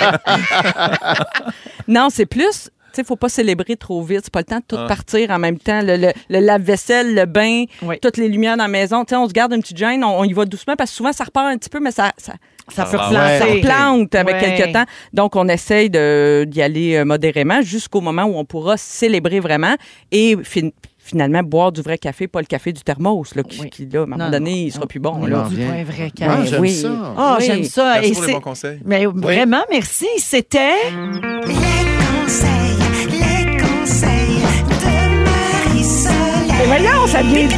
Speaker 3: Non, c'est plus. Tu sais, faut pas célébrer trop vite. C'est pas le temps de tout partir en même temps. Le, le- le lave-vaisselle, le bain,
Speaker 1: Oui.
Speaker 3: toutes les lumières dans la maison. Tu sais, on se garde une petite gêne, on, on y va doucement parce que souvent ça repart un petit peu, mais ça, ça,
Speaker 1: Ça peut
Speaker 2: Ah,
Speaker 3: ça
Speaker 1: replanter.
Speaker 4: ouais.
Speaker 3: plante avec
Speaker 1: Ouais.
Speaker 3: quelques temps. Donc, on essaye de- d'y aller euh, modérément jusqu'au moment où on pourra célébrer vraiment et fin- finalement boire du vrai café, pas le café du thermos, là, qui,
Speaker 1: Oui.
Speaker 3: qui, là, à un moment
Speaker 1: Non,
Speaker 3: donné,
Speaker 1: non,
Speaker 3: il sera
Speaker 1: non,
Speaker 3: plus
Speaker 1: on
Speaker 3: bon.
Speaker 1: est
Speaker 3: là.
Speaker 1: rendu
Speaker 4: bien.
Speaker 1: pas un vrai
Speaker 4: Ah,
Speaker 1: café.
Speaker 4: j'aime
Speaker 3: oui.
Speaker 4: ça.
Speaker 1: Ah,
Speaker 3: Oui.
Speaker 1: j'aime ça.
Speaker 2: Merci
Speaker 1: Et
Speaker 2: pour
Speaker 1: c'est-
Speaker 2: les bons conseils.
Speaker 1: Mais vraiment, merci. C'était.
Speaker 9: Les conseils, les conseils de Marie-Soleil.
Speaker 3: Voyons, ça vient.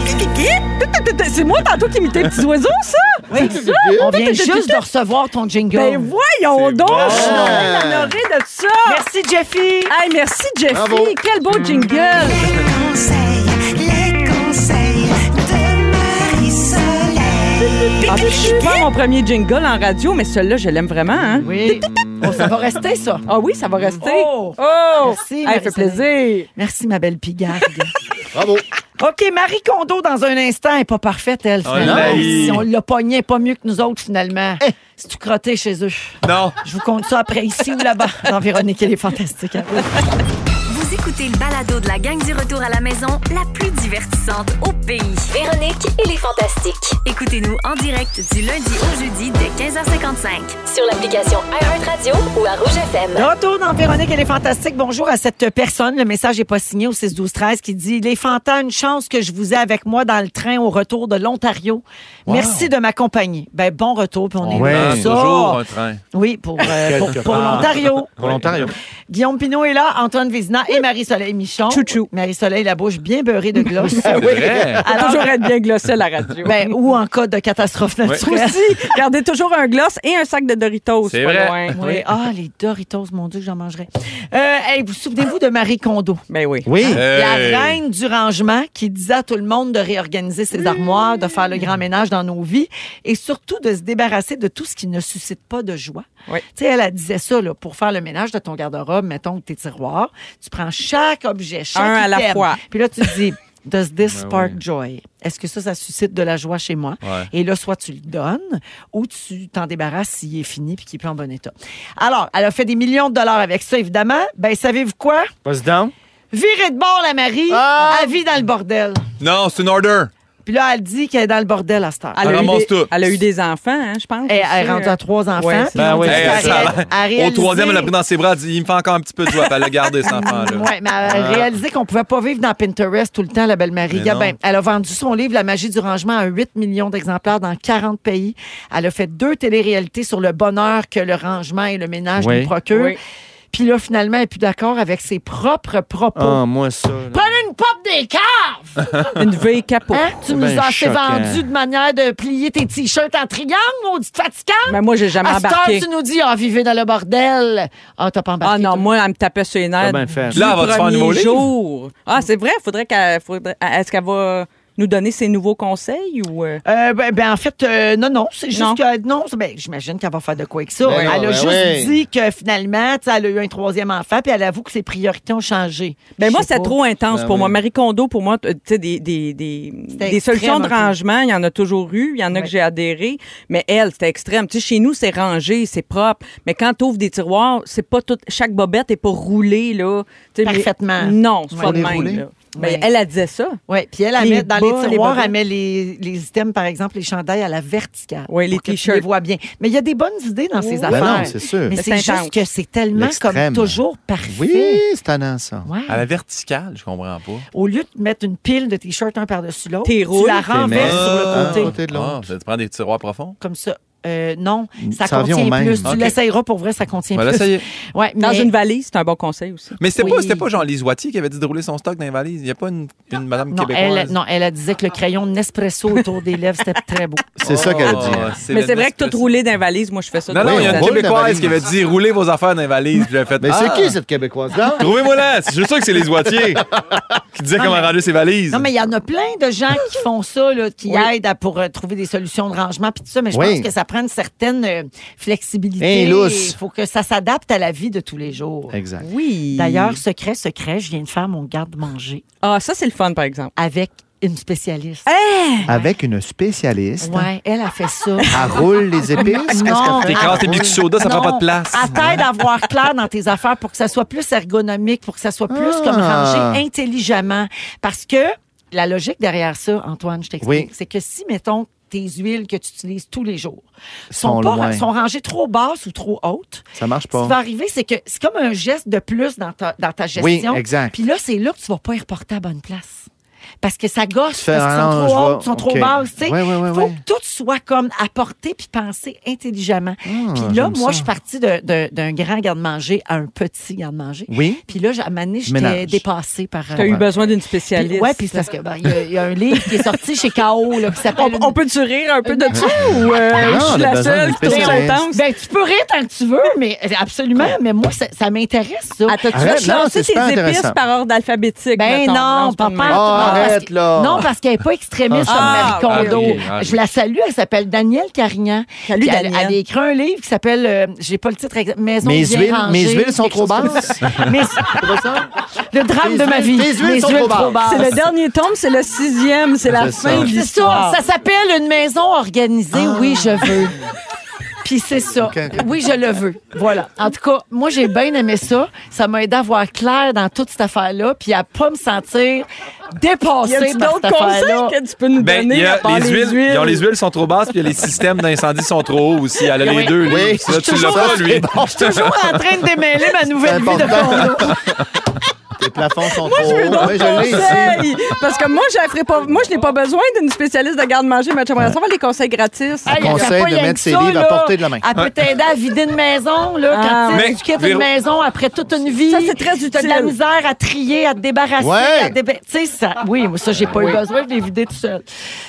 Speaker 3: C'est moi tantôt qui imitais les petits oiseaux, ça?
Speaker 1: Oui, Ben, on vient juste de recevoir ton jingle.
Speaker 3: Ben voyons
Speaker 2: C'est
Speaker 3: donc,
Speaker 2: bon.
Speaker 3: je suis honorée de ça.
Speaker 1: Merci, Jeffy.
Speaker 3: Hey, merci Jeffy,
Speaker 4: Bravo.
Speaker 3: quel beau jingle.
Speaker 9: Les conseils, les conseils de Marie-Soleil.
Speaker 3: Ah, puis je suis pas mon premier jingle en radio, mais celui-là, je l'aime vraiment. hein.
Speaker 1: Oui. Oh, ça va rester, ça.
Speaker 3: Ah oui, ça va rester.
Speaker 1: Oh. Merci,
Speaker 3: Hey, ça fait
Speaker 1: Marie-Soleil.
Speaker 3: plaisir.
Speaker 1: Merci, ma belle pigarde.
Speaker 4: Bravo!
Speaker 1: OK, Marie Kondo, dans un instant, est pas parfaite, elle,
Speaker 2: On
Speaker 1: finalement.
Speaker 2: Ah, l'a eu.
Speaker 1: si on l'a pognée, elle est pas mieux que nous autres, finalement. C'est tout crotté chez eux.
Speaker 2: Non.
Speaker 1: Je vous compte ça après, ici ou là-bas, dans Véronique, elle est fantastique.
Speaker 5: Vous écoutez écoutez le balado de la gang du retour à la maison, la plus divertissante au pays.
Speaker 6: Véronique et les Fantastiques.
Speaker 5: Écoutez-nous en direct du lundi au jeudi dès 15h55.
Speaker 6: Sur l'application iHeartRadio ou à Rouge FM.
Speaker 1: De Retour dans Véronique et les Fantastiques. Bonjour à cette personne. Le message n'est pas signé au 6-12-13 qui dit Les Fantas, une chance que je vous ai avec moi dans le train au retour de l'Ontario. Merci de m'accompagner. Ben, bon retour, puis on est
Speaker 4: Ouais,
Speaker 2: Ah,
Speaker 1: là. Ça.
Speaker 2: toujours un train.
Speaker 1: Oui, pour, euh,
Speaker 4: Quelque
Speaker 1: pour, pour
Speaker 4: part.
Speaker 1: l'Ontario.
Speaker 4: Pour l'Ontario.
Speaker 1: Guillaume Pinot est là, Antoine Vézina et Marie-Soleil Michon.
Speaker 3: Chouchou.
Speaker 1: Marie-Soleil, la bouche bien beurrée de gloss.
Speaker 4: Ah
Speaker 2: C'est vrai.
Speaker 3: Faut
Speaker 1: Alors,
Speaker 3: toujours être bien glossé à la radio.
Speaker 1: ben, ou en cas de catastrophe naturelle.
Speaker 3: aussi, gardez toujours un gloss et un sac de Doritos.
Speaker 2: C'est
Speaker 3: pas
Speaker 2: vrai.
Speaker 3: loin.
Speaker 1: Oui. Ah, les Doritos, mon Dieu, que j'en mangerais. Euh, hey, vous souvenez-vous de Marie Kondo?
Speaker 3: Ben oui.
Speaker 4: Oui.
Speaker 2: Euh,
Speaker 1: La
Speaker 2: Hey.
Speaker 1: reine du rangement qui disait à tout le monde de réorganiser ses armoires, de faire le
Speaker 3: Mmh.
Speaker 1: grand ménage dans nos vies et surtout de se débarrasser de tout ce qui ne suscite pas de joie.
Speaker 3: Oui.
Speaker 1: Tu sais, elle, elle disait ça, là, pour faire le ménage de ton garde-robe, mettons tes tiroirs, tu prends chaque objet, chaque
Speaker 3: Un à la
Speaker 1: item.
Speaker 3: fois.
Speaker 1: Puis là, tu te dis, does this
Speaker 2: Ben
Speaker 1: spark
Speaker 2: oui.
Speaker 1: joy? Est-ce que ça, ça suscite de la joie chez moi?
Speaker 2: Ouais.
Speaker 1: Et là, soit tu le donnes ou tu t'en débarrasses s'il est fini puis qu'il est plus en bon état. Alors, elle a fait des millions de dollars avec ça, évidemment. Ben, savez-vous quoi?
Speaker 4: Passe down.
Speaker 1: Virée de bord, la Marie,
Speaker 4: Ah!
Speaker 1: elle vit dans le bordel.
Speaker 2: Non, c'est une order.
Speaker 1: Puis là, elle dit qu'elle est dans le bordel à cette heure.
Speaker 3: Elle a, eu
Speaker 2: ramasse
Speaker 3: des,
Speaker 2: tout.
Speaker 3: elle a eu des enfants, hein, je pense.
Speaker 1: Eh, Elle, elle
Speaker 3: aussi,
Speaker 1: est rendue
Speaker 3: euh,
Speaker 1: à trois enfants.
Speaker 3: ouais,
Speaker 1: puis
Speaker 3: c'est
Speaker 4: Ben
Speaker 1: on
Speaker 4: oui.
Speaker 1: dit
Speaker 2: Hey,
Speaker 1: qu'elle
Speaker 2: ça
Speaker 1: ré- elle a
Speaker 2: Au
Speaker 1: réalisé-
Speaker 2: troisième, elle a pris dans ses bras. Elle dit, il me fait encore un petit peu de joie. Puis Elle l'a gardé, cet enfant-là.
Speaker 1: Ouais, mais elle a réalisé qu'on pouvait pas vivre dans Pinterest tout le temps, la belle Marie.
Speaker 2: Mais
Speaker 1: Gars,
Speaker 2: non.
Speaker 1: ben, elle a vendu son livre La magie du rangement à 8 millions d'exemplaires dans 40 pays. Elle a fait deux téléréalités sur le bonheur que le rangement et le ménage
Speaker 4: Oui.
Speaker 1: nous procurent.
Speaker 3: Oui.
Speaker 1: Puis là, finalement, elle est plus d'accord avec ses propres propos.
Speaker 4: Ah, moi, ça. là.
Speaker 1: Prenez une pop des caves!
Speaker 3: Une veille capot.
Speaker 1: Hein? Tu nous
Speaker 4: ben
Speaker 1: as assez
Speaker 4: choquant.
Speaker 1: vendu de manière de plier tes t-shirts en triangle, maudite fatigante.
Speaker 3: Mais moi, j'ai jamais
Speaker 1: À cette heure,
Speaker 3: embarqué.
Speaker 1: tu nous dis, ah, vivez dans le bordel. Ah, t'as pas embarqué.
Speaker 3: Ah non,
Speaker 1: toi.
Speaker 3: moi, elle me tapait sur les nerfs.
Speaker 4: T'as bien fait.
Speaker 3: du
Speaker 2: Là, elle va te faire un
Speaker 3: premier
Speaker 2: nouveau livre.
Speaker 3: jour. Ah, c'est vrai, faudrait qu'elle. faudrait- Est-ce qu'elle va nous donner ses nouveaux conseils ou. euh?
Speaker 1: Euh, ben, ben, en fait, euh, non, non, c'est juste
Speaker 3: Non.
Speaker 1: que non, c'est- ben, j'imagine qu'elle va faire de quoi avec ça.
Speaker 4: Ben
Speaker 1: elle
Speaker 4: non,
Speaker 1: a
Speaker 4: ben
Speaker 1: juste
Speaker 4: oui.
Speaker 1: dit que finalement, tu sais, elle a eu un troisième enfant, puis elle avoue que ses priorités ont changé.
Speaker 3: Ben
Speaker 1: Je
Speaker 3: moi,
Speaker 1: sais
Speaker 3: c'est
Speaker 1: pas.
Speaker 3: trop intense
Speaker 4: Ben
Speaker 3: pour moi.
Speaker 4: oui.
Speaker 3: Marie Kondo, pour moi, t- tu sais, des, des, des,
Speaker 1: C'était
Speaker 3: des
Speaker 1: extrême
Speaker 3: solutions de
Speaker 1: un peu.
Speaker 3: rangement, il y en a toujours eu. Il y en a
Speaker 1: Ouais.
Speaker 3: que j'ai adhéré. Mais elle, c'était extrême. Tu sais, chez nous, c'est rangé, c'est propre. Mais quand tu ouvres des tiroirs, c'est pas tout. Chaque bobette est pas roulée, là. Tu sais, mais-
Speaker 1: Parfaitement.
Speaker 3: non, c'est
Speaker 1: Ouais.
Speaker 3: pas
Speaker 4: Faut
Speaker 3: de
Speaker 4: les
Speaker 3: même.
Speaker 4: rouler.
Speaker 3: là. Ben,
Speaker 1: Ouais.
Speaker 3: elle, elle disait ça.
Speaker 1: Oui, puis elle, elle
Speaker 3: Les
Speaker 1: met dans
Speaker 3: bas,
Speaker 1: les
Speaker 3: les
Speaker 1: tiroirs,
Speaker 3: bobettes.
Speaker 1: elle met les, les items, par exemple, les chandails à la verticale.
Speaker 3: Ouais, les
Speaker 1: pour que tu
Speaker 3: t-shirts.
Speaker 1: les vois bien. Mais il y a des bonnes idées dans ces
Speaker 3: Ben
Speaker 1: affaires.
Speaker 4: non, c'est sûr.
Speaker 1: Mais
Speaker 3: Mais
Speaker 1: c'est
Speaker 3: c'est intense.
Speaker 1: juste que c'est tellement comme
Speaker 4: L'extrême.
Speaker 1: toujours parfait.
Speaker 4: Oui, c'est un ça.
Speaker 1: Ouais.
Speaker 2: À la verticale, je comprends pas.
Speaker 1: Au lieu de mettre une pile de t-shirts un par-dessus l'autre,
Speaker 3: T'es
Speaker 1: tu
Speaker 3: roule,
Speaker 1: la
Speaker 3: t'es
Speaker 1: renverses
Speaker 4: mets-
Speaker 1: sur
Speaker 4: Ah,
Speaker 1: le
Speaker 4: à
Speaker 1: côté.
Speaker 4: côté de l'autre.
Speaker 2: Ah, ça te prend des tiroirs profonds.
Speaker 1: Comme ça. Euh, non, ça,
Speaker 4: Ça revient au
Speaker 1: contient
Speaker 4: même.
Speaker 1: plus. Tu
Speaker 2: Ok.
Speaker 1: l'essayeras pour vrai, ça contient
Speaker 2: Voilà,
Speaker 1: plus.
Speaker 2: ça y est.
Speaker 1: Ouais,
Speaker 3: Dans
Speaker 1: mais-
Speaker 3: une valise, c'est un bon conseil aussi.
Speaker 2: Mais c'était
Speaker 1: Oui.
Speaker 2: pas, c'était pas Jean Lisoitier qui avait dit de rouler son stock dans les valises. Il n'y a pas une, une madame
Speaker 1: non,
Speaker 2: québécoise.
Speaker 1: elle, non, elle elle disait que le crayon Nespresso autour des lèvres, c'était très beau.
Speaker 4: C'est ça qu'elle a dit.
Speaker 2: Ah,
Speaker 4: hein.
Speaker 3: Mais c'est vrai que tout roulé dans les valises, moi, je fais ça.
Speaker 2: Non,
Speaker 3: tous
Speaker 2: non, il
Speaker 3: les
Speaker 2: y a
Speaker 3: ans.
Speaker 2: une
Speaker 4: roule dans les
Speaker 2: québécoise
Speaker 4: valises.
Speaker 2: qui avait dit roulez vos affaires dans les valises. Puis j'ai fait.
Speaker 4: Mais c'est
Speaker 2: ah,
Speaker 4: qui, cette Québécoise-là?
Speaker 2: Trouvez-moi là. C'est juste sûr que c'est les Oitiers qui disaient comment ranger ses valises.
Speaker 1: Non, mais il y en a plein de gens qui font ça, là, qui
Speaker 3: Oui.
Speaker 1: aident à- pour euh, trouver des solutions de rangement puis tout ça, mais je
Speaker 4: Oui.
Speaker 1: pense que ça prend une certaine euh, flexibilité.
Speaker 4: Hey, lousse.
Speaker 1: Il faut que ça s'adapte à la vie de tous les jours.
Speaker 4: Exact.
Speaker 3: Oui.
Speaker 1: D'ailleurs, secret, secret, je viens de faire mon garde-manger
Speaker 3: Ah, ça, c'est le fun, par exemple.
Speaker 1: avec une spécialiste.
Speaker 2: Hein?
Speaker 4: Avec une spécialiste,
Speaker 1: Ouais, elle a fait ça.
Speaker 4: elle roule les épices. Qu'est-ce
Speaker 1: Non. Ah,
Speaker 4: qu'elle fait?
Speaker 2: T'écrases tes biscuits soda, ça
Speaker 1: Non,
Speaker 2: prend pas de place.
Speaker 1: Elle t'aide à voir clair dans tes affaires pour que ça soit plus ergonomique, pour que ça soit plus
Speaker 4: Ah.
Speaker 1: comme rangé intelligemment. Parce que la logique derrière ça, Antoine, je t'explique,
Speaker 4: Oui.
Speaker 1: c'est que si, mettons, tes huiles que tu utilises tous les jours
Speaker 4: Sont
Speaker 1: sont, pas-
Speaker 4: loin.
Speaker 1: sont rangées trop basses ou trop hautes,
Speaker 4: Ça marche
Speaker 1: ce
Speaker 4: pas.
Speaker 1: qui va arriver, c'est que c'est comme un geste de plus dans ta, dans ta gestion.
Speaker 4: Oui, exact.
Speaker 1: Puis là, c'est là que tu vas pas y reporter à bonne place. Parce que ça gosse,
Speaker 4: Tu fais,
Speaker 1: parce qu'ils sont
Speaker 4: ah non, je
Speaker 1: trop
Speaker 4: vois,
Speaker 1: hautes, ils sont
Speaker 4: ok.
Speaker 1: trop basses, tu sais.
Speaker 4: Ouais, ouais, ouais,
Speaker 1: faut
Speaker 4: ouais.
Speaker 1: que tout soit comme apporté puis pensé intelligemment. puis là,
Speaker 4: Hmm, j'aime
Speaker 1: moi,
Speaker 4: ça.
Speaker 1: je suis partie de- de- d'un grand garde-manger à un petit garde-manger.
Speaker 4: Oui.
Speaker 1: Puis là, j'ai- à un moment donné, j'étais
Speaker 4: Ménage.
Speaker 1: dépassée par... euh,
Speaker 3: Tu as eu besoin d'une spécialiste.
Speaker 1: puis, ouais, puis c'est parce que ben, il y, a- il y a un livre qui est sorti chez K.O. là, qui s'appelle...
Speaker 3: On peut-tu rire un peu de ça ou euh, je
Speaker 4: Non, on a
Speaker 3: suis la
Speaker 4: besoin
Speaker 3: seule
Speaker 4: d'une
Speaker 3: qui tourne
Speaker 4: spécialiste.
Speaker 3: contente?
Speaker 1: Ben, tu peux rire tant que tu veux, mais euh, absolument. Mais moi, ça, ça m'intéresse, ça.
Speaker 3: Ben,
Speaker 4: Arrête,
Speaker 3: Ah, T'as-tu
Speaker 4: non,
Speaker 3: lancé
Speaker 4: c'est
Speaker 3: tes
Speaker 4: super
Speaker 3: épices
Speaker 4: intéressant.
Speaker 3: par ordre alphabétique?
Speaker 1: Ben
Speaker 3: mettons?
Speaker 1: non,
Speaker 3: c'est pas
Speaker 1: pas
Speaker 3: de
Speaker 1: pas
Speaker 3: même.
Speaker 1: en tout, non,
Speaker 4: Arrête,
Speaker 1: parce que-
Speaker 4: là.
Speaker 1: Non, parce qu'elle n'est pas extrémiste comme
Speaker 3: Ah,
Speaker 1: Marie Kondo.
Speaker 2: ok, ok.
Speaker 1: Je la salue, elle s'appelle Danielle Carignan.
Speaker 3: Salut,
Speaker 1: Puis elle-
Speaker 3: Danielle.
Speaker 1: Elle, a écrit un livre qui s'appelle, euh, j'ai pas le titre exact, Maison
Speaker 4: Mes
Speaker 1: bien
Speaker 4: huiles,
Speaker 1: rangée,
Speaker 4: mes huiles sont
Speaker 1: quelque
Speaker 4: trop
Speaker 1: chose comme
Speaker 4: basses.
Speaker 1: ça. Mes- le drame
Speaker 4: Tes
Speaker 1: de ma vie.
Speaker 4: huiles- tes huiles
Speaker 1: Mes
Speaker 4: sont trop basses.
Speaker 3: C'est le dernier tome, c'est le sixième, c'est la
Speaker 4: C'est ça.
Speaker 3: fin de
Speaker 1: C'est ça,
Speaker 3: l'histoire.
Speaker 1: Ah. ça s'appelle Une maison organisée, oui, je veux. Puis Puis c'est ça.
Speaker 4: Ok, ok.
Speaker 1: Oui, je le veux. Voilà. En tout cas, moi, j'ai bien aimé ça. Ça m'a aidé à voir clair dans toute cette affaire-là, puis à pas me sentir
Speaker 3: Y a-tu
Speaker 1: dépassée par cette
Speaker 3: d'autres
Speaker 1: affaire-là.
Speaker 3: conseils que tu peux nous
Speaker 2: Ben, il
Speaker 3: donner
Speaker 2: y
Speaker 3: à
Speaker 2: a
Speaker 3: part
Speaker 2: les, huiles, Ils ont les huiles sont trop basses, puis il y a les systèmes d'incendie sont trop hauts aussi. Elle a les deux, lui.
Speaker 4: Oui,
Speaker 2: Ça, tu
Speaker 4: je suis
Speaker 2: l'as
Speaker 4: toujours-
Speaker 2: pas, lui.
Speaker 1: Toujours en train de démêler ma nouvelle vie de
Speaker 4: important.
Speaker 1: condo.
Speaker 4: Les plafonds sont trop hauts. Oui, je l'ai ici.
Speaker 3: Conseils! Parce que moi, je la ferai pas, moi, je n'ai pas besoin d'une spécialiste de garde-manger, mais j'aimerais savoir les conseils gratis.
Speaker 1: Hey,
Speaker 4: Conseil
Speaker 1: elle fait pas
Speaker 4: de
Speaker 1: rien
Speaker 4: mettre
Speaker 1: que
Speaker 4: ses
Speaker 1: ça,
Speaker 4: livres à
Speaker 1: là.
Speaker 4: portée de la main.
Speaker 1: Elle peut t'aider à vider une maison, là,
Speaker 3: Ah.
Speaker 1: quand tu sais,
Speaker 2: Mais,
Speaker 1: tu quittes
Speaker 2: Véro-
Speaker 1: une maison après toute une vie.
Speaker 3: Ça, c'est très
Speaker 1: T'as de la
Speaker 3: utile.
Speaker 1: misère à trier, à te débarrasser.
Speaker 4: Ouais.
Speaker 1: à te déba- Tu sais, ça. Oui, moi, ça, j'ai pas eu besoin de les vider tout seul.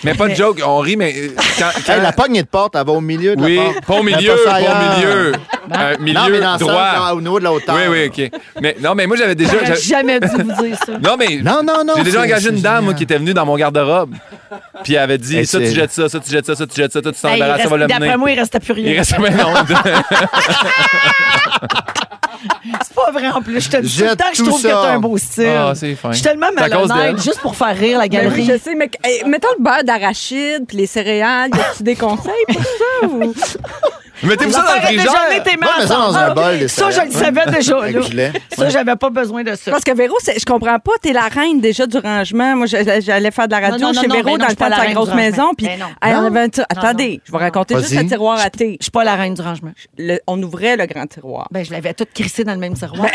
Speaker 2: Mais pas de joke, on rit, mais euh, quand. quand-
Speaker 4: Hey, la pognée de porte, elle va au milieu de
Speaker 2: oui,
Speaker 4: la porte.
Speaker 2: pas au
Speaker 4: Elle
Speaker 2: milieu,
Speaker 4: passe
Speaker 2: pas
Speaker 4: ailleurs.
Speaker 2: au milieu. Euh,
Speaker 4: non, mais
Speaker 2: milieu
Speaker 4: dans le
Speaker 2: droit.
Speaker 4: sens, dans- au niveau de la hauteur.
Speaker 2: oui, oui, OK. Mais, non, mais moi, j'avais déjà.
Speaker 1: J'aurais
Speaker 2: j'avais-
Speaker 1: jamais dû vous dire ça.
Speaker 2: Non, mais.
Speaker 4: Non, non, non,
Speaker 2: J'ai déjà
Speaker 4: c'est-
Speaker 2: engagé
Speaker 4: c'est
Speaker 2: une dame, moi,
Speaker 4: génial.
Speaker 2: qui était venue dans mon garde-robe. Puis elle avait dit
Speaker 4: Hey,
Speaker 2: ça, tu
Speaker 4: c'est-
Speaker 2: jettes ça, ça, tu jettes ça, ça, tu jettes ça, toi, tu
Speaker 1: Hey, il
Speaker 2: t'embarrasses, ça va
Speaker 1: reste-
Speaker 2: le mener.
Speaker 1: D'après moi, il restait plus
Speaker 2: Il
Speaker 1: rien.
Speaker 2: reste même
Speaker 1: C'est pas vrai en plus. Je te dis tout le
Speaker 4: Jette
Speaker 1: temps que je
Speaker 4: tout
Speaker 1: trouve que
Speaker 4: ça.
Speaker 1: t'as un beau style.
Speaker 2: Ah, c'est fin.
Speaker 1: Je suis tellement
Speaker 2: C'est à cause
Speaker 1: malhonnête,
Speaker 2: d'elle.
Speaker 1: juste pour faire rire la
Speaker 3: Ben oui,
Speaker 1: galerie.
Speaker 3: je sais, mais eh, mettons le beurre d'arachide puis les céréales, y a-tu des conseils pour ça? ou-
Speaker 2: Mettez-vous ça dans le
Speaker 1: J'aurais jamais
Speaker 2: frigère.
Speaker 1: été
Speaker 4: Ouais, mais ça, dans un
Speaker 1: ensemble.
Speaker 4: bol, les
Speaker 1: Ça, je
Speaker 4: céréales.
Speaker 1: le savais déjà.
Speaker 4: Avec
Speaker 1: là.
Speaker 4: gilet.
Speaker 1: Ça, j'avais pas besoin de ça.
Speaker 3: Parce que Véro, c'est- je comprends pas, t'es la reine déjà du rangement. Moi, j'allais j'allais faire de la radio
Speaker 1: Non, non,
Speaker 3: chez
Speaker 1: non,
Speaker 3: Véro
Speaker 1: ben non,
Speaker 3: dans
Speaker 1: je
Speaker 3: le
Speaker 1: suis pas
Speaker 3: temps de
Speaker 1: la
Speaker 3: sa
Speaker 1: reine
Speaker 3: grosse
Speaker 1: du rangement.
Speaker 3: maison. Puis,
Speaker 1: Ben non.
Speaker 3: elle
Speaker 4: Non.
Speaker 3: avait un tir- Attendez, je vais raconter juste
Speaker 4: Vas-y.
Speaker 3: un tiroir à thé.
Speaker 1: Je suis pas la reine du rangement.
Speaker 3: Le- on ouvrait le grand tiroir.
Speaker 1: Ben, je l'avais toute crissée dans le même tiroir.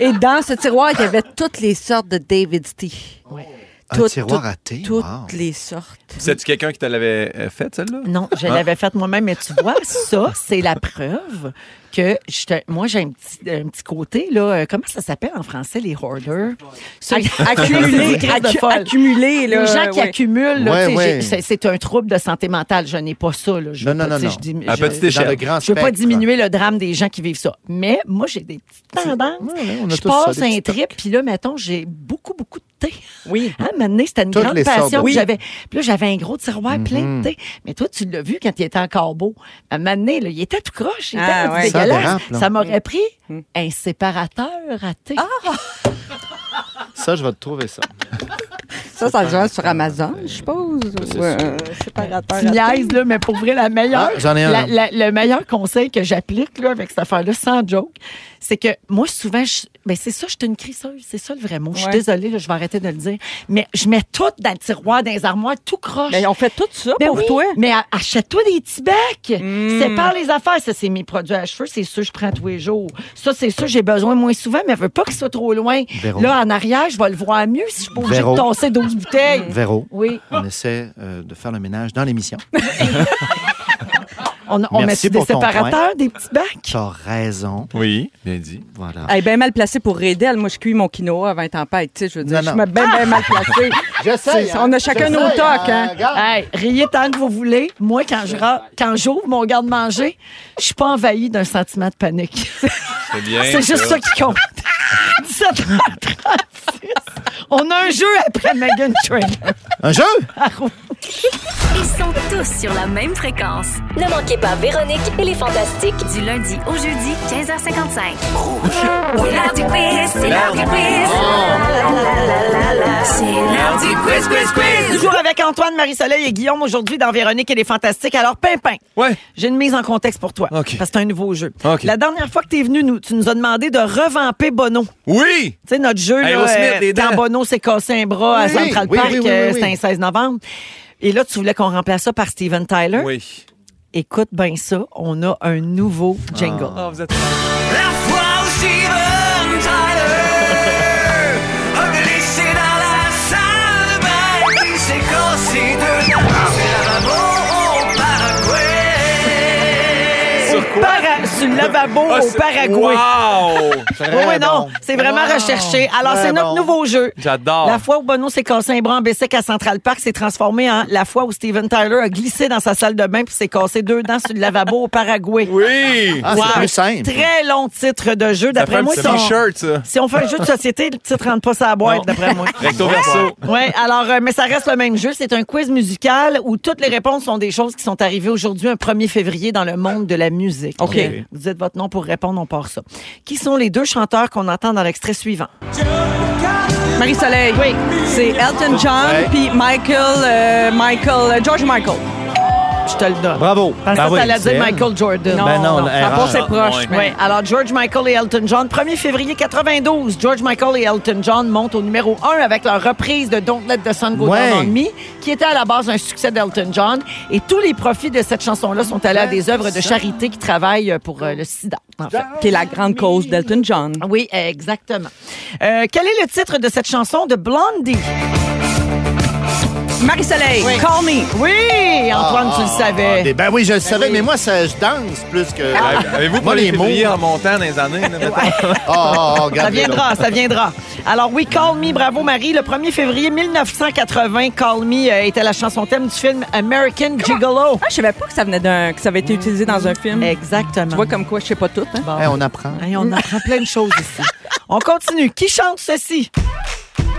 Speaker 3: Et dans ce tiroir, il y avait toutes les sortes de David's Tea.
Speaker 4: Un
Speaker 3: Toutes,
Speaker 4: tiroir
Speaker 3: toutes,
Speaker 4: à thé.
Speaker 3: Toutes
Speaker 4: wow.
Speaker 3: les sortes.
Speaker 2: C'est-tu quelqu'un qui te l'avait euh, fait, celle-là?
Speaker 1: Non, je
Speaker 2: Hein?
Speaker 1: l'avais faite moi-même, mais tu vois, ça, c'est la preuve que je te- moi, j'ai un petit, un petit côté, là, euh, comment ça s'appelle en français, les hoarders? Ceux-
Speaker 3: Accumulé,
Speaker 1: Crise de
Speaker 3: accu-
Speaker 1: folle.
Speaker 3: accumulé, là.
Speaker 1: les gens qui
Speaker 3: ouais.
Speaker 1: accumulent, là,
Speaker 4: Ouais,
Speaker 1: tu sais,
Speaker 4: ouais.
Speaker 1: j'ai- c'est- c'est un trouble de santé mentale. Je n'ai pas ça. Là. Je
Speaker 4: Non,
Speaker 1: veux
Speaker 4: non,
Speaker 1: pas-
Speaker 4: non,
Speaker 1: tu sais,
Speaker 4: non.
Speaker 1: je dis-
Speaker 2: À
Speaker 1: je-
Speaker 2: petite échelle.
Speaker 4: Dans le grand
Speaker 1: Je veux
Speaker 4: spectre.
Speaker 1: pas diminuer le drame des gens qui vivent ça. Mais moi, j'ai des petites tendances.
Speaker 4: ouais, on a
Speaker 1: je
Speaker 4: tous ça,
Speaker 1: passe
Speaker 4: des petits
Speaker 1: un trip, puis là, mettons, j'ai beaucoup, beaucoup de thé.
Speaker 3: Oui.
Speaker 1: Hein, maintenant, c'était une
Speaker 4: Toutes
Speaker 1: grande
Speaker 4: les sortes
Speaker 1: passion.
Speaker 4: de- Mm-hmm.
Speaker 1: que
Speaker 4: Oui.
Speaker 1: J'avais, puis là, j'avais un gros tiroir plein de thé. Mais toi, tu l'as vu quand il était encore beau. À maintenant, là, il était tout croche. Il était
Speaker 3: Ah,
Speaker 1: tout
Speaker 3: ouais. Mm.
Speaker 4: Ça
Speaker 1: dégueulasse.
Speaker 4: dérape, là.
Speaker 1: Ça m'aurait pris un séparateur à
Speaker 3: Ah,
Speaker 1: thé.
Speaker 4: Ça, je vais te trouver ça.
Speaker 3: Ça, ça vient sur Amazon,
Speaker 4: Euh,
Speaker 3: je suppose. ou, euh, séparateur à
Speaker 1: Tu
Speaker 3: thé.
Speaker 1: niaises, là, mais pour vrai, la meilleure,
Speaker 4: Ah, j'en ai un,
Speaker 1: la-
Speaker 4: là.
Speaker 1: la- le meilleur conseil que j'applique là, avec cette affaire-là, sans joke, c'est que moi, souvent, je- ben, c'est ça, je suis une crisseuse. C'est ça le vrai mot. Je suis
Speaker 3: Ouais.
Speaker 1: désolée, là, je vais arrêter de le dire. Mais je mets tout dans le tiroir, dans les armoires, tout croche.
Speaker 3: Ben, on fait tout ça
Speaker 1: Ben
Speaker 3: pour
Speaker 1: oui,
Speaker 3: toi. Hmm.
Speaker 1: Mais a- achète-toi des petits bacs. C'est par les affaires. Ça, c'est mes produits à cheveux. C'est ceux que je prends tous les jours. Ça, c'est ceux que j'ai besoin moins souvent, mais je veux pas qu'ils soient trop loin.
Speaker 4: Véro.
Speaker 1: Là, en arrière, je vais le voir mieux si je suis pas obligée de
Speaker 4: Véro.
Speaker 1: tasser 12 bouteilles.
Speaker 4: Véro,
Speaker 1: Oui.
Speaker 4: on essaie euh, de faire le ménage dans l'émission.
Speaker 1: On, on met
Speaker 4: Merci
Speaker 1: des
Speaker 4: pour ton
Speaker 1: séparateurs, des petits bacs.
Speaker 4: Tu as raison.
Speaker 2: Oui, bien dit.
Speaker 4: Voilà.
Speaker 3: Elle est bien mal placée pour Redel. Moi, je cuis mon quinoa avant une tempête. Tu sais, je veux dire,
Speaker 4: Non,
Speaker 3: je
Speaker 4: non. Ah!
Speaker 3: suis bien, bien mal placée.
Speaker 4: J'essaie.
Speaker 1: hein.
Speaker 3: C'est- on a chacun nos
Speaker 4: J'essaie,
Speaker 3: tocs, hein.
Speaker 4: regarde.
Speaker 1: Hey, riez tant que vous voulez. Moi, quand je ra- quand j'ouvre mon garde-manger, je suis pas envahie d'un sentiment de panique.
Speaker 2: C'est bien.
Speaker 1: C'est juste ça qui compte. 17h36. On a un jeu après Megan Trainor.
Speaker 4: Un jeu?
Speaker 5: Ils sont tous sur la même fréquence.
Speaker 6: Ne manquez pas Véronique et les Fantastiques.
Speaker 5: Du lundi au jeudi, 15h55. Rouge. C'est l'heure du quiz, c'est l'heure du quiz. C'est l'heure du quiz, quiz, quiz.
Speaker 1: Toujours avec Antoine, Marie-Soleil et Guillaume aujourd'hui dans Véronique et les Fantastiques. Alors, Pimpin,
Speaker 2: Ouais.
Speaker 1: j'ai une mise en contexte pour toi.
Speaker 2: OK.
Speaker 1: Parce que c'est un nouveau jeu.
Speaker 2: OK.
Speaker 1: La dernière fois que tu es venu, nous, tu nous as demandé de revamper Bono.
Speaker 2: Oui!
Speaker 1: Tu sais, notre jeu, là,
Speaker 2: Aerosmith,
Speaker 1: euh,
Speaker 2: les dents.
Speaker 1: quand Bono s'est cassé un bras à
Speaker 4: Oui,
Speaker 1: Central
Speaker 4: oui,
Speaker 1: Park,
Speaker 4: oui, oui,
Speaker 1: euh,
Speaker 4: oui, oui.
Speaker 1: c'était un 16 novembre. Et là, tu voulais qu'on remplace ça par Steven Tyler.
Speaker 2: Oui.
Speaker 1: Écoute bien ça, on a un nouveau jingle.
Speaker 2: vous êtes
Speaker 9: La fois où Steven Tyler a glissé dans la salle de bain, il s'est cassé deux dents sur le lavabo au Paraguay.
Speaker 2: sur quoi?
Speaker 1: Para- sur le lavabo
Speaker 2: Ah,
Speaker 1: au
Speaker 2: c'est-
Speaker 1: Paraguay.
Speaker 2: Wow!
Speaker 1: Oui,
Speaker 4: Eh
Speaker 1: oui, non, c'est vraiment
Speaker 4: Wow.
Speaker 1: recherché. Alors,
Speaker 4: Très
Speaker 1: c'est notre
Speaker 4: Eh bon.
Speaker 1: nouveau jeu.
Speaker 2: J'adore.
Speaker 1: La fois où Bono s'est cassé un bras en Bessic à Central Park s'est transformé en la fois où Steven Tyler a glissé dans sa salle de bain puis s'est cassé deux dents sur le lavabo au Paraguay.
Speaker 2: Oui!
Speaker 4: Ah,
Speaker 1: Wow.
Speaker 4: c'est plus simple.
Speaker 1: Très long titre de jeu.
Speaker 2: Après
Speaker 1: D'après moi,
Speaker 2: c'est
Speaker 1: si on-
Speaker 2: un t-shirt, ça.
Speaker 1: si on fait un jeu de société, le titre rentre pas sa
Speaker 2: Non.
Speaker 1: boîte, d'après moi.
Speaker 2: Recto verso.
Speaker 1: Oui, alors, euh, mais ça reste le même jeu. C'est un quiz musical où toutes les réponses sont des choses qui sont arrivées aujourd'hui, un 1er février, dans le monde de la musique. Euh,
Speaker 3: OK.
Speaker 1: Vous dites votre nom pour répondre, on part ça. Qui sont les deux chanteurs qu'on entend dans l'extrait suivant?
Speaker 3: Marie-Soleil.
Speaker 1: Oui.
Speaker 3: C'est Elton John
Speaker 4: Ouais.
Speaker 3: puis Michael, euh, Michael, euh, George Michael.
Speaker 1: Je te le donne.
Speaker 4: Bravo.
Speaker 1: Parce que
Speaker 4: Ah oui,
Speaker 1: ça allait
Speaker 4: c'est
Speaker 1: dire
Speaker 4: elle.
Speaker 1: Michael Jordan.
Speaker 4: Ben non,
Speaker 3: ça
Speaker 4: erreur.
Speaker 3: passe, c'est proche.
Speaker 2: Ouais.
Speaker 3: mais-
Speaker 1: Oui. Alors, George Michael et Elton John, 1er février 92, George Michael et Elton John montent au numéro 1 avec leur reprise de Don't Let the Sun Go
Speaker 4: Ouais.
Speaker 1: Down on Me, qui était à la base un succès d'Elton John. Et tous les profits de cette chanson-là sont allés à des œuvres de charité qui travaillent pour euh, le sida, en fait.
Speaker 3: Qui est la grande cause d'Elton John.
Speaker 1: Oui, exactement. Euh, quel est le titre de cette chanson de Blondie?
Speaker 3: Marie-Soleil, call me.
Speaker 1: Oui, Antoine, tu le savais.
Speaker 4: Ben oui, je le savais, mais moi, ça, je danse plus que.
Speaker 1: Ah.
Speaker 2: Avez-vous
Speaker 4: Ah.
Speaker 2: pas
Speaker 4: Moi,
Speaker 2: les
Speaker 4: les mots.
Speaker 2: février en montant dans les années? là, mettons?
Speaker 4: Ah, ah,
Speaker 1: Ça
Speaker 4: regarde.
Speaker 1: viendra, ça viendra. Alors oui, Call Me, bravo Marie. Le 1er février 1980, Call Me euh, était la chanson thème du film American Gigolo.
Speaker 3: Ah, je savais pas que ça venait d'un, que ça avait été utilisé dans un film. Tu
Speaker 1: Exactement.
Speaker 3: vois comme quoi, je sais pas tout. Hein?
Speaker 4: Hey, on apprend.
Speaker 1: Hey, on apprend plein de choses ici. On continue. Qui chante ceci?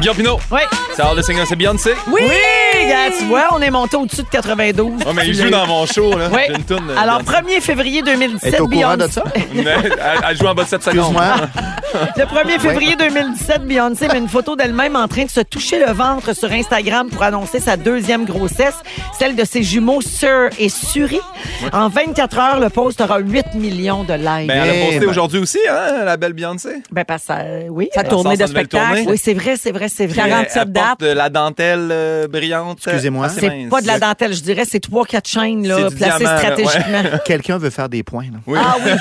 Speaker 2: Guillaume Pinot.
Speaker 1: Oui.
Speaker 2: C'est All the Singers, c'est Beyoncé.
Speaker 1: Oui! gars, tu vois, on est monté au-dessus de 92.
Speaker 2: Oh, mais il joue dans mon show, là.
Speaker 1: Oui.
Speaker 2: J'ai une toune, euh,
Speaker 1: Alors,
Speaker 2: Beyoncé.
Speaker 1: 1er février 2017,
Speaker 4: Est au courant de
Speaker 1: Beyoncé-
Speaker 4: ça?
Speaker 2: elle, elle joue en bas de 7 secondes.
Speaker 4: Excuse-moi.
Speaker 1: Le 1er février 2017, Beyoncé met une photo d'elle-même en train de se toucher le ventre sur Instagram pour annoncer sa deuxième grossesse, celle de ses jumeaux Sir et Suri. En 24 heures, le post aura 8 millions de likes.
Speaker 2: Ben, elle a
Speaker 4: Eh
Speaker 2: posté
Speaker 4: ben.
Speaker 2: aujourd'hui aussi, hein, la belle Beyoncé.
Speaker 1: Ben, parce que, euh, oui.
Speaker 3: Sa tournée de
Speaker 2: sa nouvelle
Speaker 3: spectacle.
Speaker 2: tournée.
Speaker 1: Oui, c'est vrai, c'est vrai, c'est
Speaker 2: Elle-
Speaker 1: vrai.
Speaker 2: euh, elle porte
Speaker 3: 47 dates.
Speaker 2: de la dentelle euh, brillante.
Speaker 4: Excusez-moi.
Speaker 2: assez
Speaker 1: C'est
Speaker 2: mince.
Speaker 1: pas de la dentelle, je dirais, c'est trois, quatre chaînes là,
Speaker 2: C'est du
Speaker 1: placées
Speaker 2: diamant, là, ouais.
Speaker 1: stratégiquement.
Speaker 4: Quelqu'un veut faire des points. là.
Speaker 2: Oui.
Speaker 1: Ah oui,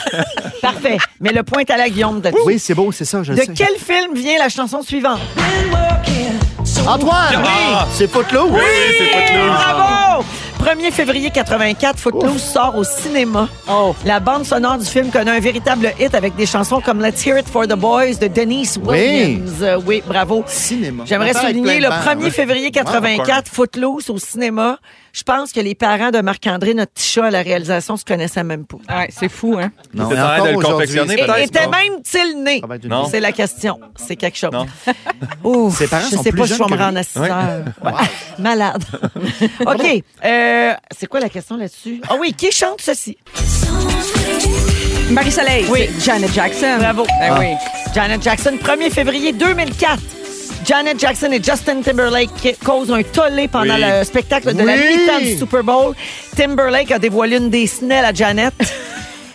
Speaker 1: parfait. Mais le point est à la Guillaume de
Speaker 4: Oui, c'est beau, c'est ça, je le
Speaker 1: De
Speaker 4: sais.
Speaker 1: quel film vient la chanson suivante?
Speaker 4: Antoine!
Speaker 2: Ah!
Speaker 4: C'est Footloose!
Speaker 2: Oui, c'est pas de nous.
Speaker 1: Bravo! 1er février 84, Footloose sort au cinéma.
Speaker 4: Oh.
Speaker 1: La bande sonore du film connaît un véritable hit avec des chansons comme Let's Hear It for the Boys de Denise Williams. Euh, Oui, bravo.
Speaker 4: Cinéma.
Speaker 1: J'aimerais
Speaker 4: On parle avec
Speaker 1: souligner le
Speaker 4: plein de bandes,
Speaker 1: 1er
Speaker 4: ouais.
Speaker 1: février 84, Footloose au cinéma. Je pense que les parents de Marc-André, notre petit chat à la réalisation, se connaissaient même pas.
Speaker 3: Ouais, c'est fou, hein?
Speaker 4: Non,
Speaker 2: C'était
Speaker 4: mais
Speaker 2: en train de
Speaker 4: encore
Speaker 2: le
Speaker 4: aujourd'hui,
Speaker 2: confectionner,
Speaker 4: c'est-
Speaker 2: peut-être.
Speaker 1: Et
Speaker 2: Nice,
Speaker 1: était
Speaker 2: non?
Speaker 1: même-il né?
Speaker 4: Ça va être une-
Speaker 2: Non.
Speaker 1: C'est la question. C'est quelque chose.
Speaker 2: Non.
Speaker 1: Ouf,
Speaker 4: Ses parents
Speaker 1: je
Speaker 4: sont
Speaker 1: sais
Speaker 4: plus
Speaker 1: pas si je
Speaker 4: jeunes
Speaker 1: vais me
Speaker 4: que
Speaker 1: rendre
Speaker 4: lui.
Speaker 1: à 6 heures. Ouais. Malade. OK. euh, c'est quoi la question là-dessus? Ah oui, qui chante ceci?
Speaker 3: Marie-Soleil. Oui. Janet Jackson.
Speaker 1: Bravo.
Speaker 4: Ah.
Speaker 3: Ben oui.
Speaker 1: Janet Jackson, 1er février 2004. Janet Jackson et Justin Timberlake qui causent un tollé pendant
Speaker 2: Oui.
Speaker 1: le spectacle de la
Speaker 4: Oui.
Speaker 1: mi-temps du Super Bowl. Timberlake a dévoilé une des snelles à Janet.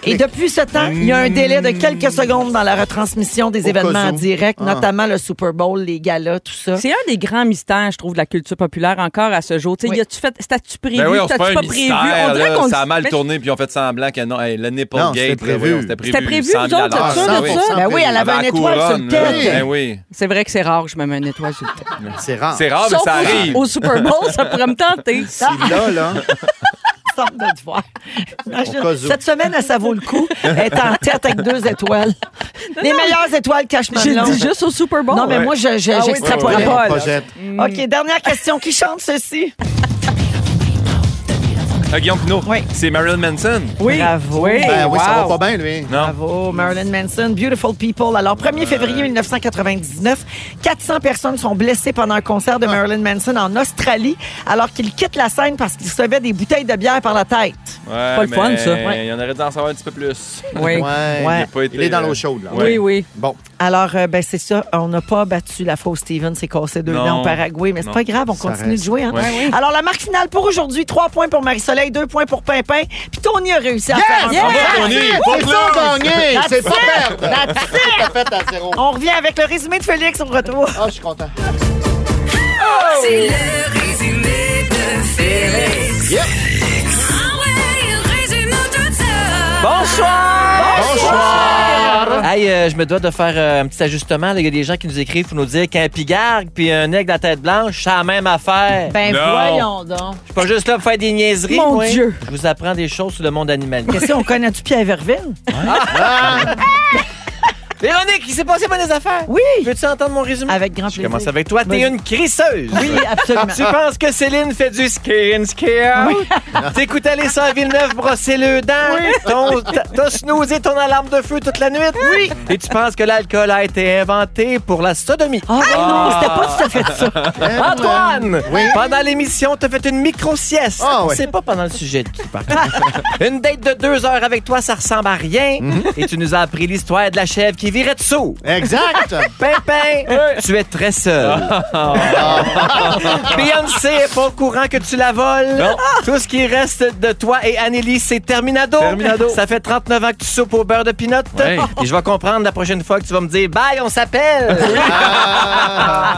Speaker 1: Et depuis ce temps, il y a un délai de quelques secondes dans la retransmission des
Speaker 4: Au
Speaker 1: événements
Speaker 4: cas
Speaker 1: en
Speaker 4: où.
Speaker 1: direct,
Speaker 4: Ah.
Speaker 1: notamment le Super Bowl, les galas, tout ça.
Speaker 3: C'est un des grands mystères, je trouve, de la culture populaire encore à ce jour. Tu sais,
Speaker 1: Oui.
Speaker 3: y a-tu fait, c'était-tu prévu,
Speaker 2: Ben oui, on se
Speaker 3: c'était-tu
Speaker 2: fait
Speaker 3: pas
Speaker 2: un
Speaker 3: prévu?
Speaker 2: mystère,
Speaker 3: dirait
Speaker 2: là,
Speaker 3: qu'on
Speaker 2: ça a
Speaker 3: le-
Speaker 2: mal
Speaker 3: mais-
Speaker 2: tourné, puis on fait semblant que non, hey, le nipple
Speaker 4: Non,
Speaker 2: gate,
Speaker 4: c'était
Speaker 2: là,
Speaker 4: prévu.
Speaker 2: voyons, c'était prévu.
Speaker 3: C'était prévu,
Speaker 2: 100
Speaker 3: vous autres,
Speaker 2: dollars.
Speaker 3: ça,
Speaker 4: Ah,
Speaker 3: de
Speaker 4: oui,
Speaker 3: ça?
Speaker 4: ça,
Speaker 1: Ben oui, elle
Speaker 2: Avant
Speaker 1: avait un
Speaker 2: la
Speaker 1: étoile sur le
Speaker 2: couronne, là.
Speaker 1: tête.
Speaker 2: Ben oui.
Speaker 3: C'est vrai que c'est rare que je me mets un nettoyage. sur le tête.
Speaker 4: C'est rare.
Speaker 2: C'est rare, Ah, mais
Speaker 3: Ah. Sauf
Speaker 2: ça
Speaker 3: au-
Speaker 2: arrive.
Speaker 3: Au Super Bowl, ça pourrait me tenter.
Speaker 4: C'est là, là.
Speaker 1: sorte de te voir. Imagine,
Speaker 4: Au cas où.
Speaker 1: Cette semaine, elle, ça vaut le coup. Elle est en tête avec deux étoiles. Les meilleures étoiles cache
Speaker 3: J'ai dit juste au Super Bowl.
Speaker 1: Non, mais moi, je- je-
Speaker 3: Ah oui,
Speaker 1: j'extrapole.
Speaker 3: c'est vrai.
Speaker 4: Projette.
Speaker 1: OK, dernière question. Qui chante ceci?
Speaker 2: Ah, Guillaume Pinot,
Speaker 1: Oui.
Speaker 2: c'est Marilyn Manson.
Speaker 3: Oui.
Speaker 1: Bravo.
Speaker 3: Oui.
Speaker 4: Ben oui, ça
Speaker 3: Wow.
Speaker 4: va pas bien, lui.
Speaker 2: Non.
Speaker 1: Bravo, Marilyn Manson, Beautiful People. Alors, 1er février 1999, 400 personnes sont blessées pendant un concert de Marilyn Manson en Australie, alors qu'il quitte la scène parce qu'il recevait des bouteilles de bière par la tête.
Speaker 2: Ouais,
Speaker 3: Pas le fun,
Speaker 2: mais
Speaker 3: ça.
Speaker 2: Il y en aurait dû en savoir un petit peu plus.
Speaker 3: Oui.
Speaker 4: Ouais.
Speaker 1: Ouais.
Speaker 2: Il a pas été,
Speaker 4: Il est dans l'eau
Speaker 2: euh,
Speaker 4: chaude, là.
Speaker 3: Oui,
Speaker 2: Ouais.
Speaker 3: oui.
Speaker 4: Bon.
Speaker 1: Alors, euh, ben, c'est ça. On n'a pas battu la fausse Steven. C'est cassé deux
Speaker 2: Non.
Speaker 1: dents au Paraguay. Mais c'est
Speaker 2: Non.
Speaker 1: pas grave. On continue
Speaker 4: reste.
Speaker 1: de jouer. hein.
Speaker 2: Ouais. Ouais,
Speaker 1: Alors, la marque finale pour aujourd'hui, trois points pour Marie-Soleil, deux points pour Pimpin. Puis Tony a réussi à faire un point.
Speaker 2: Bravo, Tony.
Speaker 4: C'est ça, gagné! C'est pas
Speaker 1: it.
Speaker 4: perdre! T'as fait à zéro.
Speaker 1: On revient avec le résumé de Félix. On retrouve.
Speaker 4: Ah, je suis content.
Speaker 9: C'est le résumé de Félix.
Speaker 4: Yep.
Speaker 9: Ah ouais, il résume tout ça.
Speaker 10: Hey, euh, je me dois de faire euh, un petit ajustement. là. Il y a des gens qui nous écrivent pour nous dire qu'un pigargue puis un aigle à la tête blanche, c'est la même affaire.
Speaker 1: Ben,
Speaker 2: Non.
Speaker 1: voyons donc.
Speaker 10: Je suis pas juste là pour faire des niaiseries.
Speaker 3: Mon
Speaker 10: moi.
Speaker 3: Dieu.
Speaker 10: Je vous apprends des choses sur le monde animal.
Speaker 1: Qu'est-ce qu'on connaît du Pierre Verville?
Speaker 10: Véronique, il s'est passé pas des affaires.
Speaker 1: Oui.
Speaker 10: Veux-tu entendre mon résumé?
Speaker 1: Avec grand
Speaker 10: Je
Speaker 1: plaisir.
Speaker 10: commence avec toi. T'es
Speaker 1: Vas-y. Ah.
Speaker 10: une crisseuse.
Speaker 1: Oui, absolument.
Speaker 10: Tu penses que Céline fait du ski in, ski out? T'écoutes aller ça à Villeneuve brosser le dent? Ton- t'as- T'as snoozé ton alarme de feu toute la nuit? Oui. Et tu penses que l'alcool a été inventé pour la sodomie?
Speaker 1: Ah, ben non, c'était pas tout à fait ça.
Speaker 10: Antoine!
Speaker 4: Oui.
Speaker 10: Pendant l'émission, t'as fait une micro-sieste.
Speaker 4: Ah ouais.
Speaker 10: C'est pas pendant le sujet de qui, par
Speaker 4: Mhm.
Speaker 10: contre. une date de deux heures avec toi, ça ressemble à rien. Et tu nous as appris l'histoire de la chèvre qui qui virait de sourd.
Speaker 4: Exact.
Speaker 10: Pimpin, tu es très seul.
Speaker 4: Ah.
Speaker 10: Beyoncé est pas au courant que tu la voles. Tout ce qui reste de toi et Anneli, c'est Terminado.
Speaker 11: Terminado.
Speaker 10: Ça fait 39 ans que tu soupes au beurre de pinot.
Speaker 11: Ouais.
Speaker 10: Et je vais comprendre la prochaine fois que tu vas me dire Bye, on s'appelle.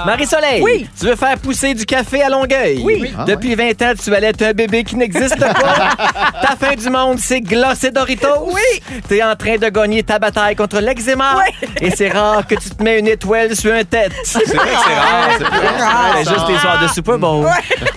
Speaker 10: Marie-Soleil, tu veux faire pousser du café à Longueuil. Ah. Oui.
Speaker 4: Ah,
Speaker 10: Depuis 20 ans, tu allais être un bébé qui n'existe pas. ta fin du monde, c'est Gloss et Doritos. Oui. T'es en train de gagner ta bataille contre l'eczéma. Et c'est rare que tu te mets une étoile sur un tête. Ah.
Speaker 11: C'est vrai que c'est rare. c'est vrai.
Speaker 10: C'est juste des soirs de Super Bowl.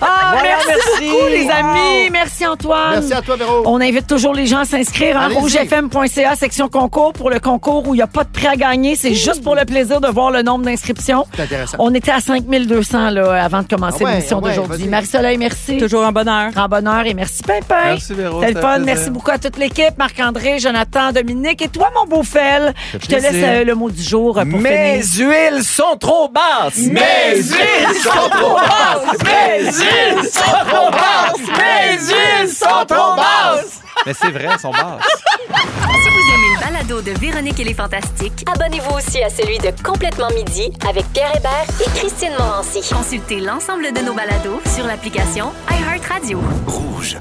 Speaker 1: Ah,
Speaker 10: Voilà,
Speaker 1: merci,
Speaker 10: merci.
Speaker 1: beaucoup, les amis. Merci, Antoine.
Speaker 4: Merci à toi, Véro.
Speaker 1: On invite toujours les gens à s'inscrire en
Speaker 4: Allez-y.
Speaker 1: rougefm.ca, section concours, pour le concours où il n'y a pas de prix à gagner. C'est juste pour le plaisir de voir le nombre d'inscriptions.
Speaker 4: C'est intéressant.
Speaker 1: On était à 5200 là, avant de commencer
Speaker 4: Ah ouais,
Speaker 1: l'émission
Speaker 4: ah ouais,
Speaker 1: d'aujourd'hui.
Speaker 4: vas-y.
Speaker 1: Marie-Soleil, merci.
Speaker 3: Toujours un bonheur.
Speaker 1: Grand bonheur et merci, Pimpin.
Speaker 11: Merci, Véro,
Speaker 1: C'était le
Speaker 11: c'était
Speaker 1: fun.
Speaker 11: un plaisir.
Speaker 1: Merci beaucoup à toute l'équipe, Marc-André, Jonathan, Dominique et toi, mon beau Fel. Je te
Speaker 10: plaisir.
Speaker 1: laisse euh, le mot du jour euh, pour
Speaker 10: Mes
Speaker 1: finir.
Speaker 10: huiles sont trop basses. Mes huiles sont trop basses. Mes huiles sont trop basses. Mes huiles sont trop basses.
Speaker 11: Mais c'est vrai, son bar.
Speaker 5: Si vous aimez le balado de Véronique et les Fantastiques,
Speaker 12: Abonnez-vous aussi à celui de Complètement Midi avec Pierre Hébert et Christine Morancy.
Speaker 5: consultez l'ensemble de nos balados sur l'application iHeartRadio.
Speaker 13: Rouge.